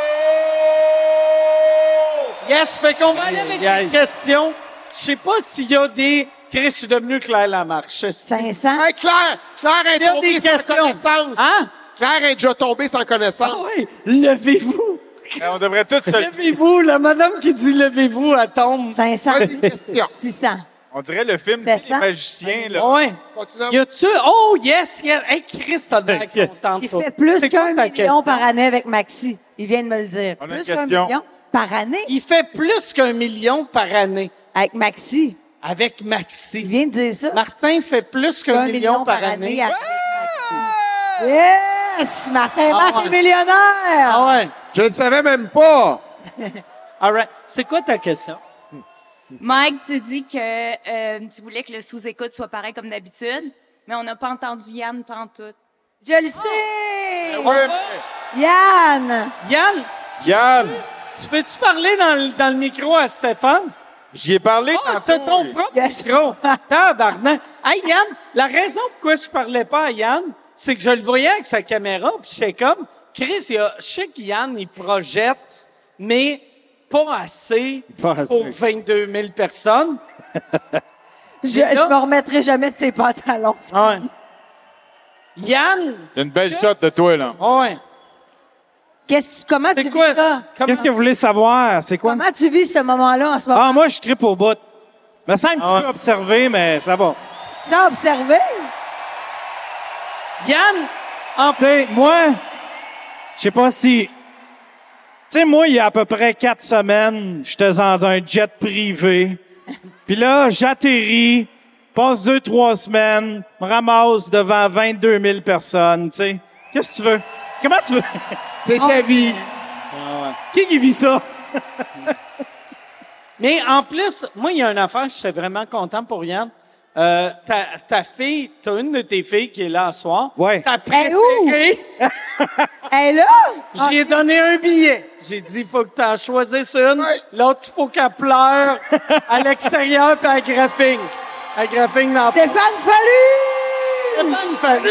[SPEAKER 1] Yes, fait qu'on va aller avec
[SPEAKER 4] aïe.
[SPEAKER 1] des questions. Je sais pas s'il y a des. Chris, je suis devenu Claire Lamarche.
[SPEAKER 5] 500.
[SPEAKER 7] Hey, Claire! Claire est
[SPEAKER 1] Il y a
[SPEAKER 7] tombée
[SPEAKER 1] des
[SPEAKER 7] sans
[SPEAKER 1] questions.
[SPEAKER 7] connaissance!
[SPEAKER 1] Hein?
[SPEAKER 7] Claire est déjà tombée sans
[SPEAKER 1] Ah
[SPEAKER 7] connaissance.
[SPEAKER 1] oui. Levez-vous.
[SPEAKER 6] Eh, on devrait tous se...
[SPEAKER 1] Levez-vous. La madame qui dit levez-vous, elle tombe.
[SPEAKER 5] 500.
[SPEAKER 7] Vas-y, une question.
[SPEAKER 5] 600.
[SPEAKER 6] On dirait le film
[SPEAKER 5] C'est
[SPEAKER 6] Les
[SPEAKER 5] ça.
[SPEAKER 6] magiciens, là.
[SPEAKER 1] Ouais.
[SPEAKER 7] Continue.
[SPEAKER 1] Y a-tu. Oh, yes, yes. Hey, Chris, t'as l'air contente.
[SPEAKER 5] Il
[SPEAKER 1] toi.
[SPEAKER 5] fait plus
[SPEAKER 1] C'est
[SPEAKER 5] qu'un
[SPEAKER 1] quoi ta
[SPEAKER 5] million
[SPEAKER 1] question?
[SPEAKER 5] par année avec Maxi. Il vient de me le dire.
[SPEAKER 6] On a une
[SPEAKER 5] plus qu'un
[SPEAKER 6] question.
[SPEAKER 5] million par année
[SPEAKER 1] Il fait plus qu'un million par année
[SPEAKER 5] avec Maxi.
[SPEAKER 1] avec
[SPEAKER 5] Il
[SPEAKER 1] Maxi.
[SPEAKER 5] vient de dire ça.
[SPEAKER 1] Martin fait plus qu'un million, par année.
[SPEAKER 5] avec Maxi. Yes! Martin,
[SPEAKER 1] Ah
[SPEAKER 5] Martin
[SPEAKER 1] ouais.
[SPEAKER 5] est millionnaire!
[SPEAKER 1] Ah ouais.
[SPEAKER 7] Je le savais même pas.
[SPEAKER 1] All right. C'est quoi ta question?
[SPEAKER 10] Mike, tu dis que euh, tu voulais que le sous-écoute soit pareil comme d'habitude, mais on n'a pas entendu Yann pantoute.
[SPEAKER 5] Je le sais!
[SPEAKER 1] Ah,
[SPEAKER 6] Ouais,
[SPEAKER 5] Yann!
[SPEAKER 1] Yann,
[SPEAKER 6] Yann,
[SPEAKER 1] tu peux-tu parler dans le, dans le micro à Stéphane?
[SPEAKER 6] j'y ai parlé
[SPEAKER 1] Ah, t'as
[SPEAKER 6] tantôt.
[SPEAKER 1] ton propre
[SPEAKER 5] Yes.
[SPEAKER 1] micro. Tabarnak. Hey, Yann, la raison pourquoi je parlais pas à Yann, c'est que je le voyais avec sa caméra, puis j'étais comme, Chris, il a, je sais que Yann, il projette, mais pas assez,
[SPEAKER 4] Pas assez.
[SPEAKER 1] pour 22 000 personnes.
[SPEAKER 5] Je,
[SPEAKER 1] Mais là-
[SPEAKER 5] je me remettrai jamais de ses pantalons.
[SPEAKER 1] Ouais. Yann,
[SPEAKER 6] J'ai une belle shot de toi, là.
[SPEAKER 1] ouais.
[SPEAKER 5] Qu'est-ce, comment tu
[SPEAKER 1] C'est
[SPEAKER 5] vis
[SPEAKER 1] quoi?
[SPEAKER 5] ça?
[SPEAKER 1] Comment-
[SPEAKER 4] Qu'est-ce que vous voulez savoir? C'est quoi?
[SPEAKER 5] Comment tu vis ce moment-là en ce moment?
[SPEAKER 4] Ah, moi, je tripe au bout. Me semble un petit
[SPEAKER 1] Ah ouais.
[SPEAKER 4] peu observé, mais ça va.
[SPEAKER 1] Ah.
[SPEAKER 5] Tu t'es observé?
[SPEAKER 1] Yann,
[SPEAKER 4] Ah, Tu sais, moi, je sais pas si. Tu sais, moi, il y a à peu près quatre semaines, j'étais dans un jet privé. Puis là, j'atterris, passe deux, trois semaines, me ramasse devant 22 000 personnes, tu sais. Qu'est-ce que tu veux? Comment tu veux?
[SPEAKER 7] C'est ta vie.
[SPEAKER 4] qui qui vit ça?
[SPEAKER 1] Mais en plus, moi, il y a une affaire, je suis vraiment content pour Yann. Euh, ta, ta fille, t'as une de tes filles qui est là ce soir.
[SPEAKER 4] Ouais.
[SPEAKER 1] Ta
[SPEAKER 5] Ben où?
[SPEAKER 1] préférée,
[SPEAKER 5] Elle est là?
[SPEAKER 1] j'y ai donné un billet. J'ai dit, il faut que t'en choisisses une.
[SPEAKER 7] Ouais.
[SPEAKER 1] L'autre, il faut qu'elle pleure à l'extérieur puis à graphigne. À graphigne dans la
[SPEAKER 5] Stéphane Fallu!
[SPEAKER 1] Stéphane Fallu!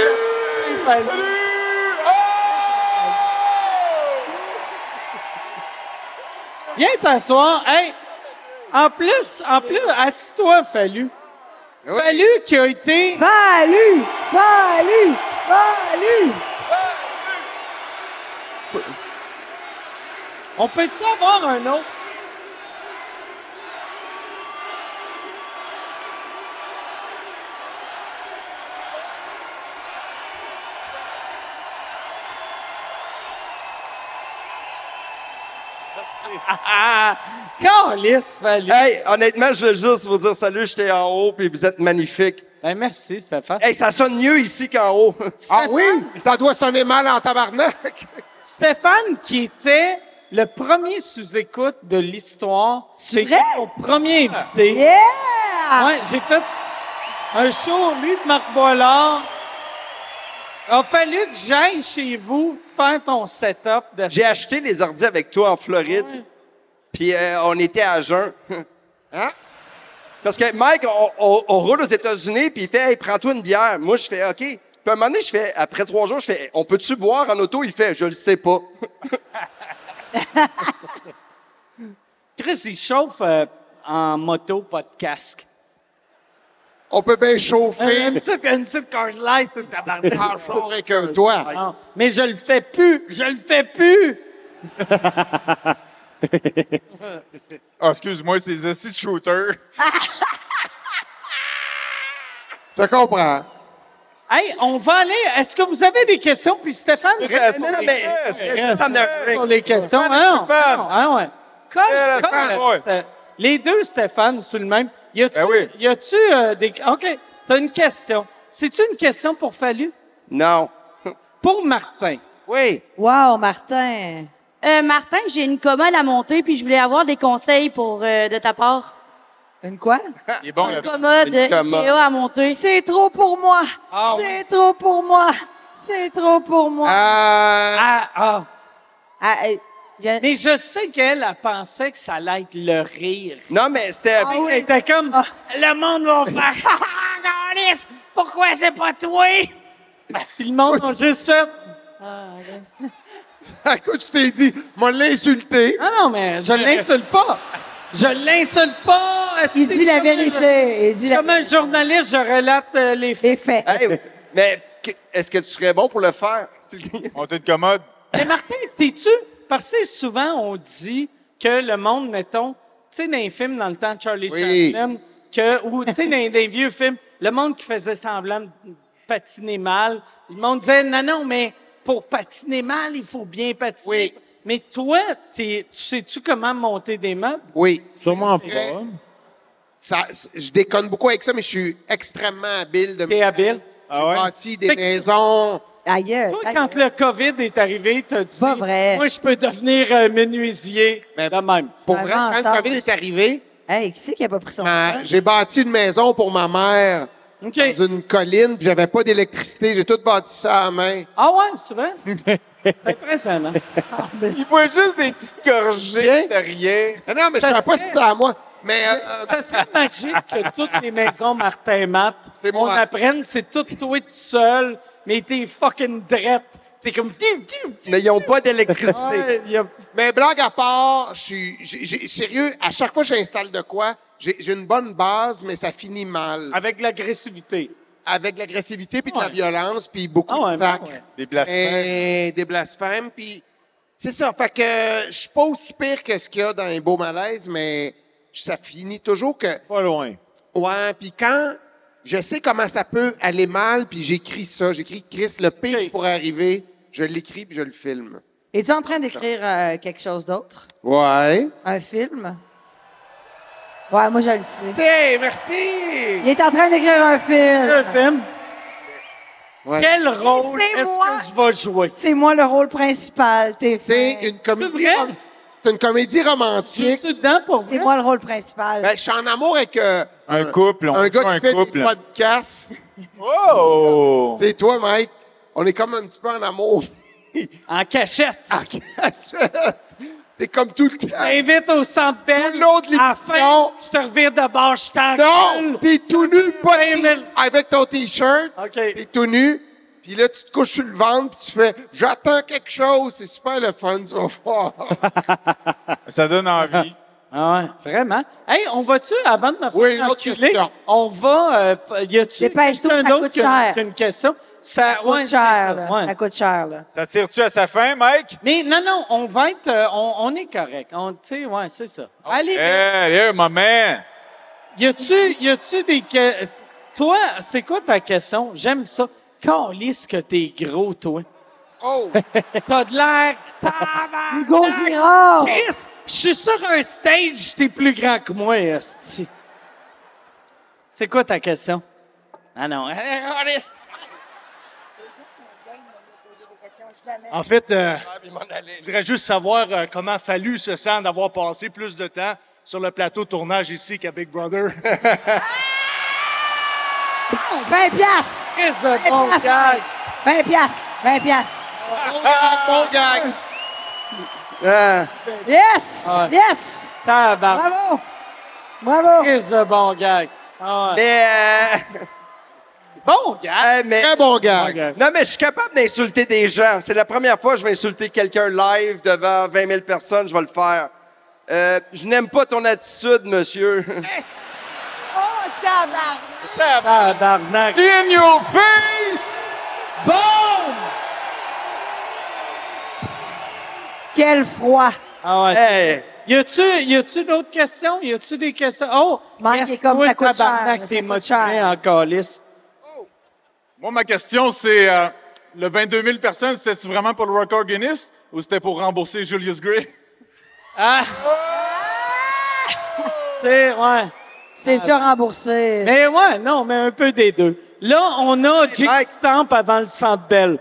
[SPEAKER 1] Stéphane Fallu!
[SPEAKER 6] Oh!
[SPEAKER 1] Viens t'asseoir. Hey! En plus, en plus, assis-toi, Fallu.
[SPEAKER 7] Oui.
[SPEAKER 1] Fallu qui a été.
[SPEAKER 5] Valu! Valu! Valu!
[SPEAKER 1] On peut-tu avoir un autre? Calice, Fallu.
[SPEAKER 11] Hey, honnêtement, je veux juste vous dire salut, j'étais en haut, puis vous êtes magnifique.
[SPEAKER 1] Ben, merci, Stéphane.
[SPEAKER 11] Hey, ça sonne mieux ici qu'en haut.
[SPEAKER 7] Ah oui? Ça doit sonner mal en tabarnak.
[SPEAKER 1] Stéphane, qui était le premier sous-écoute de l'histoire, c'est
[SPEAKER 5] vrai?
[SPEAKER 1] mon premier invité.
[SPEAKER 5] Yeah!
[SPEAKER 1] Ouais, j'ai fait un show, lui et Marc Boilard. Il a fallu que j'aille chez vous faire ton setup de
[SPEAKER 11] J'ai acheté les ordi avec toi en Floride, puis euh, on était à jeun.
[SPEAKER 7] Hein?
[SPEAKER 11] Parce que Mike, on, on- on roule aux États-Unis, puis il fait Hey, prends-toi une bière. Moi, je fais OK. Puis à un moment donné, je fais, après trois jours, je fais Hey, On peut-tu boire en auto? Il fait Je le sais pas.
[SPEAKER 1] Chris, il chauffe euh, en moto, pas de casque.
[SPEAKER 7] On peut bien chauffer.
[SPEAKER 1] Une petite, une petite Cars Light, tout tabarnak.
[SPEAKER 7] Ah, avec un doigt.
[SPEAKER 1] Non, Ah, mais je le fais plus, je le fais plus.
[SPEAKER 6] Ah, excuse-moi, c'est les assis de shooter.
[SPEAKER 7] Je comprends.
[SPEAKER 1] Hey, on va aller. Est-ce que vous avez des questions? Puis Stéphane,
[SPEAKER 11] non, non, mais je me sens nerveux.
[SPEAKER 1] sur les questions.
[SPEAKER 6] Stéphane,
[SPEAKER 1] Hein,
[SPEAKER 6] Stéphane.
[SPEAKER 1] hein, ouais. Colle,
[SPEAKER 6] Eh,
[SPEAKER 1] colle,
[SPEAKER 6] Stéphane, ouais.
[SPEAKER 1] Sté- euh, Les deux, Stéphane, sur le même. Y a-tu,
[SPEAKER 6] Ben oui.
[SPEAKER 1] y a-tu euh, des. OK. T'as une question. C'est-tu une question pour Fallu?
[SPEAKER 11] Non.
[SPEAKER 1] Pour Martin.
[SPEAKER 11] Oui.
[SPEAKER 5] Wow, Martin!
[SPEAKER 12] Euh, Martin, j'ai une commande à monter, puis je voulais avoir des conseils pour, euh, de ta part.
[SPEAKER 5] Une quoi?
[SPEAKER 6] Il est bon,
[SPEAKER 12] une
[SPEAKER 6] le-
[SPEAKER 12] commode
[SPEAKER 11] une
[SPEAKER 12] euh,
[SPEAKER 11] commode.
[SPEAKER 12] Ikea à monter.
[SPEAKER 5] C'est trop pour moi!
[SPEAKER 1] Ah,
[SPEAKER 5] C'est trop pour moi! C'est trop pour moi!
[SPEAKER 7] Euh,
[SPEAKER 1] Ah, ah.
[SPEAKER 5] Ah, hey, y a-
[SPEAKER 1] Mais je sais qu'elle elle pensait que ça allait être le rire.
[SPEAKER 11] Non, mais c'était.
[SPEAKER 7] Ah
[SPEAKER 1] Elle était comme. Le monde va faire. Ah, ah, câlisse, Pourquoi c'est pas toi? Puis le monde a juste fait.
[SPEAKER 7] à quoi tu t'es dit? M'a l'insulté.
[SPEAKER 6] Hein?
[SPEAKER 1] Ah non, mais je l'insulte pas. Je l'insulte pas.
[SPEAKER 5] Il dit la vérité. Il dit la
[SPEAKER 1] Comme un journaliste, je relate euh, les faits.
[SPEAKER 5] les faits.
[SPEAKER 11] Hey, mais que- est-ce que tu serais bon pour le faire?
[SPEAKER 6] On t'a une commode.
[SPEAKER 1] Mais Martin, t'es-tu? Parce que souvent, on dit que le monde, mettons, tu sais, dans les films, dans le temps de Charlie
[SPEAKER 7] Oui.
[SPEAKER 1] Chaplin, que, ou tu sais, dans les vieux films, le monde qui faisait semblant de patiner mal, le monde disait, non, non, mais pour patiner mal, il faut bien
[SPEAKER 7] Oui.
[SPEAKER 1] patiner. Mais toi, t'es- tu sais-tu comment monter des meubles?
[SPEAKER 7] Oui.
[SPEAKER 4] Sûrement pas.
[SPEAKER 7] vrai. Ça, c'est- je déconne beaucoup avec ça, mais je suis extrêmement habile de
[SPEAKER 1] T'es habile?
[SPEAKER 7] J'ai
[SPEAKER 4] Ah ouais?
[SPEAKER 7] bâti des
[SPEAKER 1] Fait que-
[SPEAKER 7] maisons.
[SPEAKER 5] Ailleurs.
[SPEAKER 1] Ah, Toi, quand le COVID est arrivé, t'as dit,
[SPEAKER 5] Pas vrai.
[SPEAKER 1] moi, je peux devenir euh, menuisier
[SPEAKER 7] Mais-
[SPEAKER 1] de même.
[SPEAKER 7] Pour
[SPEAKER 5] un
[SPEAKER 7] vrai,
[SPEAKER 5] grand
[SPEAKER 7] quand
[SPEAKER 5] sens.
[SPEAKER 7] le COVID est arrivé,
[SPEAKER 5] Hey, qui c'est qui a pas pris son
[SPEAKER 1] Ah,
[SPEAKER 7] ma-
[SPEAKER 5] temps?
[SPEAKER 7] j'ai bâti une maison pour ma mère
[SPEAKER 1] OK.
[SPEAKER 7] dans une colline, puis j'avais pas d'électricité. J'ai tout bâti ça à main.
[SPEAKER 1] Ah ouais, c'est vrai? C'est impressionnant.
[SPEAKER 6] Il boit juste des petites gorgées de rien.
[SPEAKER 7] Mais Eh non, mais je
[SPEAKER 1] Ça
[SPEAKER 7] savais pas
[SPEAKER 1] serait-
[SPEAKER 7] si c'était à moi. Mais euh, euh,
[SPEAKER 1] Ça serait magique que toutes les maisons Martin et Matt,
[SPEAKER 7] C'est
[SPEAKER 1] on
[SPEAKER 7] moi.
[SPEAKER 1] apprenne, c'est tout toi tout seul, mais t'es fucking drette. T'es comme... Tiu, tiu, tiu.
[SPEAKER 11] mais ils n'ont pas d'électricité.
[SPEAKER 1] Ouais, y a-
[SPEAKER 7] Mais blague à part, je suis j'ai- j'ai- sérieux, à chaque fois que j'installe de quoi, j'ai j'ai une bonne base, mais ça finit mal.
[SPEAKER 1] Avec l'agressivité.
[SPEAKER 7] Avec de l'agressivité, puis de la
[SPEAKER 1] Ah. Ouais.
[SPEAKER 7] violence, puis beaucoup
[SPEAKER 1] Ah ouais,
[SPEAKER 7] de sacs.
[SPEAKER 1] ouais.
[SPEAKER 6] Des blasphèmes.
[SPEAKER 7] Et des blasphèmes, puis c'est ça. Fait que je suis pas aussi pire que ce qu'il y a dans les beaux malaises, mais ça finit toujours que...
[SPEAKER 4] Pas loin.
[SPEAKER 7] Ouais, puis quand je sais comment ça peut aller mal, puis j'écris ça, j'écris Chris, le pire
[SPEAKER 1] Ok.
[SPEAKER 7] qui pourrait arriver, je l'écris puis je le filme.
[SPEAKER 5] Es-tu en train d'écrire euh, quelque chose d'autre?
[SPEAKER 7] Ouais.
[SPEAKER 5] Un film? Ouais, moi, je le sais.
[SPEAKER 7] Tiens, merci!
[SPEAKER 5] Il est en train d'écrire un
[SPEAKER 1] Le
[SPEAKER 5] film.
[SPEAKER 1] film,
[SPEAKER 7] Ouais.
[SPEAKER 1] quel rôle
[SPEAKER 5] C'est
[SPEAKER 1] est-ce
[SPEAKER 5] moi.
[SPEAKER 1] que je vais jouer?
[SPEAKER 5] C'est moi le rôle principal, t'es fin.
[SPEAKER 7] C'est une comédie.
[SPEAKER 1] vrai?
[SPEAKER 7] rom- C'est une comédie romantique.
[SPEAKER 1] Es-tu dedans pour vrai?
[SPEAKER 5] C'est moi le rôle principal.
[SPEAKER 7] Ben, je suis en amour avec euh,
[SPEAKER 6] Un couple, on
[SPEAKER 7] un
[SPEAKER 6] joue
[SPEAKER 7] gars qui
[SPEAKER 6] un
[SPEAKER 7] fait
[SPEAKER 6] couple.
[SPEAKER 7] des podcasts.
[SPEAKER 6] Oh!
[SPEAKER 7] C'est toi, Mike. On est comme un petit peu en amour.
[SPEAKER 1] En cachette.
[SPEAKER 7] En cachette. T'es comme tout le temps.
[SPEAKER 1] Invite au centre
[SPEAKER 7] Tout
[SPEAKER 1] Bell.
[SPEAKER 7] le long de l'émission.
[SPEAKER 1] À la fin, je te revire de bord, je t'engueule.
[SPEAKER 7] Non! T'es tout nu, pas de
[SPEAKER 1] Ben,
[SPEAKER 7] t-
[SPEAKER 1] mais-
[SPEAKER 7] avec ton t-shirt.
[SPEAKER 1] OK.
[SPEAKER 7] T'es tout nu. Puis là, tu te couches sur le ventre, puis tu fais « J'attends quelque chose, c'est super le fun, tu vas voir.
[SPEAKER 6] Ça donne envie.
[SPEAKER 1] Ah ouais, vraiment. Hey, on va-tu, avant de me faire enculer, on va... euh, p- y a-tu
[SPEAKER 5] Dépêche-toi,
[SPEAKER 1] quelqu'un
[SPEAKER 5] ça
[SPEAKER 1] d'autre
[SPEAKER 5] coûte
[SPEAKER 1] qui a-
[SPEAKER 5] cher.
[SPEAKER 1] qui a une question? Ça,
[SPEAKER 5] coûte
[SPEAKER 1] ouais, c'est
[SPEAKER 5] cher,
[SPEAKER 1] ça,
[SPEAKER 5] là.
[SPEAKER 1] ouais.
[SPEAKER 5] Ça coûte cher, là.
[SPEAKER 6] Ça tire-tu à sa fin, Mike?
[SPEAKER 1] Mais non, non, on va être... euh, on, on est correct. On, tu sais, ouais, c'est ça. Allez,
[SPEAKER 6] Eh, Hey, yeah, maman!
[SPEAKER 1] y a-tu, y a-tu des... que- Toi, c'est quoi ta question? J'aime ça. Calisse que t'es gros, toi.
[SPEAKER 7] Oh!
[SPEAKER 1] T'as de l'air...
[SPEAKER 5] Hugo Girard!
[SPEAKER 1] Chris, je suis sur un stage, t'es plus grand que moi, hostie. C'est quoi ta question? Ah non. hein?
[SPEAKER 13] En fait, euh, je voudrais juste savoir euh, comment Fallu se sent d'avoir passé plus de temps sur le plateau de tournage ici qu'à Big Brother.
[SPEAKER 5] 20 piastres!
[SPEAKER 1] de
[SPEAKER 5] 20 piastres, Mike. 20 piastres! 20 piastres!
[SPEAKER 7] Bon gag!
[SPEAKER 11] Ah.
[SPEAKER 5] Yes!
[SPEAKER 1] Ah ouais.
[SPEAKER 5] Yes!
[SPEAKER 1] Tabarnak.
[SPEAKER 5] Bravo! Bravo!
[SPEAKER 1] Chris de bon gag. Ah ouais.
[SPEAKER 11] Mais. euh,
[SPEAKER 1] Bon gag.
[SPEAKER 11] euh, mais-
[SPEAKER 7] Ah, Très bon gag!
[SPEAKER 11] Non, mais je suis capable d'insulter des gens. C'est la première fois que je vais insulter quelqu'un live devant 20 000 personnes. Je vais le faire. Euh, je n'aime pas ton attitude, monsieur.
[SPEAKER 5] Oh, tabarnak!
[SPEAKER 1] Tabarnak.
[SPEAKER 9] In your face!
[SPEAKER 1] Boom!
[SPEAKER 5] Quel froid!
[SPEAKER 1] Ah ouais.
[SPEAKER 11] Hey.
[SPEAKER 1] Y a-tu, y a-tu d'autres questions? Y a-tu des questions? Oh!
[SPEAKER 5] Mike,
[SPEAKER 1] reste
[SPEAKER 5] c'est comme
[SPEAKER 1] toi,
[SPEAKER 5] ça coûte cher,
[SPEAKER 1] tabarnak,
[SPEAKER 5] ça
[SPEAKER 1] t'es
[SPEAKER 5] coûte
[SPEAKER 1] motivé
[SPEAKER 5] cher.
[SPEAKER 1] en calice.
[SPEAKER 14] Moi, ma question, c'est euh, le 22 000 personnes, c'était-tu vraiment pour le record Guinness ou c'était pour rembourser Julius Gray?
[SPEAKER 1] Ah! C'est, ouais.
[SPEAKER 5] C'est déjà remboursé.
[SPEAKER 1] Mais ouais, non, mais un peu des deux. Là, on a Jake Stamp avant le Centre Bell.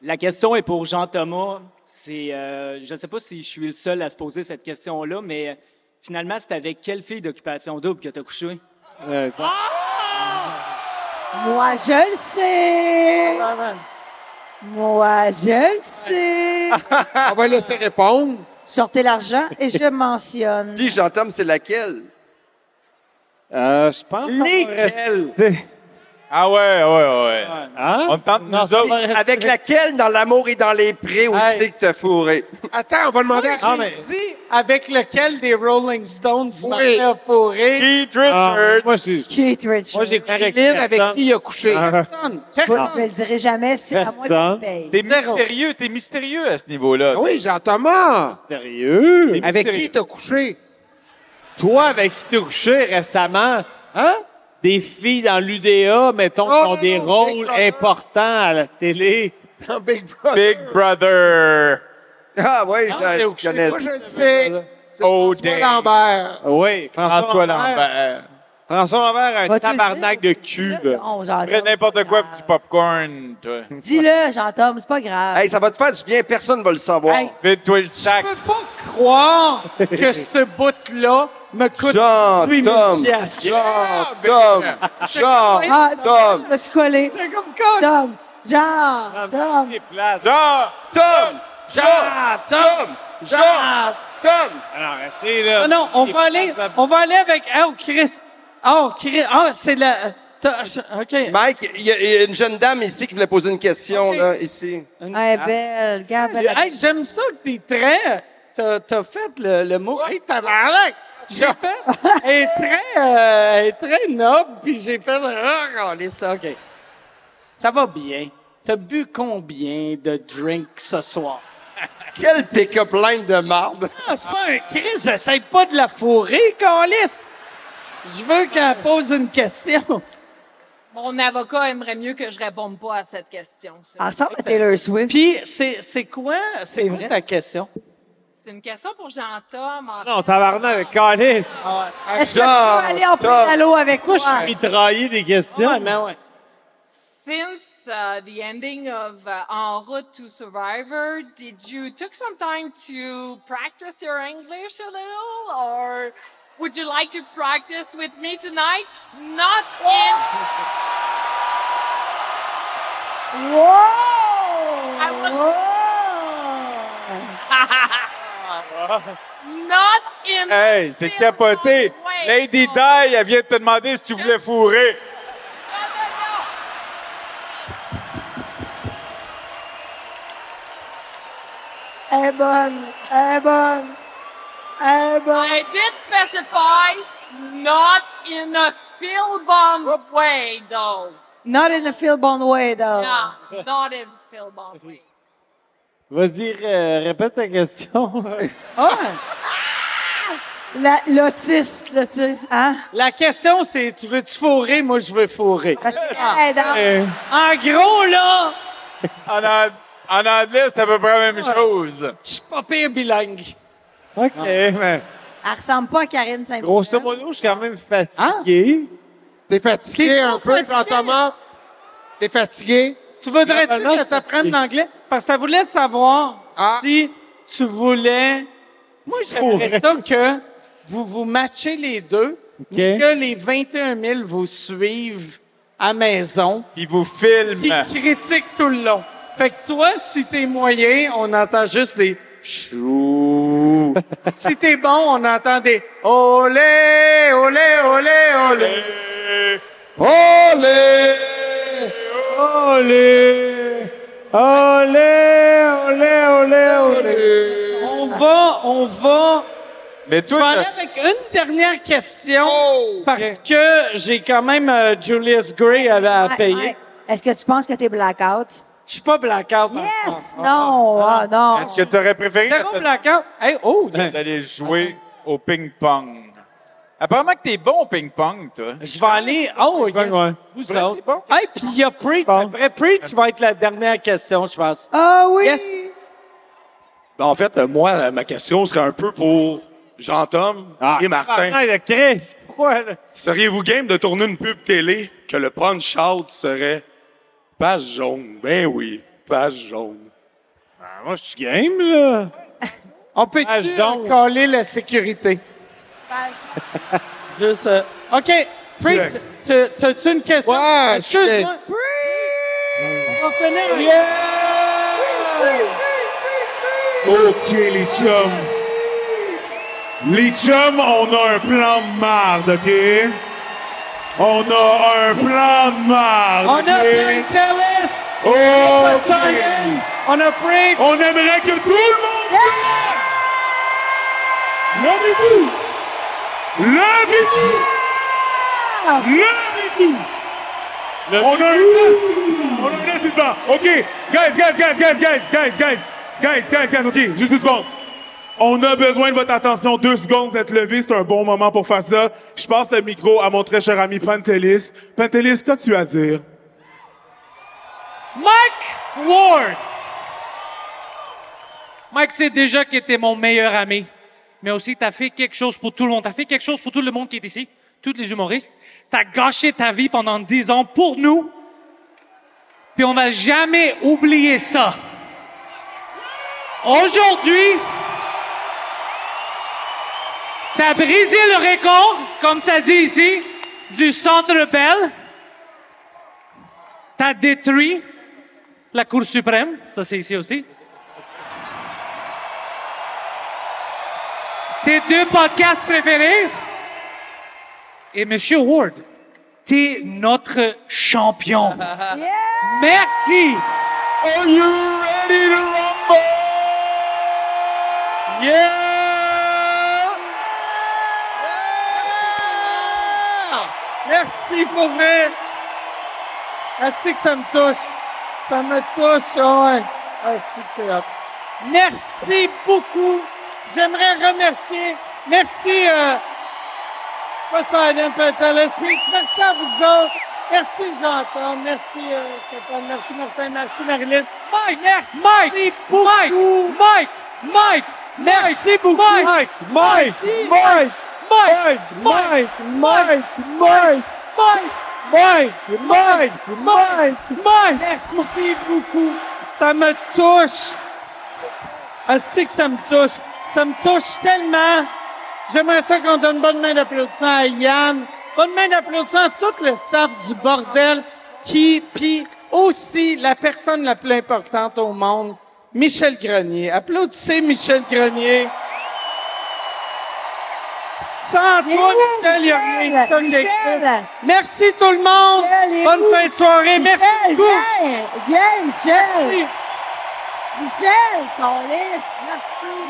[SPEAKER 15] La question est pour Jean-Thomas. C'est, euh, je ne sais pas si je suis le seul à se poser cette question-là, mais euh, finalement, c'est avec quelle fille d'occupation double que tu as couché?
[SPEAKER 5] Moi, je le
[SPEAKER 1] Oh,
[SPEAKER 5] sais! Moi, je le sais!
[SPEAKER 7] On va laisser répondre.
[SPEAKER 5] Sortez l'argent et je mentionne.
[SPEAKER 11] Puis, j'entends, c'est laquelle?
[SPEAKER 4] Euh, je pense qu'on va
[SPEAKER 1] Lesquelles?
[SPEAKER 4] rester-
[SPEAKER 6] Ah ouais, ouais, ouais.
[SPEAKER 4] Hein?
[SPEAKER 6] On tente nous autres.
[SPEAKER 11] Avec laquelle, dans l'amour et dans les prés, où
[SPEAKER 1] Hey.
[SPEAKER 11] c'est que t'as fourré?
[SPEAKER 7] Attends, on va demander à
[SPEAKER 1] Ah, mais... dit avec lequel des Rolling Stones
[SPEAKER 7] Oui.
[SPEAKER 1] m'ont à pourrir.
[SPEAKER 6] Keith
[SPEAKER 4] Ah,
[SPEAKER 6] Richards.
[SPEAKER 4] moi, j'ai
[SPEAKER 5] Keith Richards.
[SPEAKER 1] Moi, j'ai couché avec Ah,
[SPEAKER 7] Marilyn, avec
[SPEAKER 1] personne.
[SPEAKER 7] qui il a couché?
[SPEAKER 1] Personne. Personne.
[SPEAKER 5] Je ne le dirai jamais, c'est à moi qui
[SPEAKER 4] Personne.
[SPEAKER 5] paye.
[SPEAKER 6] T'es mystérieux, t'es mystérieux à ce
[SPEAKER 13] Ah
[SPEAKER 6] niveau-là.
[SPEAKER 7] Oui, Jean-Thomas!
[SPEAKER 4] Sérieux?
[SPEAKER 6] T'es
[SPEAKER 7] Avec
[SPEAKER 6] mystérieux.
[SPEAKER 7] qui t'as couché?
[SPEAKER 4] Toi, avec qui t'as couché récemment?
[SPEAKER 7] Hein?
[SPEAKER 4] Des filles dans l'UDA, mettons, qui
[SPEAKER 7] Oh,
[SPEAKER 4] ont des
[SPEAKER 7] Big
[SPEAKER 4] rôles
[SPEAKER 7] Brother.
[SPEAKER 4] importants à la télé.
[SPEAKER 7] Dans Big Brother.
[SPEAKER 6] Big Brother.
[SPEAKER 11] Ah, oui,
[SPEAKER 4] Ah, j'ai
[SPEAKER 11] je, je
[SPEAKER 4] couché.
[SPEAKER 11] connais.
[SPEAKER 7] Moi, je le sais. C'est
[SPEAKER 6] Oh,
[SPEAKER 7] François
[SPEAKER 6] damn.
[SPEAKER 7] Lambert.
[SPEAKER 4] Oui, François,
[SPEAKER 6] François
[SPEAKER 4] Lambert.
[SPEAKER 6] Lambert.
[SPEAKER 4] François Lambert a un
[SPEAKER 5] Vas-tu
[SPEAKER 4] tabarnak de cul. là.
[SPEAKER 5] Non, Jean-Tom.
[SPEAKER 6] Prends n'importe quoi pour du popcorn, toi.
[SPEAKER 5] Dis-le, Jean-Tom, c'est pas grave.
[SPEAKER 11] Hey, ça va te faire du bien, personne va le savoir.
[SPEAKER 1] Hey.
[SPEAKER 6] Vide-toi le
[SPEAKER 1] Je
[SPEAKER 6] sac.
[SPEAKER 1] peux pas croire que ce bout-là me coûte
[SPEAKER 11] Jean,
[SPEAKER 1] 18 000
[SPEAKER 11] Tom.
[SPEAKER 1] piastres.
[SPEAKER 11] Tom, Jean,
[SPEAKER 5] Ah, tu sais,
[SPEAKER 11] Tom,
[SPEAKER 5] je me suis collé.
[SPEAKER 1] C'est comme quand
[SPEAKER 5] Tom, Jean, Tom.
[SPEAKER 4] C'est plate.
[SPEAKER 6] Jean! Tom!
[SPEAKER 1] Jean, Tom, Jean, Tom.
[SPEAKER 4] Alors, arrêtez, là.
[SPEAKER 1] Ah non, on
[SPEAKER 4] C'est
[SPEAKER 1] va aller,
[SPEAKER 4] plate,
[SPEAKER 1] on va aller avec, oh, Chris. Oh, Chris, oh, c'est la, t'as- OK.
[SPEAKER 11] Mike, il y, a- il y a une jeune dame ici qui voulait poser une question,
[SPEAKER 1] Ok.
[SPEAKER 11] là, ici.
[SPEAKER 5] Elle est belle, regarde, belle.
[SPEAKER 1] Hey, j'aime ça que t'es très. T'as, t'as fait le, le mot. Hey, tabarnak! J'ai fait. Elle est très, euh, elle est très noble, puis j'ai fait. Ah, oh, ça, OK. Ça va bien. T'as bu combien de drinks ce soir?
[SPEAKER 11] Quel pick-up line de marde!
[SPEAKER 1] Ah, c'est pas un cri, j'essaie pas de la fourrer, Calice! Je veux qu'elle pose une question.
[SPEAKER 16] Mon avocat aimerait mieux que je réponde pas à cette question. C'est-
[SPEAKER 12] Ah.
[SPEAKER 5] Ensemble à Taylor Swift.
[SPEAKER 1] Puis, c'est, c'est quoi, c'est quoi
[SPEAKER 5] vrai.
[SPEAKER 1] ta question?
[SPEAKER 16] C'est une question pour Jean-Tom. en
[SPEAKER 4] Non, tabarnak, calice.
[SPEAKER 5] Est-ce que je peux aller en pédalo avec toi?
[SPEAKER 4] Moi, je suis mitraillé des questions.
[SPEAKER 1] Ouais, mais ouais.
[SPEAKER 16] Since uh, the ending of uh, En route to Survivor, did you took some time to practice your English a little, or would you like to practice with me tonight? Not in.
[SPEAKER 5] Wow!
[SPEAKER 16] I was-
[SPEAKER 5] Wow!
[SPEAKER 16] Not in.
[SPEAKER 6] Hey, c'est capoté. Lady Di, elle vient de te demander si tu voulais fourrer.
[SPEAKER 5] Hey, Elle est bonne. Elle est bonne. Elle est bonne.
[SPEAKER 16] I did specify not in a feel bomb way, though.
[SPEAKER 5] Not in a feel bond way, though.
[SPEAKER 16] Yeah, not in a feel bomb way.
[SPEAKER 4] Vas-y, ré- répète ta question.
[SPEAKER 5] La- L'autiste, là, tu sais. Hein?
[SPEAKER 1] La question, c'est tu veux-tu fourrer? Moi, je veux fourrer.
[SPEAKER 5] Parce que- Hey, dans-
[SPEAKER 1] Euh, En gros, là,
[SPEAKER 6] En, an- en anglais, c'est à peu près la même chose.
[SPEAKER 1] je suis pas pire bilingue.
[SPEAKER 4] OK,
[SPEAKER 5] Elle
[SPEAKER 4] mais
[SPEAKER 5] ressemble pas à Karine saint
[SPEAKER 4] grosso modo, je suis quand même fatigué.
[SPEAKER 1] Hein?
[SPEAKER 7] T'es fatigué un peu,
[SPEAKER 1] fatigué.
[SPEAKER 7] quand Thomas? T'es fatigué?
[SPEAKER 1] Tu voudrais-tu
[SPEAKER 4] Normalement,
[SPEAKER 1] que
[SPEAKER 4] je
[SPEAKER 1] tu apprennes
[SPEAKER 4] suis-
[SPEAKER 1] l'anglais? Parce que ça voulait savoir
[SPEAKER 7] Ah.
[SPEAKER 1] si tu voulais. Moi, j'aimerais ça que vous vous matchez les deux, mais que les 21 000 vous suivent à maison,
[SPEAKER 6] Ils vous
[SPEAKER 1] qui
[SPEAKER 4] Ah.
[SPEAKER 6] filment.
[SPEAKER 1] critiquent tout le long. Fait que toi, si t'es moyen, on entend juste des chou. si t'es bon, on entend des olé, olé, olé, olé.
[SPEAKER 7] Olé!
[SPEAKER 4] Olé! Olé! Olé! Olé! Olé!
[SPEAKER 1] On va, on va.
[SPEAKER 6] Mais
[SPEAKER 1] Je vais
[SPEAKER 6] toi,
[SPEAKER 1] aller
[SPEAKER 6] t'as-
[SPEAKER 1] avec une dernière question
[SPEAKER 6] Oh!
[SPEAKER 1] parce que j'ai quand même euh, Julius Gray à, à
[SPEAKER 5] Ouais,
[SPEAKER 1] payer.
[SPEAKER 5] ouais. Est-ce que tu penses que t'es blackout?
[SPEAKER 1] Je suis pas blackout. par contre.
[SPEAKER 5] Yes! non! Ah, non!
[SPEAKER 6] est-ce que tu aurais préféré
[SPEAKER 1] Zéro
[SPEAKER 6] que-
[SPEAKER 1] blackout. Hey, oh!
[SPEAKER 6] d'aller jouer au ping-pong? Apparemment que t'es bon au ping-pong, toi.
[SPEAKER 1] Je vais aller. Oh, yes. vous
[SPEAKER 6] Brett,
[SPEAKER 1] autres.
[SPEAKER 6] t'es bon?
[SPEAKER 1] Hey, puis il y a Preach. Après Preach va être la dernière question, je pense.
[SPEAKER 5] Ah oui!
[SPEAKER 1] Yes.
[SPEAKER 17] Ben, en fait, euh, moi, euh, ma question serait un peu pour Jean-Tom et Martin.
[SPEAKER 4] de Chris! Pourquoi, là?
[SPEAKER 17] Seriez-vous game de tourner une pub télé que le punch-out serait page jaune? Ben oui, page jaune.
[SPEAKER 4] Ah, moi, je suis game, là.
[SPEAKER 1] On peut
[SPEAKER 4] Ah, jaune.
[SPEAKER 1] coller la sécurité. Juste. euh, OK. Preach, tu- t'as-tu une question?
[SPEAKER 7] Ouais,
[SPEAKER 1] Excuse-moi. On va finir.
[SPEAKER 17] OK, les chums. Les chums, on a un plan de marde, OK? On a un plan de marde,
[SPEAKER 1] On a Black Tellis.
[SPEAKER 17] Oh,
[SPEAKER 1] Simon. On a Preach.
[SPEAKER 17] On aimerait que tout le monde... Levez-vous! Levez-vous! Levez-vous! On a eu On a eu un incident. OK. Guys, guys, guys, guys, guys, guys, guys. Guys, guys, guys, OK. Juste une seconde. On a besoin de votre attention. Deux secondes, vous êtes levés. C'est un bon moment pour faire ça. Je passe le micro à mon très cher ami Pantelis. Pantelis, qu'as-tu à dire?
[SPEAKER 1] Mike Ward. Mike, c'est déjà qui était mon meilleur ami. Mais aussi, t'as fait quelque chose pour tout le monde. T'as fait quelque chose pour tout le monde qui est ici, tous les humoristes. T'as gâché ta vie pendant dix ans pour nous. Puis on va jamais oublier ça. Aujourd'hui, t'as brisé le record, comme ça dit ici, du Centre Bell. T'as détruit la Cour suprême, ça c'est ici aussi. Tes deux podcasts préférés. Et Monsieur Ward, t'es notre champion. Merci.
[SPEAKER 17] Are you ready to rumble?
[SPEAKER 1] Merci pour vrai. Merci que ça me touche. Ça me touche, ah ouais. Ah, c'est que c'est hot. Merci beaucoup. J'aimerais remercier. Merci, euh, Poseidon Pantelis. Puis Merci à vous autres. Merci, Jean-Tom. Merci, euh, Stéphane. Merci, Martin. Merci, Marilyn. Mike! Merci Mike! beaucoup. Mike! Mike! Mike! Merci beaucoup.
[SPEAKER 4] Mike! Mike!
[SPEAKER 1] Merci.
[SPEAKER 4] Mike! Mike! Mike! Mike! Mike!
[SPEAKER 1] Mike!
[SPEAKER 4] Mike! Mike! Mike!
[SPEAKER 1] Mike! Merci beaucoup. Ça me touche. Je sais Ah, que ça me touche. Ça me touche tellement. J'aimerais ça qu'on donne une bonne main d'applaudissement à Yann. Bonne main d'applaudissement à tout le staff du bordel qui, puis aussi la personne la plus importante au monde, Michel Grenier. Applaudissez Michel Grenier. Sans
[SPEAKER 5] Il est
[SPEAKER 1] toi,
[SPEAKER 5] où,
[SPEAKER 1] Michel, il n'y a
[SPEAKER 5] Oh, Michel?
[SPEAKER 1] rien qui sonne
[SPEAKER 5] Michel?
[SPEAKER 1] d'express. Merci tout le monde.
[SPEAKER 5] Michel, il est
[SPEAKER 1] Bonne
[SPEAKER 5] où?
[SPEAKER 1] fin de soirée. Merci
[SPEAKER 5] Michel,
[SPEAKER 1] beaucoup.
[SPEAKER 5] viens! Viens, Michel!
[SPEAKER 1] Merci.
[SPEAKER 5] Michel, ton lisse!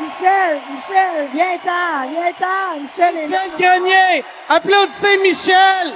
[SPEAKER 5] Michel, Michel, viens-t'en, viens-t'en, Michel est là.
[SPEAKER 17] Michel Grenier! Applaudissez Michel!